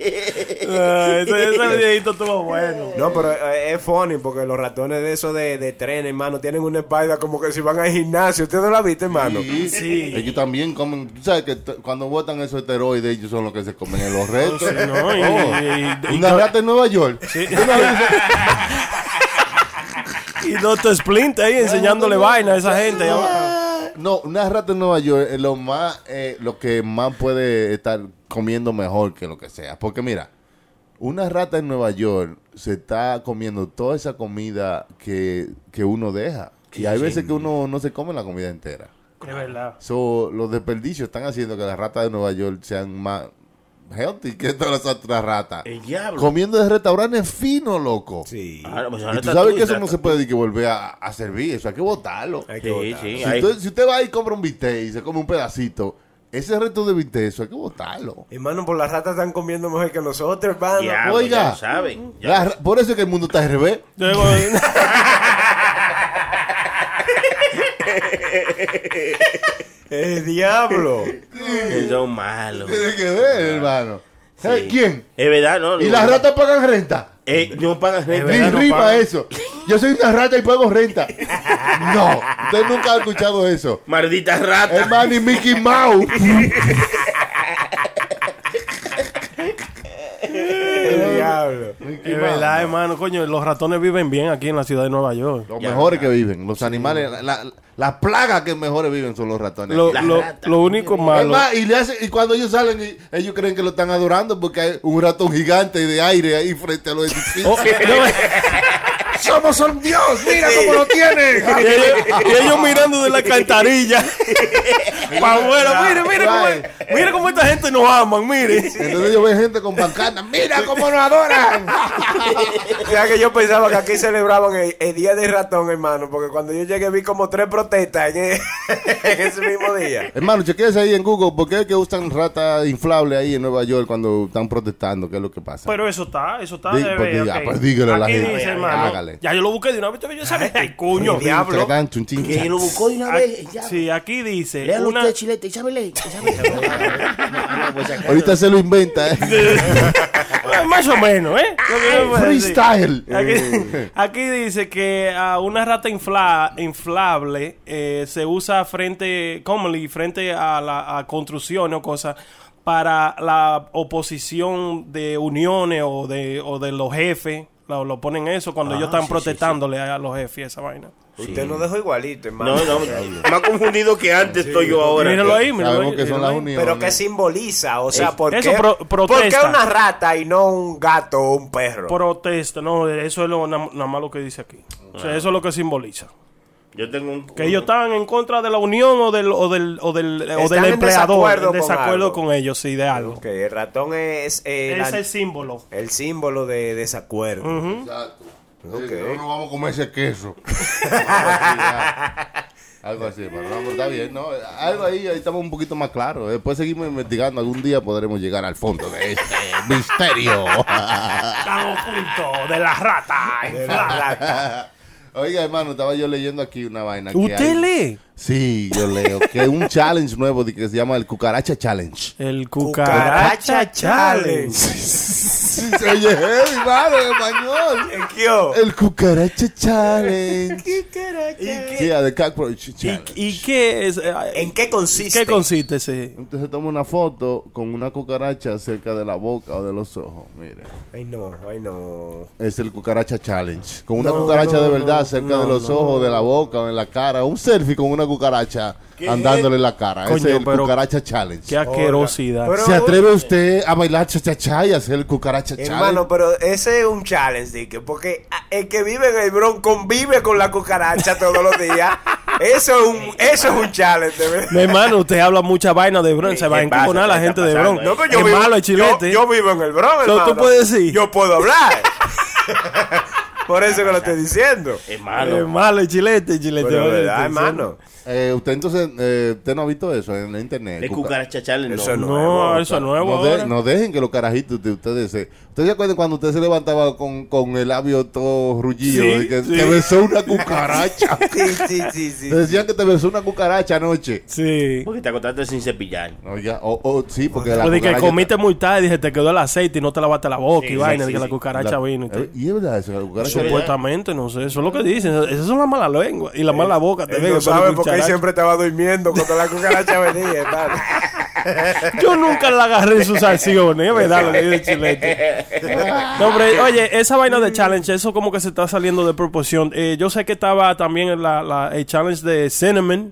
Speaker 10: ese, ese videito estuvo bueno.
Speaker 9: No, pero eh, es funny porque los ratones de esos de, de tren, hermano, tienen una espalda como que si van al gimnasio. ¿Usted no la viste, hermano?
Speaker 7: Sí,
Speaker 10: Sí.
Speaker 7: Ellos también comen. Tú sabes que t- cuando botan esos esteroides, ellos son los que se comen en los
Speaker 10: No,
Speaker 7: restos.
Speaker 10: Oh, sí, no, y- y- y- y-
Speaker 7: una rata en Nueva York.
Speaker 10: Y Dr. Splint ahí enseñándole vaina a esa gente. allá abajo.
Speaker 7: No, una rata en Nueva York es lo más, eh, lo que más puede estar comiendo mejor que lo que sea. Porque mira, una rata en Nueva York se está comiendo toda esa comida que, que uno deja. Y hay veces que uno no se come la comida entera.
Speaker 10: Es verdad.
Speaker 7: So, los desperdicios están haciendo que las ratas de Nueva York sean más healthy que todas las otras ratas.
Speaker 11: El diablo.
Speaker 7: Comiendo de restaurantes finos, loco.
Speaker 9: Sí.
Speaker 11: Ahora, pues,
Speaker 7: y tú
Speaker 11: ahora está
Speaker 7: sabes
Speaker 11: tú,
Speaker 7: que eso
Speaker 11: está-
Speaker 7: no se puede de que volver a, a servir, eso hay que botarlo.
Speaker 9: Hay que
Speaker 11: Sí,
Speaker 9: votar.
Speaker 11: sí.
Speaker 7: Si
Speaker 11: ahí-
Speaker 7: usted, si usted va y compra un bistec y se come un pedacito, ese resto de bistec, eso hay que botarlo.
Speaker 9: Hermano, por las ratas están comiendo mejor que nosotros, hermano.
Speaker 11: diablo,
Speaker 7: oiga.
Speaker 11: ya lo saben. Ya-
Speaker 7: La ra- por eso es que el mundo está al revés.
Speaker 10: Yo digo,
Speaker 9: ¡Eh, diablo!
Speaker 11: Son malos.
Speaker 7: Tiene que ver, hermano. ¿Sabe
Speaker 11: Sí.
Speaker 7: quién?
Speaker 11: Es verdad, ¿no?
Speaker 7: Y las ratas pagan renta.
Speaker 11: Eh, no pagan renta.
Speaker 7: Ni
Speaker 11: no
Speaker 7: rima
Speaker 11: pagan.
Speaker 7: eso. Yo soy una rata y pago renta. No, usted nunca ha escuchado eso.
Speaker 11: Maldita rata.
Speaker 7: Hermano, y Mickey Mouse.
Speaker 9: ¡El diablo!
Speaker 10: Es verdad, hermano, coño, los ratones viven bien aquí en la ciudad de Nueva York.
Speaker 7: Los
Speaker 11: Ya,
Speaker 7: mejores que viven, los animales, la- la- las plagas que mejores viven son los ratones.
Speaker 10: Lo,
Speaker 11: Las
Speaker 10: lo-
Speaker 11: ratas.
Speaker 10: lo único
Speaker 7: Es
Speaker 10: malo.
Speaker 7: más, y, le hacen- y cuando ellos salen, y- ellos creen que lo están adorando porque hay un ratón gigante de aire ahí frente a los edificios.
Speaker 10: Oh, no,
Speaker 4: ¡Somos un dios! ¡Mira cómo lo tienen!
Speaker 10: y, ellos, y ellos mirando de la alcantarilla. Pa' afuera, mire, mire cómo,
Speaker 7: Right.
Speaker 10: mire cómo esta gente nos aman, mire.
Speaker 7: Entonces ellos ven gente con pancartas. ¡Mira cómo nos adoran!
Speaker 9: O sea que yo pensaba que aquí celebraban el, el día del ratón, hermano, porque cuando yo llegué vi como tres protestas en, e- en ese mismo día.
Speaker 7: Hermano, chequees ahí en Google por qué es que usan ratas inflables ahí en Nueva York cuando están protestando. ¿Qué es lo que pasa?
Speaker 10: Pero eso está, eso está.
Speaker 7: Di-
Speaker 10: debe,
Speaker 7: porque-
Speaker 10: ok.
Speaker 7: ah, pues dígale a la
Speaker 10: Aquí
Speaker 7: gente.
Speaker 10: dice,
Speaker 7: Ay,
Speaker 10: hermano,
Speaker 7: hágale.
Speaker 10: Ya yo lo busqué de una vez, pero yo sabía. ¡Ay, coño! ah,
Speaker 9: Ay, diablo.
Speaker 7: Chacán, chun, chin,
Speaker 11: Que
Speaker 7: chan.
Speaker 11: lo buscó de una
Speaker 7: Ah,
Speaker 11: vez. el diablo.
Speaker 10: Sí, aquí dice.
Speaker 11: Eh, Léalo
Speaker 10: una-
Speaker 11: usted, chilete. Isabel, Isabel.
Speaker 7: Ahorita se lo inventa, ¿eh?
Speaker 10: Eh, Más o menos, ¿eh? Lo que yo puedo decir.
Speaker 7: Ah, Freestyle.
Speaker 10: Aquí, aquí dice que a una rata infla- inflable eh, se usa frente, commonly, frente a la a construcción o cosas para la oposición de uniones o de, o de los jefes. Lo, lo ponen eso
Speaker 7: Ah,
Speaker 10: cuando ellos están protestándole a los jefes esa vaina.
Speaker 9: Usted nos dejó igualito, hermano.
Speaker 11: No, no. Más confundido que antes estoy yo ahora.
Speaker 10: Míralo ahí, míralo
Speaker 7: Sabemos
Speaker 10: ahí,
Speaker 7: que son
Speaker 10: míralo
Speaker 7: las
Speaker 10: ahí.
Speaker 7: uniones.
Speaker 9: Pero que simboliza, o sea, ¿por
Speaker 10: eso
Speaker 9: qué,
Speaker 10: pro-
Speaker 9: ¿por qué
Speaker 10: protesta.
Speaker 9: una rata y no un gato o un perro?
Speaker 10: Protesta, no, eso es lo na- nada más lo que dice aquí. O sea, eso es lo que simboliza.
Speaker 11: Yo tengo un.
Speaker 10: Que ellos estaban en contra de la unión o del, o del, o del, o
Speaker 9: Están
Speaker 10: del
Speaker 9: en
Speaker 10: empleador.
Speaker 9: desacuerdo
Speaker 10: en
Speaker 9: con
Speaker 10: desacuerdo
Speaker 9: algo.
Speaker 10: con, ellos, sí, de algo.
Speaker 9: Ok, el ratón es el,
Speaker 10: Ese es el símbolo.
Speaker 9: el símbolo de desacuerdo.
Speaker 7: Exacto.
Speaker 9: Ok.
Speaker 7: Sí, No nos vamos a comer ese queso. Algo así, ah. Algo así, pero no, pero está bien, ¿no? Algo ahí, ahí estamos un poquito más claros. Después seguimos investigando. Algún día podremos llegar al fondo de este misterio.
Speaker 10: Tan oculto Oh, de la rata. inflada.
Speaker 7: Oiga, hermano, estaba yo leyendo aquí una vaina. que
Speaker 10: ¿Usted
Speaker 7: hay-
Speaker 10: lee?
Speaker 7: Sí, yo leo. Que hay un challenge nuevo de que se llama el Cucaracha Challenge.
Speaker 10: El
Speaker 9: Cucaracha Challenge.
Speaker 7: Se oye heavy, mano, en español.
Speaker 9: ¿Qué o?
Speaker 7: El Cucaracha Challenge. Yeah, the Cockroach
Speaker 10: ¿Y,
Speaker 7: Challenge.
Speaker 10: ¿Y qué es? eh,
Speaker 9: ¿En qué consiste?
Speaker 10: qué consiste ese?
Speaker 7: Usted se toma una foto con una cucaracha cerca de la boca o de los ojos. Mire,
Speaker 9: Ay, no, ay, no.
Speaker 7: es el cucaracha challenge. Con una cucaracha de verdad cerca de los ojos, de la boca o en la cara. Un selfie con una cucaracha andándole en la cara.
Speaker 10: Coño,
Speaker 7: Ese es el
Speaker 10: pero-
Speaker 7: cucaracha challenge.
Speaker 10: Qué asquerosidad.
Speaker 9: Pero-
Speaker 7: ¿Se atreve usted a bailar chachachá y hacer el cucaracha
Speaker 9: Hermano,
Speaker 7: challenge?
Speaker 9: pero ese es un challenge, Dick, porque ah, el que vive en el Bronx convive con la cucaracha todos los días. Eso es un, eso es un challenge, de verdad.
Speaker 10: Mi hermano, usted habla mucha vaina de Bron.
Speaker 11: ¿Qué-
Speaker 10: Se va a
Speaker 11: qué pasa?
Speaker 10: encojonar la
Speaker 11: ¿Qué
Speaker 10: gente
Speaker 11: está
Speaker 10: de Bron.
Speaker 11: pasando
Speaker 9: No, pero yo
Speaker 10: es
Speaker 9: vivo,
Speaker 10: malo el
Speaker 9: yo-
Speaker 10: chilete.
Speaker 9: Yo, vivo en el Bronx,
Speaker 10: So, tú
Speaker 9: hermano.
Speaker 10: puedes decir.
Speaker 9: Yo puedo hablar. Por eso que lo estoy diciendo.
Speaker 11: Es
Speaker 10: Es
Speaker 11: malo.
Speaker 10: malo el chilete, el chilete.
Speaker 9: Pero,
Speaker 10: oye,
Speaker 9: ¿verdad,
Speaker 10: te-
Speaker 9: hermano?
Speaker 7: Eh, usted entonces, eh, usted no ha visto eso en la internet.
Speaker 11: Es
Speaker 7: Cuca-
Speaker 11: cucaracha challenge.
Speaker 9: Eso
Speaker 11: No.
Speaker 9: no.
Speaker 10: No, eso es nuevo.
Speaker 7: No, de-
Speaker 10: ahora.
Speaker 7: no dejen que los carajitos de ustedes se... ¿Ustedes se acuerdan cuando usted se levantaba con, con el labio todo rullido?
Speaker 10: Sí,
Speaker 7: y que
Speaker 10: sí.
Speaker 7: te besó una cucaracha.
Speaker 9: Sí, sí, sí, sí.
Speaker 7: Te decían que te besó una cucaracha anoche.
Speaker 10: Sí.
Speaker 11: Porque te acostaste sin cepillar.
Speaker 7: No, ya, o- o- sí, porque la
Speaker 10: O de que
Speaker 7: cucaracha-
Speaker 10: comiste muy tarde y se te quedó el aceite y no te lavaste la boca
Speaker 11: Sí,
Speaker 10: y vaina,
Speaker 11: sí,
Speaker 10: de que
Speaker 11: sí,
Speaker 10: la
Speaker 11: sí. eh.
Speaker 10: cucaracha
Speaker 7: la-
Speaker 10: vino y todo.
Speaker 7: Eh, Y es verdad, eso, la cucaracha...
Speaker 11: Eso-
Speaker 10: Supuestamente, no sé, eso es lo que dicen. Esas son las malas lenguas y la mala boca. Te
Speaker 9: Él
Speaker 10: digo,
Speaker 9: no
Speaker 10: son
Speaker 9: sabe porque él
Speaker 10: cucharachas.
Speaker 9: siempre estaba durmiendo cuando la cucaracha venía, hermano.
Speaker 10: Yo nunca la agarré en sus acciones, es verdad, lo que dice Chilete. No, hombre, oye, esa vaina de challenge, eso como que se está saliendo de proporción. Eh, yo sé que estaba también la- la- el challenge de Cinnamon.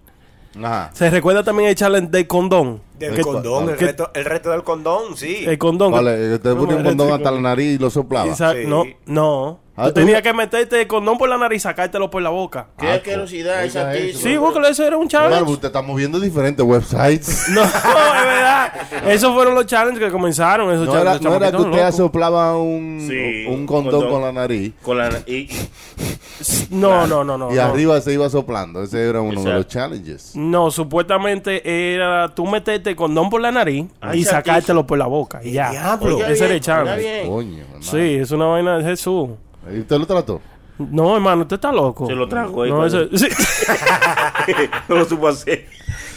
Speaker 7: Ajá.
Speaker 10: Se recuerda también el challenge de condón.
Speaker 9: Del
Speaker 7: ¿Qué-
Speaker 9: condón, el
Speaker 7: ¿Qué-
Speaker 9: reto, el reto del condón, sí.
Speaker 10: El condón.
Speaker 7: Vale, eh, te ponía un condón hasta la nariz y lo soplaba.
Speaker 10: Esa- No, no.
Speaker 7: Ah,
Speaker 10: Tú tenías que meterte el condón por la nariz y sacártelo por la boca.
Speaker 11: Qué asquerosidad esa tiza.
Speaker 10: Sí, búscalo, eso era un challenge.
Speaker 7: Claro, usted está moviendo diferentes websites.
Speaker 10: No, es verdad. Esos fueron los challenges que comenzaron. Esos
Speaker 7: No era,
Speaker 10: challenges,
Speaker 7: no era que
Speaker 10: chamaquitos,
Speaker 7: usted
Speaker 10: loco.
Speaker 7: soplaba un,
Speaker 11: Sí,
Speaker 7: un condón,
Speaker 11: condón.
Speaker 7: con la nariz
Speaker 11: Con la, y,
Speaker 10: No, no, no, no.
Speaker 7: y
Speaker 10: no.
Speaker 7: arriba se iba soplando. Ese era uno de
Speaker 11: Exacto.
Speaker 7: los challenges.
Speaker 10: No, supuestamente era tú meterte el condón por la nariz
Speaker 11: Ay,
Speaker 10: y
Speaker 11: esa
Speaker 10: sacártelo por la boca. Y ya.
Speaker 9: diablo.
Speaker 10: Ese era el
Speaker 11: Está
Speaker 10: challenge.
Speaker 11: bien.
Speaker 7: Coño, hermano.
Speaker 10: Sí, es una vaina de Jesús.
Speaker 7: ¿Y usted lo trató?
Speaker 10: No, hermano, usted está loco.
Speaker 11: Se lo trajo ahí.
Speaker 10: No, eso, sí.
Speaker 11: no lo supo hacer.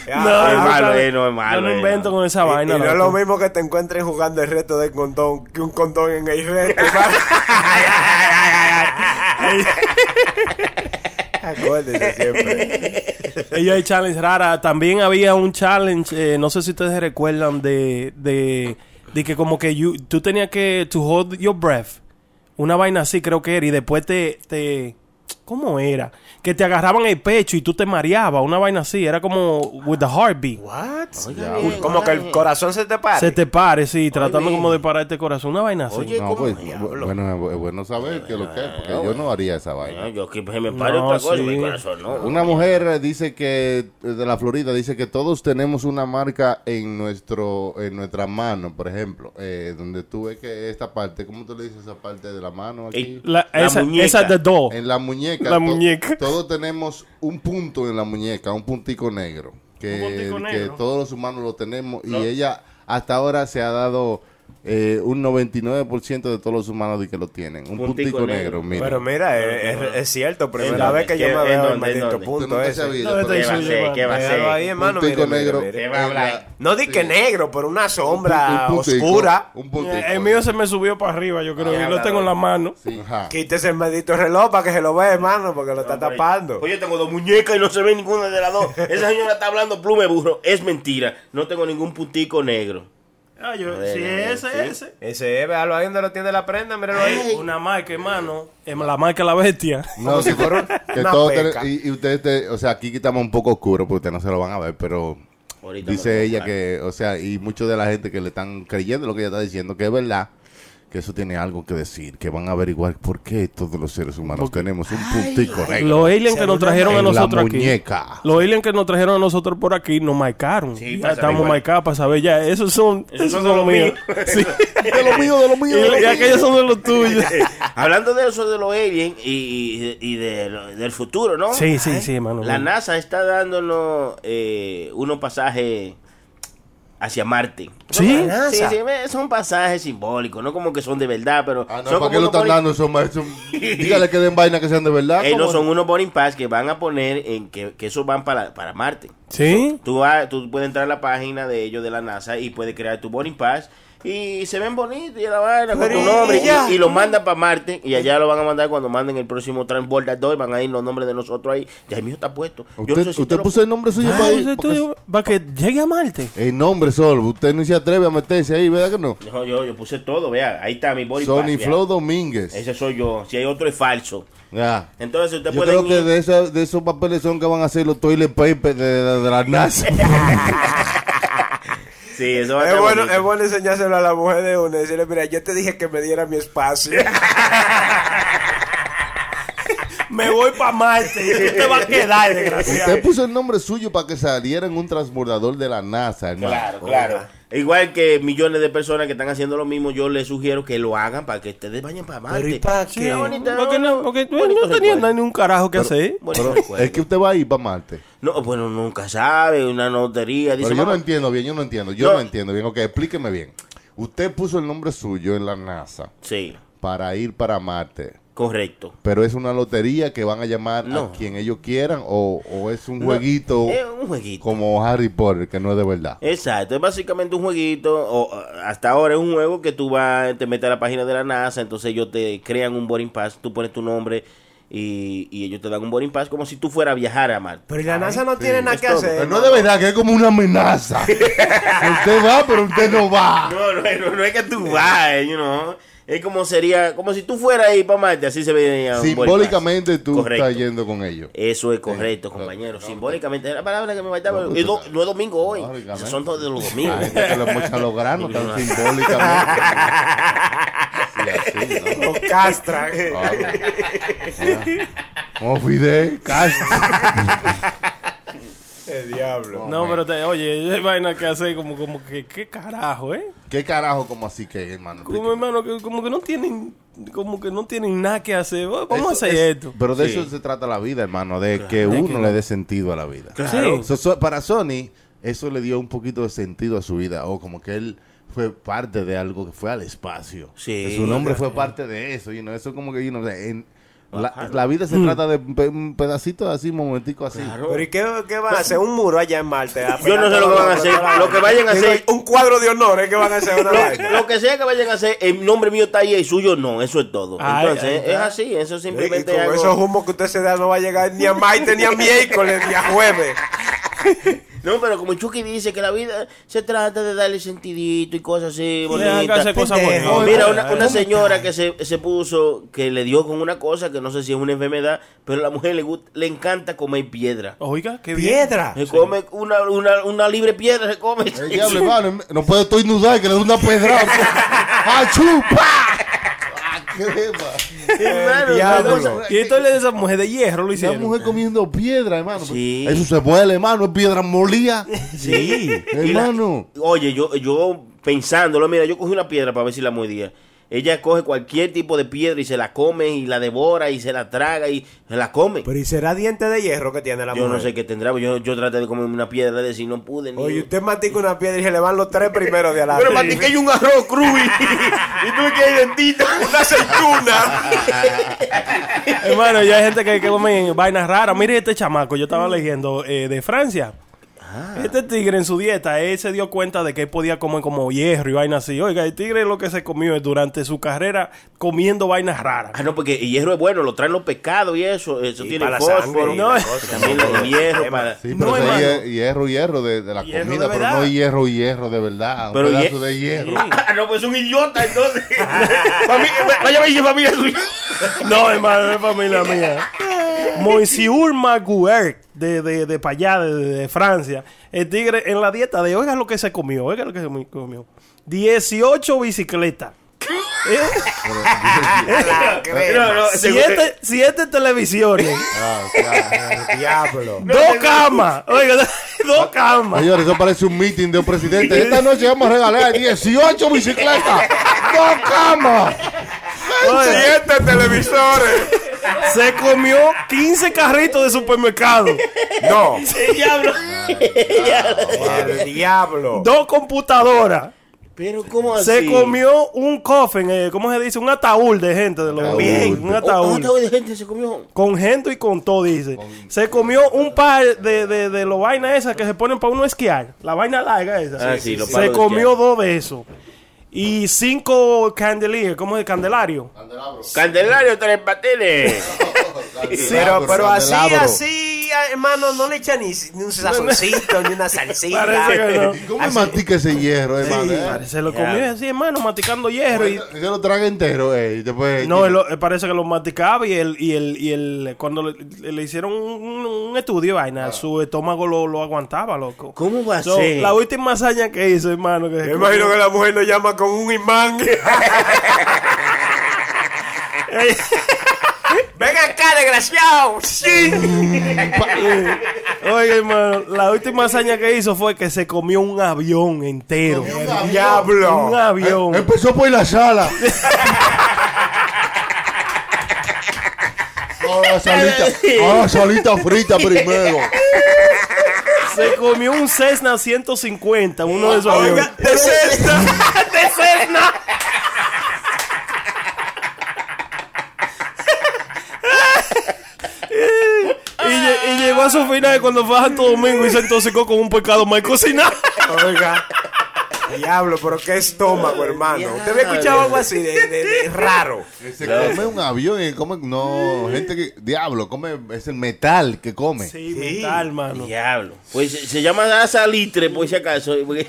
Speaker 9: Ya,
Speaker 10: No,
Speaker 9: ya,
Speaker 11: es malo,
Speaker 10: sabe,
Speaker 11: eh, no es malo,
Speaker 10: Yo no
Speaker 11: eh,
Speaker 10: invento
Speaker 11: no.
Speaker 10: con esa
Speaker 9: Y-
Speaker 10: vaina.
Speaker 9: Ah, y no es lo
Speaker 10: loco.
Speaker 9: mismo que te encuentres jugando el reto del condón que un condón en el reto. Acuérdese siempre.
Speaker 10: Ella hay challenge rara. También había un challenge, eh, no sé si ustedes recuerdan, de, de, de que como que you- tú tenías que to hold your breath. Una vaina así creo que era. Y después te, te... ¿Cómo era? Que te agarraban el pecho y tú te mareabas. Una vaina así. Era como with the heartbeat.
Speaker 9: What?
Speaker 11: Oiga
Speaker 9: Uy,
Speaker 11: bien,
Speaker 9: Como que el corazón se te para.
Speaker 10: Se te pare, sí. Tratando
Speaker 11: bien.
Speaker 10: como de parar este corazón. Una vaina así.
Speaker 11: Oye,
Speaker 7: No,
Speaker 11: ¿cómo?
Speaker 7: pues, bu- bueno, es bueno saber que lo que es, porque yo no haría esa
Speaker 11: No,
Speaker 7: vaina.
Speaker 11: yo que se me pare
Speaker 10: No,
Speaker 11: otra cosa,
Speaker 10: sí.
Speaker 11: mi corazón, no.
Speaker 7: Una mujer dice que, de la Florida, dice que todos tenemos una marca en nuestro en nuestra mano, por ejemplo, eh, donde tú ves que esta parte, ¿cómo tú le dices esa parte de la mano aquí?
Speaker 11: Ey,
Speaker 10: La-
Speaker 11: La
Speaker 10: esa,
Speaker 11: muñeca.
Speaker 10: esa es de dos.
Speaker 7: En la muñeca.
Speaker 10: oh. La muñeca.
Speaker 7: Todos tenemos un punto en la muñeca, un puntico negro. Que,
Speaker 10: puntico
Speaker 7: que
Speaker 10: negro.
Speaker 7: todos los humanos lo tenemos. Y ella hasta ahora se ha dado eh, un 99% de todos los humanos de que lo tienen. Un puntico,
Speaker 11: Puntico
Speaker 7: negro,
Speaker 11: negro.
Speaker 7: mira.
Speaker 9: Pero mira, es, es- es cierto. Primera
Speaker 11: dónde?
Speaker 9: vez que yo
Speaker 11: ¿Qué-
Speaker 9: me
Speaker 11: en
Speaker 9: veo el
Speaker 11: dónde? ¿En
Speaker 9: maldito
Speaker 11: dónde?
Speaker 7: Tú
Speaker 9: punto
Speaker 7: nunca
Speaker 9: ese.
Speaker 7: sabías,
Speaker 10: No,
Speaker 7: pero
Speaker 10: te
Speaker 11: ¿Qué va a
Speaker 10: Sí,
Speaker 11: hacer? ¿Qué va a
Speaker 9: Míralo ahí,
Speaker 11: hacer?
Speaker 9: hermano.
Speaker 7: puntico
Speaker 9: mire, mire,
Speaker 7: negro.
Speaker 9: mire.
Speaker 11: ¿Qué va a hablar?
Speaker 9: No di que negro, pero una sombra
Speaker 7: un puntico,
Speaker 9: oscura.
Speaker 7: Un puntico.
Speaker 10: Eh, el mío se me subió para arriba, yo creo.
Speaker 11: Ah,
Speaker 10: y lo
Speaker 11: la-
Speaker 10: tengo en la mano.
Speaker 7: Sí, ajá.
Speaker 9: Quítese el maldito reloj para que se lo vea, hermano, porque lo está tapando.
Speaker 11: pues, Oye, tengo dos muñecas y no se ve ninguna de las dos. Esa señora está hablando pluma y burro. Es mentira. No tengo ningún puntico negro.
Speaker 10: Ah, yo,
Speaker 11: Bueno,
Speaker 10: sí, ese,
Speaker 11: sí.
Speaker 10: ese.
Speaker 9: Ese es, véalo ahí donde lo tiene la prenda, míralo ahí.
Speaker 10: Una marca, hermano. em, La marca La Bestia.
Speaker 7: No, que, que
Speaker 9: una
Speaker 7: todos
Speaker 9: peca.
Speaker 7: ten- y, y ustedes, te- o sea, aquí quitamos un poco oscuro porque ustedes no se lo van a ver, pero
Speaker 11: Ahorita me
Speaker 7: dice
Speaker 11: lo
Speaker 7: ella
Speaker 11: voy a
Speaker 7: que, o sea, y mucho de la gente que le están creyendo lo que ella está diciendo, que es verdad, que eso tiene algo que decir, que van a averiguar por qué todos los seres humanos tenemos un puntico negro
Speaker 10: Los aliens que nos trajeron a
Speaker 7: en la
Speaker 10: nosotros aquí.
Speaker 7: muñeca.
Speaker 10: Los aliens que nos trajeron a nosotros por aquí nos marcaron.
Speaker 11: Sí,
Speaker 10: ya
Speaker 11: para saber
Speaker 10: estamos
Speaker 11: cuál.
Speaker 10: marcados para saber ya. Esos son, esos son los míos. Sí.
Speaker 7: De lo mío, de lo mío. de lo
Speaker 10: y, y
Speaker 7: mío.
Speaker 10: aquellos son de los tuyos.
Speaker 11: Hablando de eso de los aliens y, y- y de lo- del futuro, ¿no?
Speaker 10: Sí, sí, sí, hermano.
Speaker 11: La NASA está dándonos eh, unos pasajes hacia Marte.
Speaker 10: ¿Sí?
Speaker 11: Sí, sí, ve, son pasajes simbólicos, no como que son de verdad, pero
Speaker 7: Ah, no, ¿para qué
Speaker 11: son como
Speaker 7: lo
Speaker 11: unos
Speaker 7: están
Speaker 11: boarding-
Speaker 7: dando? Ah, Son, más- son- dígale que den vaina que sean de verdad.
Speaker 11: Ey, no,
Speaker 7: ¿cómo?
Speaker 11: son unos boarding pass que van a poner en que, que esos van para, para Marte.
Speaker 10: ¿Sí?
Speaker 11: Tú, vas- tú puedes entrar a la página de ellos de la NASA y puedes crear tu boarding pass y se ven bonitos y la vaina con tu nombre y, y lo mandan para Marte y allá lo van a mandar cuando manden el próximo transbordador van a ir los nombres de nosotros ahí ya el mío está puesto Yo
Speaker 7: Usted,
Speaker 11: no sé si
Speaker 7: usted
Speaker 11: lo-
Speaker 7: puso el nombre suyo
Speaker 10: Ah,
Speaker 7: para ahí,
Speaker 10: ese es
Speaker 7: porque-
Speaker 10: tuyo, para que llegue a Marte.
Speaker 7: El nombre solo. Usted no se atreve a meterse ahí, ¿verdad que no?
Speaker 11: No, yo, yo puse todo vea ahí está mi boarding pass
Speaker 7: Sony
Speaker 11: vea.
Speaker 7: Flow Domínguez.
Speaker 11: ese soy yo si hay otro es falso
Speaker 7: Ya.
Speaker 11: entonces usted
Speaker 7: Yo
Speaker 11: puede
Speaker 7: creo que de, esa- de esos papeles son que van a hacer los toilet papers de, de- de la NASA.
Speaker 11: sí eso va a
Speaker 9: Es
Speaker 11: estar
Speaker 9: bueno,
Speaker 11: bonito.
Speaker 9: es bueno enseñárselo a la mujer de una y decirle, mira, yo te dije que me diera mi espacio.
Speaker 10: Me voy para Marte. Y tú te vas a quedar, desgraciado.
Speaker 7: Usted puso el nombre suyo para que saliera en un transbordador de la NASA, hermano.
Speaker 11: Claro, claro. ah. Igual que millones de personas que están haciendo lo mismo, yo les sugiero que lo hagan para que ustedes vayan para Marte.
Speaker 9: ¿y pa'
Speaker 11: Sí,
Speaker 9: qué?
Speaker 11: bonita,
Speaker 10: Porque no, porque tú
Speaker 11: bonito
Speaker 10: no tenías
Speaker 11: recuerdo.
Speaker 10: ni un carajo que hacer.
Speaker 11: Bonito
Speaker 7: Pero
Speaker 11: recuerdo.
Speaker 7: es que usted va a ir para Marte.
Speaker 11: No, bueno, nunca sabe, una lotería. Dice,
Speaker 7: Pero yo no
Speaker 11: "Mamá,
Speaker 7: entiendo bien, yo no entiendo. Yo no,
Speaker 11: No.
Speaker 7: entiendo bien. Ok, explíqueme bien. Usted puso el nombre suyo en la NASA
Speaker 11: Sí,
Speaker 7: para ir para Marte.
Speaker 11: correcto.
Speaker 7: Pero es una lotería que van a llamar a
Speaker 11: No.
Speaker 7: quien ellos quieran o, o es un
Speaker 11: No,
Speaker 7: jueguito
Speaker 11: Es un jueguito.
Speaker 7: como Harry Potter que no es de verdad.
Speaker 11: Exacto, es básicamente un jueguito, o uh, hasta ahora es un juego que tú vas, te metes a la página de la NASA, entonces ellos te crean un boarding pass, tú pones tu nombre y, y ellos te dan un boarding pass como si tú fueras a viajar a Marte.
Speaker 9: Pero y la NASA no tiene nada que hacer.
Speaker 7: Pero no es de verdad, que es como una amenaza. usted va, pero usted no va.
Speaker 11: Ah. No, no, no, no es que tú vas, you know. Es como sería, como si tú fueras ahí para Marte, así se veía. un
Speaker 7: Simbólicamente tú
Speaker 11: Correcto.
Speaker 7: estás yendo con ellos.
Speaker 11: Eso es correcto, compañero. Simbólicamente, era la palabra que me faltaba.
Speaker 7: pues. No, pues,
Speaker 11: Y no, no es domingo hoy. Son todos de los domingos.
Speaker 7: Ay, que los mochan los granos
Speaker 11: Yo no-
Speaker 7: tan simbólicamente.
Speaker 9: Los castran.
Speaker 11: Ah,
Speaker 7: Como Fidel Castro.
Speaker 9: El diablo.
Speaker 10: No, pero te, oye, esa vaina que hace como, como que, ¿qué carajo, eh?
Speaker 7: ¿Qué carajo como así que, hermano?
Speaker 10: Como, hermano, que, como que no tienen, como que no tienen nada que hacer. Bueno, Vamos
Speaker 7: Eso
Speaker 10: a hacer
Speaker 7: es-
Speaker 10: esto.
Speaker 7: Pero de
Speaker 10: Sí.
Speaker 7: eso se trata la vida, hermano, de que uno le dé sentido a la vida.
Speaker 10: Claro. Sí.
Speaker 7: So- so- para Sony, eso le dio un poquito de sentido a su vida, o como que él fue parte de algo que fue al espacio. Que su nombre fue parte de eso, y no eso como que you know, en- la, la vida
Speaker 10: Mm.
Speaker 7: se trata de un pe- un pedacito así, un momentico así.
Speaker 9: Pero ¿y qué, qué van a hacer? ¿Un muro allá en Marte? ah,
Speaker 11: Yo no sé lo que van a hacer. Lo que vayan a hacer-
Speaker 9: Un cuadro de honores que van a hacer. Una vaina.
Speaker 11: Lo que sea que vayan a hacer, el nombre mío está ahí, el suyo no, eso es todo.
Speaker 9: Ay,
Speaker 11: Entonces,
Speaker 9: ay,
Speaker 11: es así, eso
Speaker 9: Y
Speaker 11: simplemente
Speaker 9: con
Speaker 11: es algo-
Speaker 9: esos humos que usted se da no va a llegar ni a Maite, ni a miércoles, ni a jueves.
Speaker 11: No, pero como Chucky dice que la vida se trata de darle sentidito y cosas así,
Speaker 10: hay que
Speaker 11: bonitas.
Speaker 10: hacer cosas
Speaker 11: Pendejo.
Speaker 10: buenas.
Speaker 11: Mira,
Speaker 10: Ay,
Speaker 11: una,
Speaker 10: ay,
Speaker 11: una
Speaker 10: ay.
Speaker 11: señora que se, se puso, que le dio con una cosa que no sé si es una enfermedad, pero a la mujer le, gust- le encanta comer piedra.
Speaker 10: Oiga, qué
Speaker 9: Piedra.
Speaker 11: Se come una, una, una libre piedra, se come.
Speaker 7: El Eh, diablo, hermano, em, no puedo tú inundar que le doy una pedra. ¡Achú! ¡Pa! ¡Ah, qué beba!
Speaker 11: Hermano,
Speaker 10: Diablo. Y entonces esa mujer de hierro lo
Speaker 7: La
Speaker 10: hicieron.
Speaker 7: mujer comiendo piedra, hermano.
Speaker 11: Sí.
Speaker 7: Eso se vuela, hermano. Es piedra molía.
Speaker 11: Sí. Y la-
Speaker 7: hermano.
Speaker 11: oye, yo, yo pensándolo, mira, yo cogí una piedra para ver si la mordía. Ella coge cualquier tipo de piedra y se la come y la devora y se la traga y se la come.
Speaker 9: Pero ¿y será diente de hierro que tiene la
Speaker 11: yo
Speaker 9: mujer?
Speaker 11: no sé qué tendrá, porque yo, yo traté de comerme una piedra de si no pude. Ni...
Speaker 9: Oye, usted matica una piedra y se le van los tres primeros de
Speaker 11: Pero
Speaker 9: adelante.
Speaker 11: mastiqué yo un arroz crudo y, y tuve que ir dentito.
Speaker 9: una aceituna.
Speaker 10: Hermano, ya hay gente que, que come vainas raras. Mire este chamaco, yo estaba leyendo eh, de Francia. Este tigre en su dieta, él se dio cuenta de que él podía comer como hierro y vainas así. Oiga, el tigre lo que se comió es durante su carrera comiendo vainas raras.
Speaker 11: Ah, no, porque el hierro es bueno, lo traen los pescados y eso. Eso
Speaker 9: Y
Speaker 11: tiene
Speaker 9: para la
Speaker 11: fósforo.
Speaker 9: sangre y
Speaker 11: No,
Speaker 9: la cosa.
Speaker 11: también el hierro para...
Speaker 7: Sí, pero
Speaker 10: No,
Speaker 7: ese
Speaker 10: hermano.
Speaker 7: hie- hierro, hierro de, de la
Speaker 10: Hierro de
Speaker 7: comida, pero
Speaker 10: verdad.
Speaker 7: no hierro, hierro de verdad. Un
Speaker 11: Pero
Speaker 7: pedazo
Speaker 11: hie-
Speaker 7: de hierro.
Speaker 11: Ah, no, pues es un idiota, entonces. Fami- Vaya, vaya, familia suya.
Speaker 10: No, hermano, es familia mía. Monsieur Maguire, de, de, de pa' allá, de, de- de Francia. El tigre en la dieta de, oiga lo que se comió, oiga lo que se mu- comió. 18 bicicletas.
Speaker 11: No, no, según-
Speaker 10: 7 Eh, televisiones.
Speaker 7: Ah, claro.
Speaker 9: Diablo.
Speaker 10: dos camas. Oiga, dos camas.
Speaker 7: Señores, eso parece un meeting de un presidente. Esta noche vamos a regalar 18 bicicletas. ¡Dos camas!
Speaker 9: Siete televisores.
Speaker 10: Se comió 15 carritos de supermercado.
Speaker 9: No.
Speaker 11: El diablo.
Speaker 9: El diablo.
Speaker 10: Dos computadoras.
Speaker 11: Pero, ¿cómo así?
Speaker 10: Se comió un coffin, eh, ¿cómo se dice? Un ataúd de gente. De los,
Speaker 7: Ataúd.
Speaker 10: Bien, un
Speaker 11: Un ataúd.
Speaker 10: ataúd.
Speaker 11: de gente se comió.
Speaker 10: Con gente y con todo, dice. Se comió un par de, de, de los vainas esas que se ponen para uno esquiar. La vaina larga esa.
Speaker 11: Ah, sí, los palos
Speaker 10: se
Speaker 11: de
Speaker 10: comió
Speaker 11: esquiar.
Speaker 10: dos de esos. Y cinco candeliers, ¿cómo es? Candelario.
Speaker 11: Candelario, tres patines.
Speaker 9: Pero, pero así,
Speaker 7: Candelabro.
Speaker 9: así, hermano, no le echan ni, ni un sazoncito, ni una salsita.
Speaker 10: Parece que no.
Speaker 7: ¿Y ¿Cómo mastica ese hierro, hermano? eh?
Speaker 10: Se lo comió así, hermano, masticando hierro. Y,
Speaker 7: Se lo traga entero, eh, y después-
Speaker 10: No, él lo- él parece que lo masticaba y el, y el, y el, cuando le, le hicieron un, un estudio, y vaina, su estómago lo, lo aguantaba, loco.
Speaker 11: ¿Cómo va a
Speaker 10: So,
Speaker 11: ser?
Speaker 10: La última hazaña que hizo, hermano. Que
Speaker 9: Me imagino que la mujer lo llama con un imán. Ven acá, desgraciado.
Speaker 10: Oye, hermano, la última hazaña que hizo fue que se comió un avión entero.
Speaker 9: Diablo.
Speaker 10: Un avión.
Speaker 7: Empezó por la sala. Ahora salita, ahora salita frita primero.
Speaker 10: Se comió un Cessna 150, uno de esos aviones.
Speaker 9: Oiga, de cesta. De cesta.
Speaker 10: Y, lle- y llegó a su final cuando fue a Santo Domingo y se intoxicó con un pescado mal cocinado.
Speaker 9: Oiga. Diablo, pero qué estómago, hermano. ¿Te había escuchado algo así de, de- de raro?
Speaker 7: Se come un avión y come. No, gente que. Diablo, come. Es el metal que come.
Speaker 10: Sí, metal, mano.
Speaker 11: Diablo. Pues se, se llama salitre, por si acaso. porque-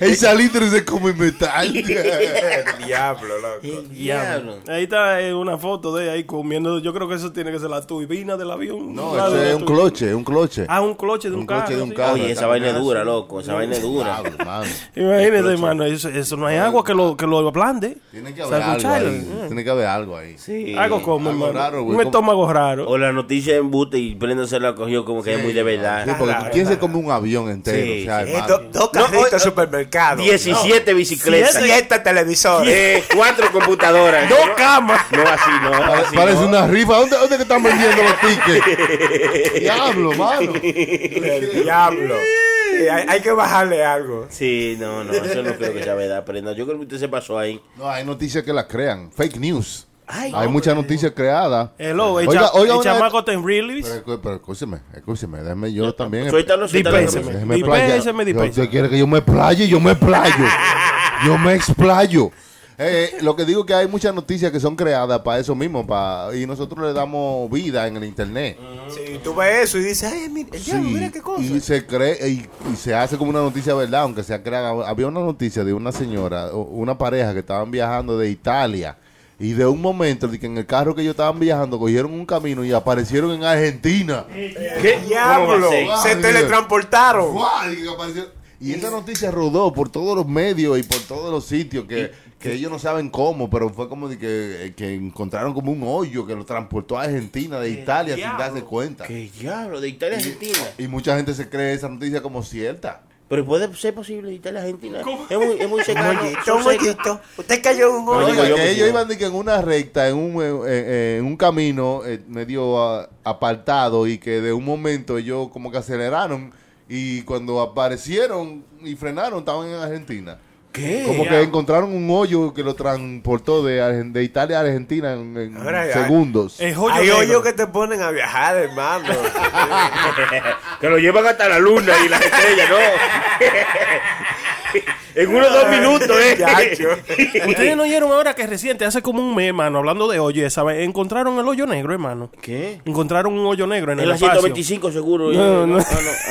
Speaker 7: El salitre se come metal.
Speaker 9: Diablo, loco.
Speaker 11: Diablo.
Speaker 10: Ahí está eh, una foto de ahí comiendo. Yo creo que eso tiene que ser la turbina del avión.
Speaker 7: No,
Speaker 10: La-
Speaker 7: ese
Speaker 10: la
Speaker 7: es un
Speaker 10: tu-
Speaker 7: cloche, un cloche.
Speaker 10: Ah, un cloche de un,
Speaker 7: cloche
Speaker 10: carro,
Speaker 7: de un
Speaker 10: sí.
Speaker 7: carro.
Speaker 11: Oye, esa vaina es dura, loco. Esa vaina es dura.
Speaker 7: Diablo, mano.
Speaker 10: Imagínese, hermano, eso, eso no hay agua que lo, que lo ablande.
Speaker 7: Tiene que haber algo
Speaker 10: Sanguchalo.
Speaker 7: ahí. Tiene que haber algo ahí.
Speaker 11: Sí.
Speaker 10: Algo como,
Speaker 7: Algo
Speaker 10: hermano.
Speaker 7: raro, güey.
Speaker 10: un estómago raro.
Speaker 11: O la noticia en buta y Brenda se la cogió como que es muy de verdad.
Speaker 7: Sí, porque ¿quién se come un avión entero?
Speaker 11: Ah, Sí,
Speaker 7: o sea,
Speaker 9: Eh,
Speaker 7: hermano.
Speaker 9: do- dos
Speaker 11: No,
Speaker 9: carritos
Speaker 11: oye,
Speaker 9: de supermercado.
Speaker 11: 17 bicicletas.
Speaker 9: Siete televisores.
Speaker 11: Eh, cuatro computadoras.
Speaker 10: Dos camas.
Speaker 11: No así, no.
Speaker 7: Pare-
Speaker 11: así,
Speaker 7: Parece
Speaker 11: Ah, no.
Speaker 7: una rifa. ¿Dónde, ¿Dónde que están vendiendo los tickets? Diablo, mano.
Speaker 9: El diablo. Sí, hay, hay que bajarle algo.
Speaker 11: Sí, no, no, eso no creo que sea verdad, Brenda. Yo creo que usted se pasó ahí.
Speaker 7: No, hay noticias que las crean. Fake news.
Speaker 11: Ay,
Speaker 7: hay muchas noticias creadas.
Speaker 10: Hello, el,
Speaker 7: Oiga,
Speaker 10: cha-
Speaker 7: oiga
Speaker 10: el
Speaker 7: una-
Speaker 10: chamaco está en release.
Speaker 7: Pero, escú- pero escúcheme, escúcheme, déjeme yo también.
Speaker 11: Suéltalo,
Speaker 10: Dipéseme.
Speaker 11: suéltalo.
Speaker 7: Déjeme
Speaker 10: Dipéseme,
Speaker 7: playar.
Speaker 10: dipéseme.
Speaker 7: Usted quiere que yo me playe, yo me playo. yo me explayo. Eh, lo que digo que hay muchas noticias que son creadas para eso mismo, para y nosotros le damos vida en el internet.
Speaker 9: Sí, tú ves eso y dices, ay, mira, el diablo,
Speaker 7: Sí,
Speaker 9: mira qué cosa.
Speaker 7: Y se cree y, y se hace como una noticia verdad, aunque sea creada. Había una noticia de una señora, o- una pareja que estaban viajando de Italia y de un momento de que en el carro que ellos estaban viajando cogieron un camino y aparecieron en Argentina.
Speaker 11: ¿Qué? ¿Cómo va
Speaker 9: Diablo,
Speaker 11: a ser?
Speaker 9: se teletransportaron.
Speaker 7: ¡Guau! Y, apareció- y esa noticia rodó por todos los medios y por todos los sitios que, que ellos no saben cómo, pero fue como de que, que encontraron como un hoyo que lo transportó a Argentina de Italia sin darse cuenta.
Speaker 11: ¿Qué diablo? De Italia a Argentina.
Speaker 7: Y mucha gente se cree esa noticia como cierta.
Speaker 11: Pero puede ser posible de Italia a Argentina. Es muy, es muy
Speaker 9: Un
Speaker 11: cercano.
Speaker 9: hoyito,
Speaker 11: son
Speaker 9: un
Speaker 11: cerca.
Speaker 9: hoyito. Usted cayó en un
Speaker 11: No,
Speaker 9: hoyo.
Speaker 11: digo
Speaker 7: Oiga,
Speaker 11: yo
Speaker 7: que
Speaker 11: que
Speaker 7: ellos
Speaker 11: sí.
Speaker 7: iban de que en una recta, en un, eh, eh, en un camino eh, medio ah, apartado y que de un momento ellos como que aceleraron y cuando aparecieron y frenaron estaban en Argentina.
Speaker 11: ¿Qué?
Speaker 7: Como que encontraron un hoyo que lo transportó de, Argen- de Italia a Argentina en, en
Speaker 9: Ahora eh, ya.
Speaker 7: segundos.
Speaker 10: El joyo
Speaker 9: Hay
Speaker 10: negro.
Speaker 9: hoyos que te ponen a viajar, hermano.
Speaker 11: que lo llevan hasta la luna y las estrellas, ¿no? en unos dos minutos,
Speaker 9: Chacho.
Speaker 11: ¿eh?
Speaker 10: Ustedes no oyeron ahora que reciente, hace como un mes, hermano, hablando de hoyo, esa vez, encontraron el hoyo negro, hermano.
Speaker 11: ¿Qué?
Speaker 10: Encontraron un hoyo negro en
Speaker 11: En
Speaker 10: el
Speaker 11: la
Speaker 10: espacio.
Speaker 11: 125 seguro.
Speaker 10: No, no.
Speaker 11: ah,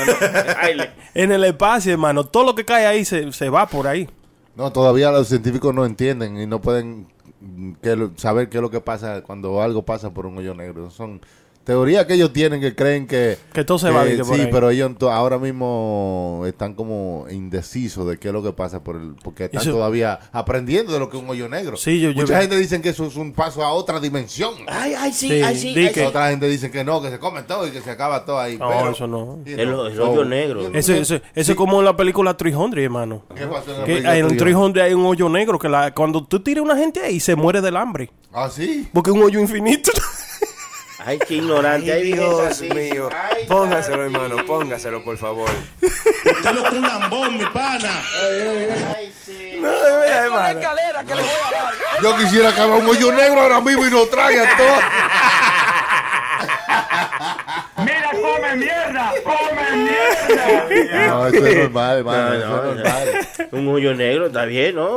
Speaker 11: no. Ay, le-
Speaker 10: En el espacio, hermano. Todo lo que cae ahí se, se va por ahí.
Speaker 7: No, todavía los científicos no entienden y no pueden mm, que lo- saber qué es lo que pasa cuando algo pasa por un hoyo negro. Son teorías que ellos tienen que creen que...
Speaker 10: Que todo se va de que por
Speaker 7: Sí,
Speaker 10: ahí.
Speaker 7: pero ellos to- ahora mismo están como indecisos de qué es lo que pasa por el... Porque están
Speaker 10: Eso-
Speaker 7: todavía aprendiendo de lo que es un hoyo negro.
Speaker 10: Sí, yo- yo-
Speaker 7: Mucha gente dice que eso es un paso a otra dimensión.
Speaker 11: Ay, ay, sí,
Speaker 10: Sí,
Speaker 11: ay, sí.
Speaker 10: di
Speaker 11: ay,
Speaker 10: que-
Speaker 11: sí.
Speaker 7: Otra gente dice que no, que se come todo y que se acaba todo ahí.
Speaker 10: No,
Speaker 7: pero-
Speaker 10: eso no.
Speaker 7: Sí,
Speaker 11: El- el hoyo negro.
Speaker 7: ¿Qué
Speaker 10: Eso, eso, eso es como en la película 300, hermano.
Speaker 7: pasó en la
Speaker 10: Que
Speaker 7: película
Speaker 10: en el
Speaker 7: tuya?
Speaker 10: 300 hay un hoyo negro que la, cuando tú tiras una gente ahí se muere del hambre.
Speaker 7: Ah, sí.
Speaker 10: Porque es un hoyo infinito.
Speaker 11: Ay, qué ignorante. Ay,
Speaker 9: Ay, Dios
Speaker 11: vieja, sí.
Speaker 9: mío.
Speaker 11: Ay,
Speaker 9: Póngaselo,
Speaker 11: Tati.
Speaker 9: hermano, póngaselo, por favor.
Speaker 2: Usted lo que un lambón, mi pana.
Speaker 11: Ay, sí.
Speaker 9: No, de verdad,
Speaker 3: Es una
Speaker 9: hermano.
Speaker 3: escalera que le voy a dar.
Speaker 7: Yo quisiera que haga un hoyo negro ahora mismo y nos traiga todo.
Speaker 2: Mira, come mierda, come mierda.
Speaker 7: No, eso es normal, hermano.
Speaker 11: No,
Speaker 7: eso
Speaker 11: no,
Speaker 7: es normal.
Speaker 11: Un hoyo negro está bien, ¿no?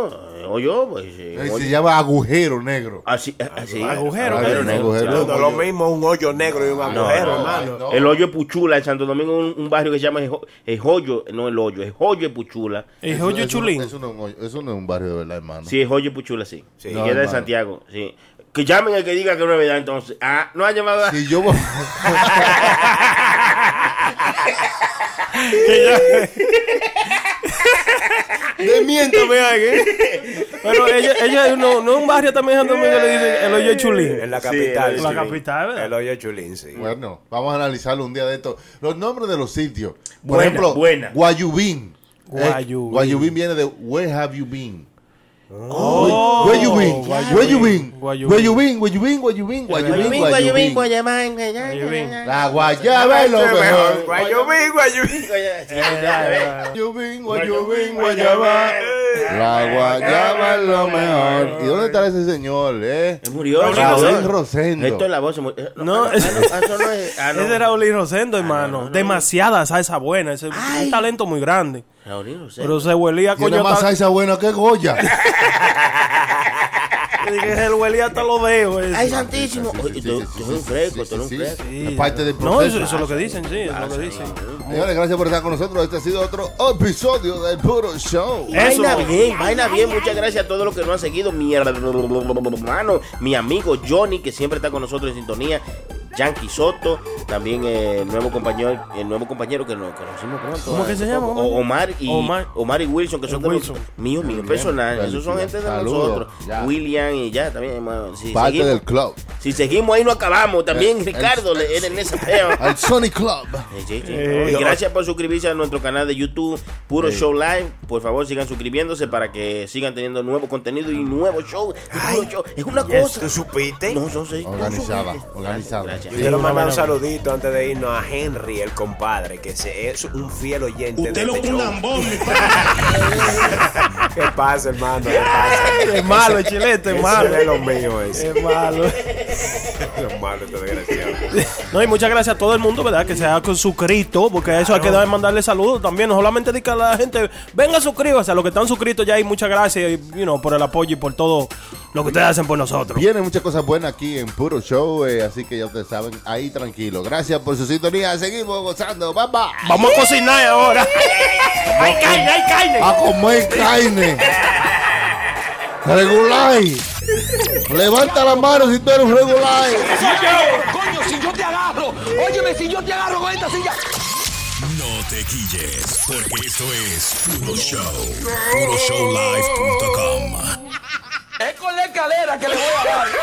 Speaker 11: Hoyo, pues. sí,
Speaker 7: Eh,
Speaker 11: hoyo.
Speaker 7: Se llama agujero negro.
Speaker 11: Así, eh, así.
Speaker 10: Agujero,
Speaker 7: agujero negro.
Speaker 11: claro.
Speaker 9: No, lo mismo un hoyo negro y un
Speaker 11: No,
Speaker 9: agujero,
Speaker 11: no,
Speaker 9: hermano.
Speaker 7: no.
Speaker 11: El hoyo de Puchula, en Santo Domingo, un, un barrio que se llama el, Jo- el Hoyo, no el hoyo, el Hoyo de Puchula.
Speaker 10: El
Speaker 7: Eso-
Speaker 10: hoyo
Speaker 7: eso-
Speaker 10: chulín.
Speaker 7: Eso no, es un hoyo- eso no es un barrio de verdad, hermano.
Speaker 11: Sí, el Hoyo de Puchula, sí.
Speaker 9: Sí.
Speaker 11: Y
Speaker 7: No,
Speaker 11: queda en
Speaker 7: hermano.
Speaker 11: Santiago, sí. Que llamen al que diga que no es verdad, entonces. Ah, no ha llamado a...
Speaker 7: Si yo, vo-
Speaker 10: Desmiéntame
Speaker 11: ¿eh?
Speaker 10: ahí. Pero ella, ella no, no es un barrio también Santo Domingo le dicen el hoyo chulín.
Speaker 9: En la
Speaker 11: Sí,
Speaker 9: capital.
Speaker 11: en
Speaker 10: la
Speaker 9: sí.
Speaker 10: capital, ¿verdad?
Speaker 9: El hoyo chulín, sí.
Speaker 7: bueno, vamos a analizarlo un día de esto. Los nombres de los sitios. Por
Speaker 11: Buena,
Speaker 7: ejemplo,
Speaker 11: buena.
Speaker 7: Guayubín. Eh,
Speaker 10: Guayubín.
Speaker 7: Guayubín viene de Where have you been?
Speaker 10: Oh,
Speaker 7: Guayubín. Guayubín.
Speaker 10: Guayubín.
Speaker 7: Guayubín. Guayubín. Guayubín. Guayubín. Guayubín.
Speaker 11: Guayabín,
Speaker 10: Guayubín.
Speaker 7: La guayaba es lo mejor.
Speaker 9: Guayubín, Guayubín.
Speaker 7: Guayubín.
Speaker 11: Guayabín.
Speaker 7: Guayubín. Guayaba. La guayaba es lo mejor. ¿Y dónde está ese señor, eh?
Speaker 11: Murió.
Speaker 7: Raúl
Speaker 11: ¿no?
Speaker 7: Rosendo.
Speaker 11: Esto es la voz. se murió.
Speaker 10: No,
Speaker 11: ah, ah, eso no es. ah, no.
Speaker 10: Ese era Oli Rosendo, hermano. Demasiada salsa buena. Ese, un talento muy grande.
Speaker 11: Raulín Rosendo.
Speaker 10: Pero se huelía
Speaker 7: Tiene
Speaker 10: coño.
Speaker 7: más
Speaker 10: hasta-
Speaker 7: salsa buena que Goya.
Speaker 10: Dije, se huelía hasta los dedos. ese.
Speaker 11: Ay, santísimo. Oye, Tú tú eres un fresco, tú eres un fresco.
Speaker 7: Aparte del
Speaker 10: No, eso,
Speaker 7: proceso.
Speaker 10: eso es lo que dicen, sí, eso es lo que dicen.
Speaker 7: Señores, gracias por estar con nosotros. Este ha sido otro episodio del Puro Show.
Speaker 11: Vaina bien, vaina bien. Muchas gracias a todos los que nos han seguido. Mi hermano, mi amigo Johnny, que siempre está con nosotros en sintonía. Yankee Soto, también eh, el nuevo compañero, el nuevo compañero que nos conocimos pronto.
Speaker 10: ¿Cómo
Speaker 11: ah,
Speaker 10: que se
Speaker 11: hace
Speaker 10: llama?
Speaker 11: poco. O- Omar y
Speaker 10: Omar.
Speaker 11: Omar, y Wilson, que son de los míos, míos personales. Esos son gente de
Speaker 7: Saludos.
Speaker 11: nosotros.
Speaker 7: Ya.
Speaker 11: William y ya también. hermano. Si
Speaker 7: Parte
Speaker 11: seguimos,
Speaker 7: del club.
Speaker 11: si seguimos ahí no acabamos. También
Speaker 7: Eh,
Speaker 11: Ricardo, le- él en ese peo.
Speaker 7: Al Sony Club.
Speaker 11: Sí, sí, sí.
Speaker 10: Eh,
Speaker 11: Y gracias por suscribirse a nuestro canal de YouTube Puro Show Live. Por favor, sigan suscribiéndose para que sigan teniendo nuevo contenido y nuevo show. Nuevo show. Es una cosa.
Speaker 3: ¿Tú supiste?
Speaker 11: No, no sé.
Speaker 7: Organizada, organizada.
Speaker 11: Gracias.
Speaker 9: Yo quiero mandar un saludito antes de irnos a Henry, el compadre, que se- es un fiel oyente
Speaker 2: Usted
Speaker 9: de
Speaker 2: lo
Speaker 9: este show.
Speaker 2: culambón, mi padre.
Speaker 9: ¿Qué pasa, hermano? ¿Qué pasa?
Speaker 10: Es malo, el chilete, es
Speaker 9: Ese
Speaker 10: malo.
Speaker 9: es lo mío, ese.
Speaker 10: Es malo.
Speaker 9: Es malo, este desgraciado.
Speaker 10: No, y muchas gracias a todo el mundo, ¿verdad? Que se ha suscrito, porque eso hay que dar- mandarle saludos también. No solamente diga a la gente, venga, suscríbase. A los que están suscritos ya, y muchas gracias, y, you know, por el apoyo y por todo lo que ustedes hacen por nosotros.
Speaker 7: Vienen muchas cosas buenas aquí en Puro Show, eh, así que ya ustedes saben, ahí tranquilo. Gracias por su sintonía, seguimos gozando, papá.
Speaker 10: Vamos a cocinar ahora. ¡Hay carne, hay carne!
Speaker 7: A comer carne. Regular. Levanta las manos si tú eres un regular.
Speaker 3: Coño, si yo te agarro. Óyeme, si yo te agarro con esta silla.
Speaker 1: No te quilles, porque esto es Puro Show. PuroShowLive.com
Speaker 3: Es con la escalera que le voy a dar.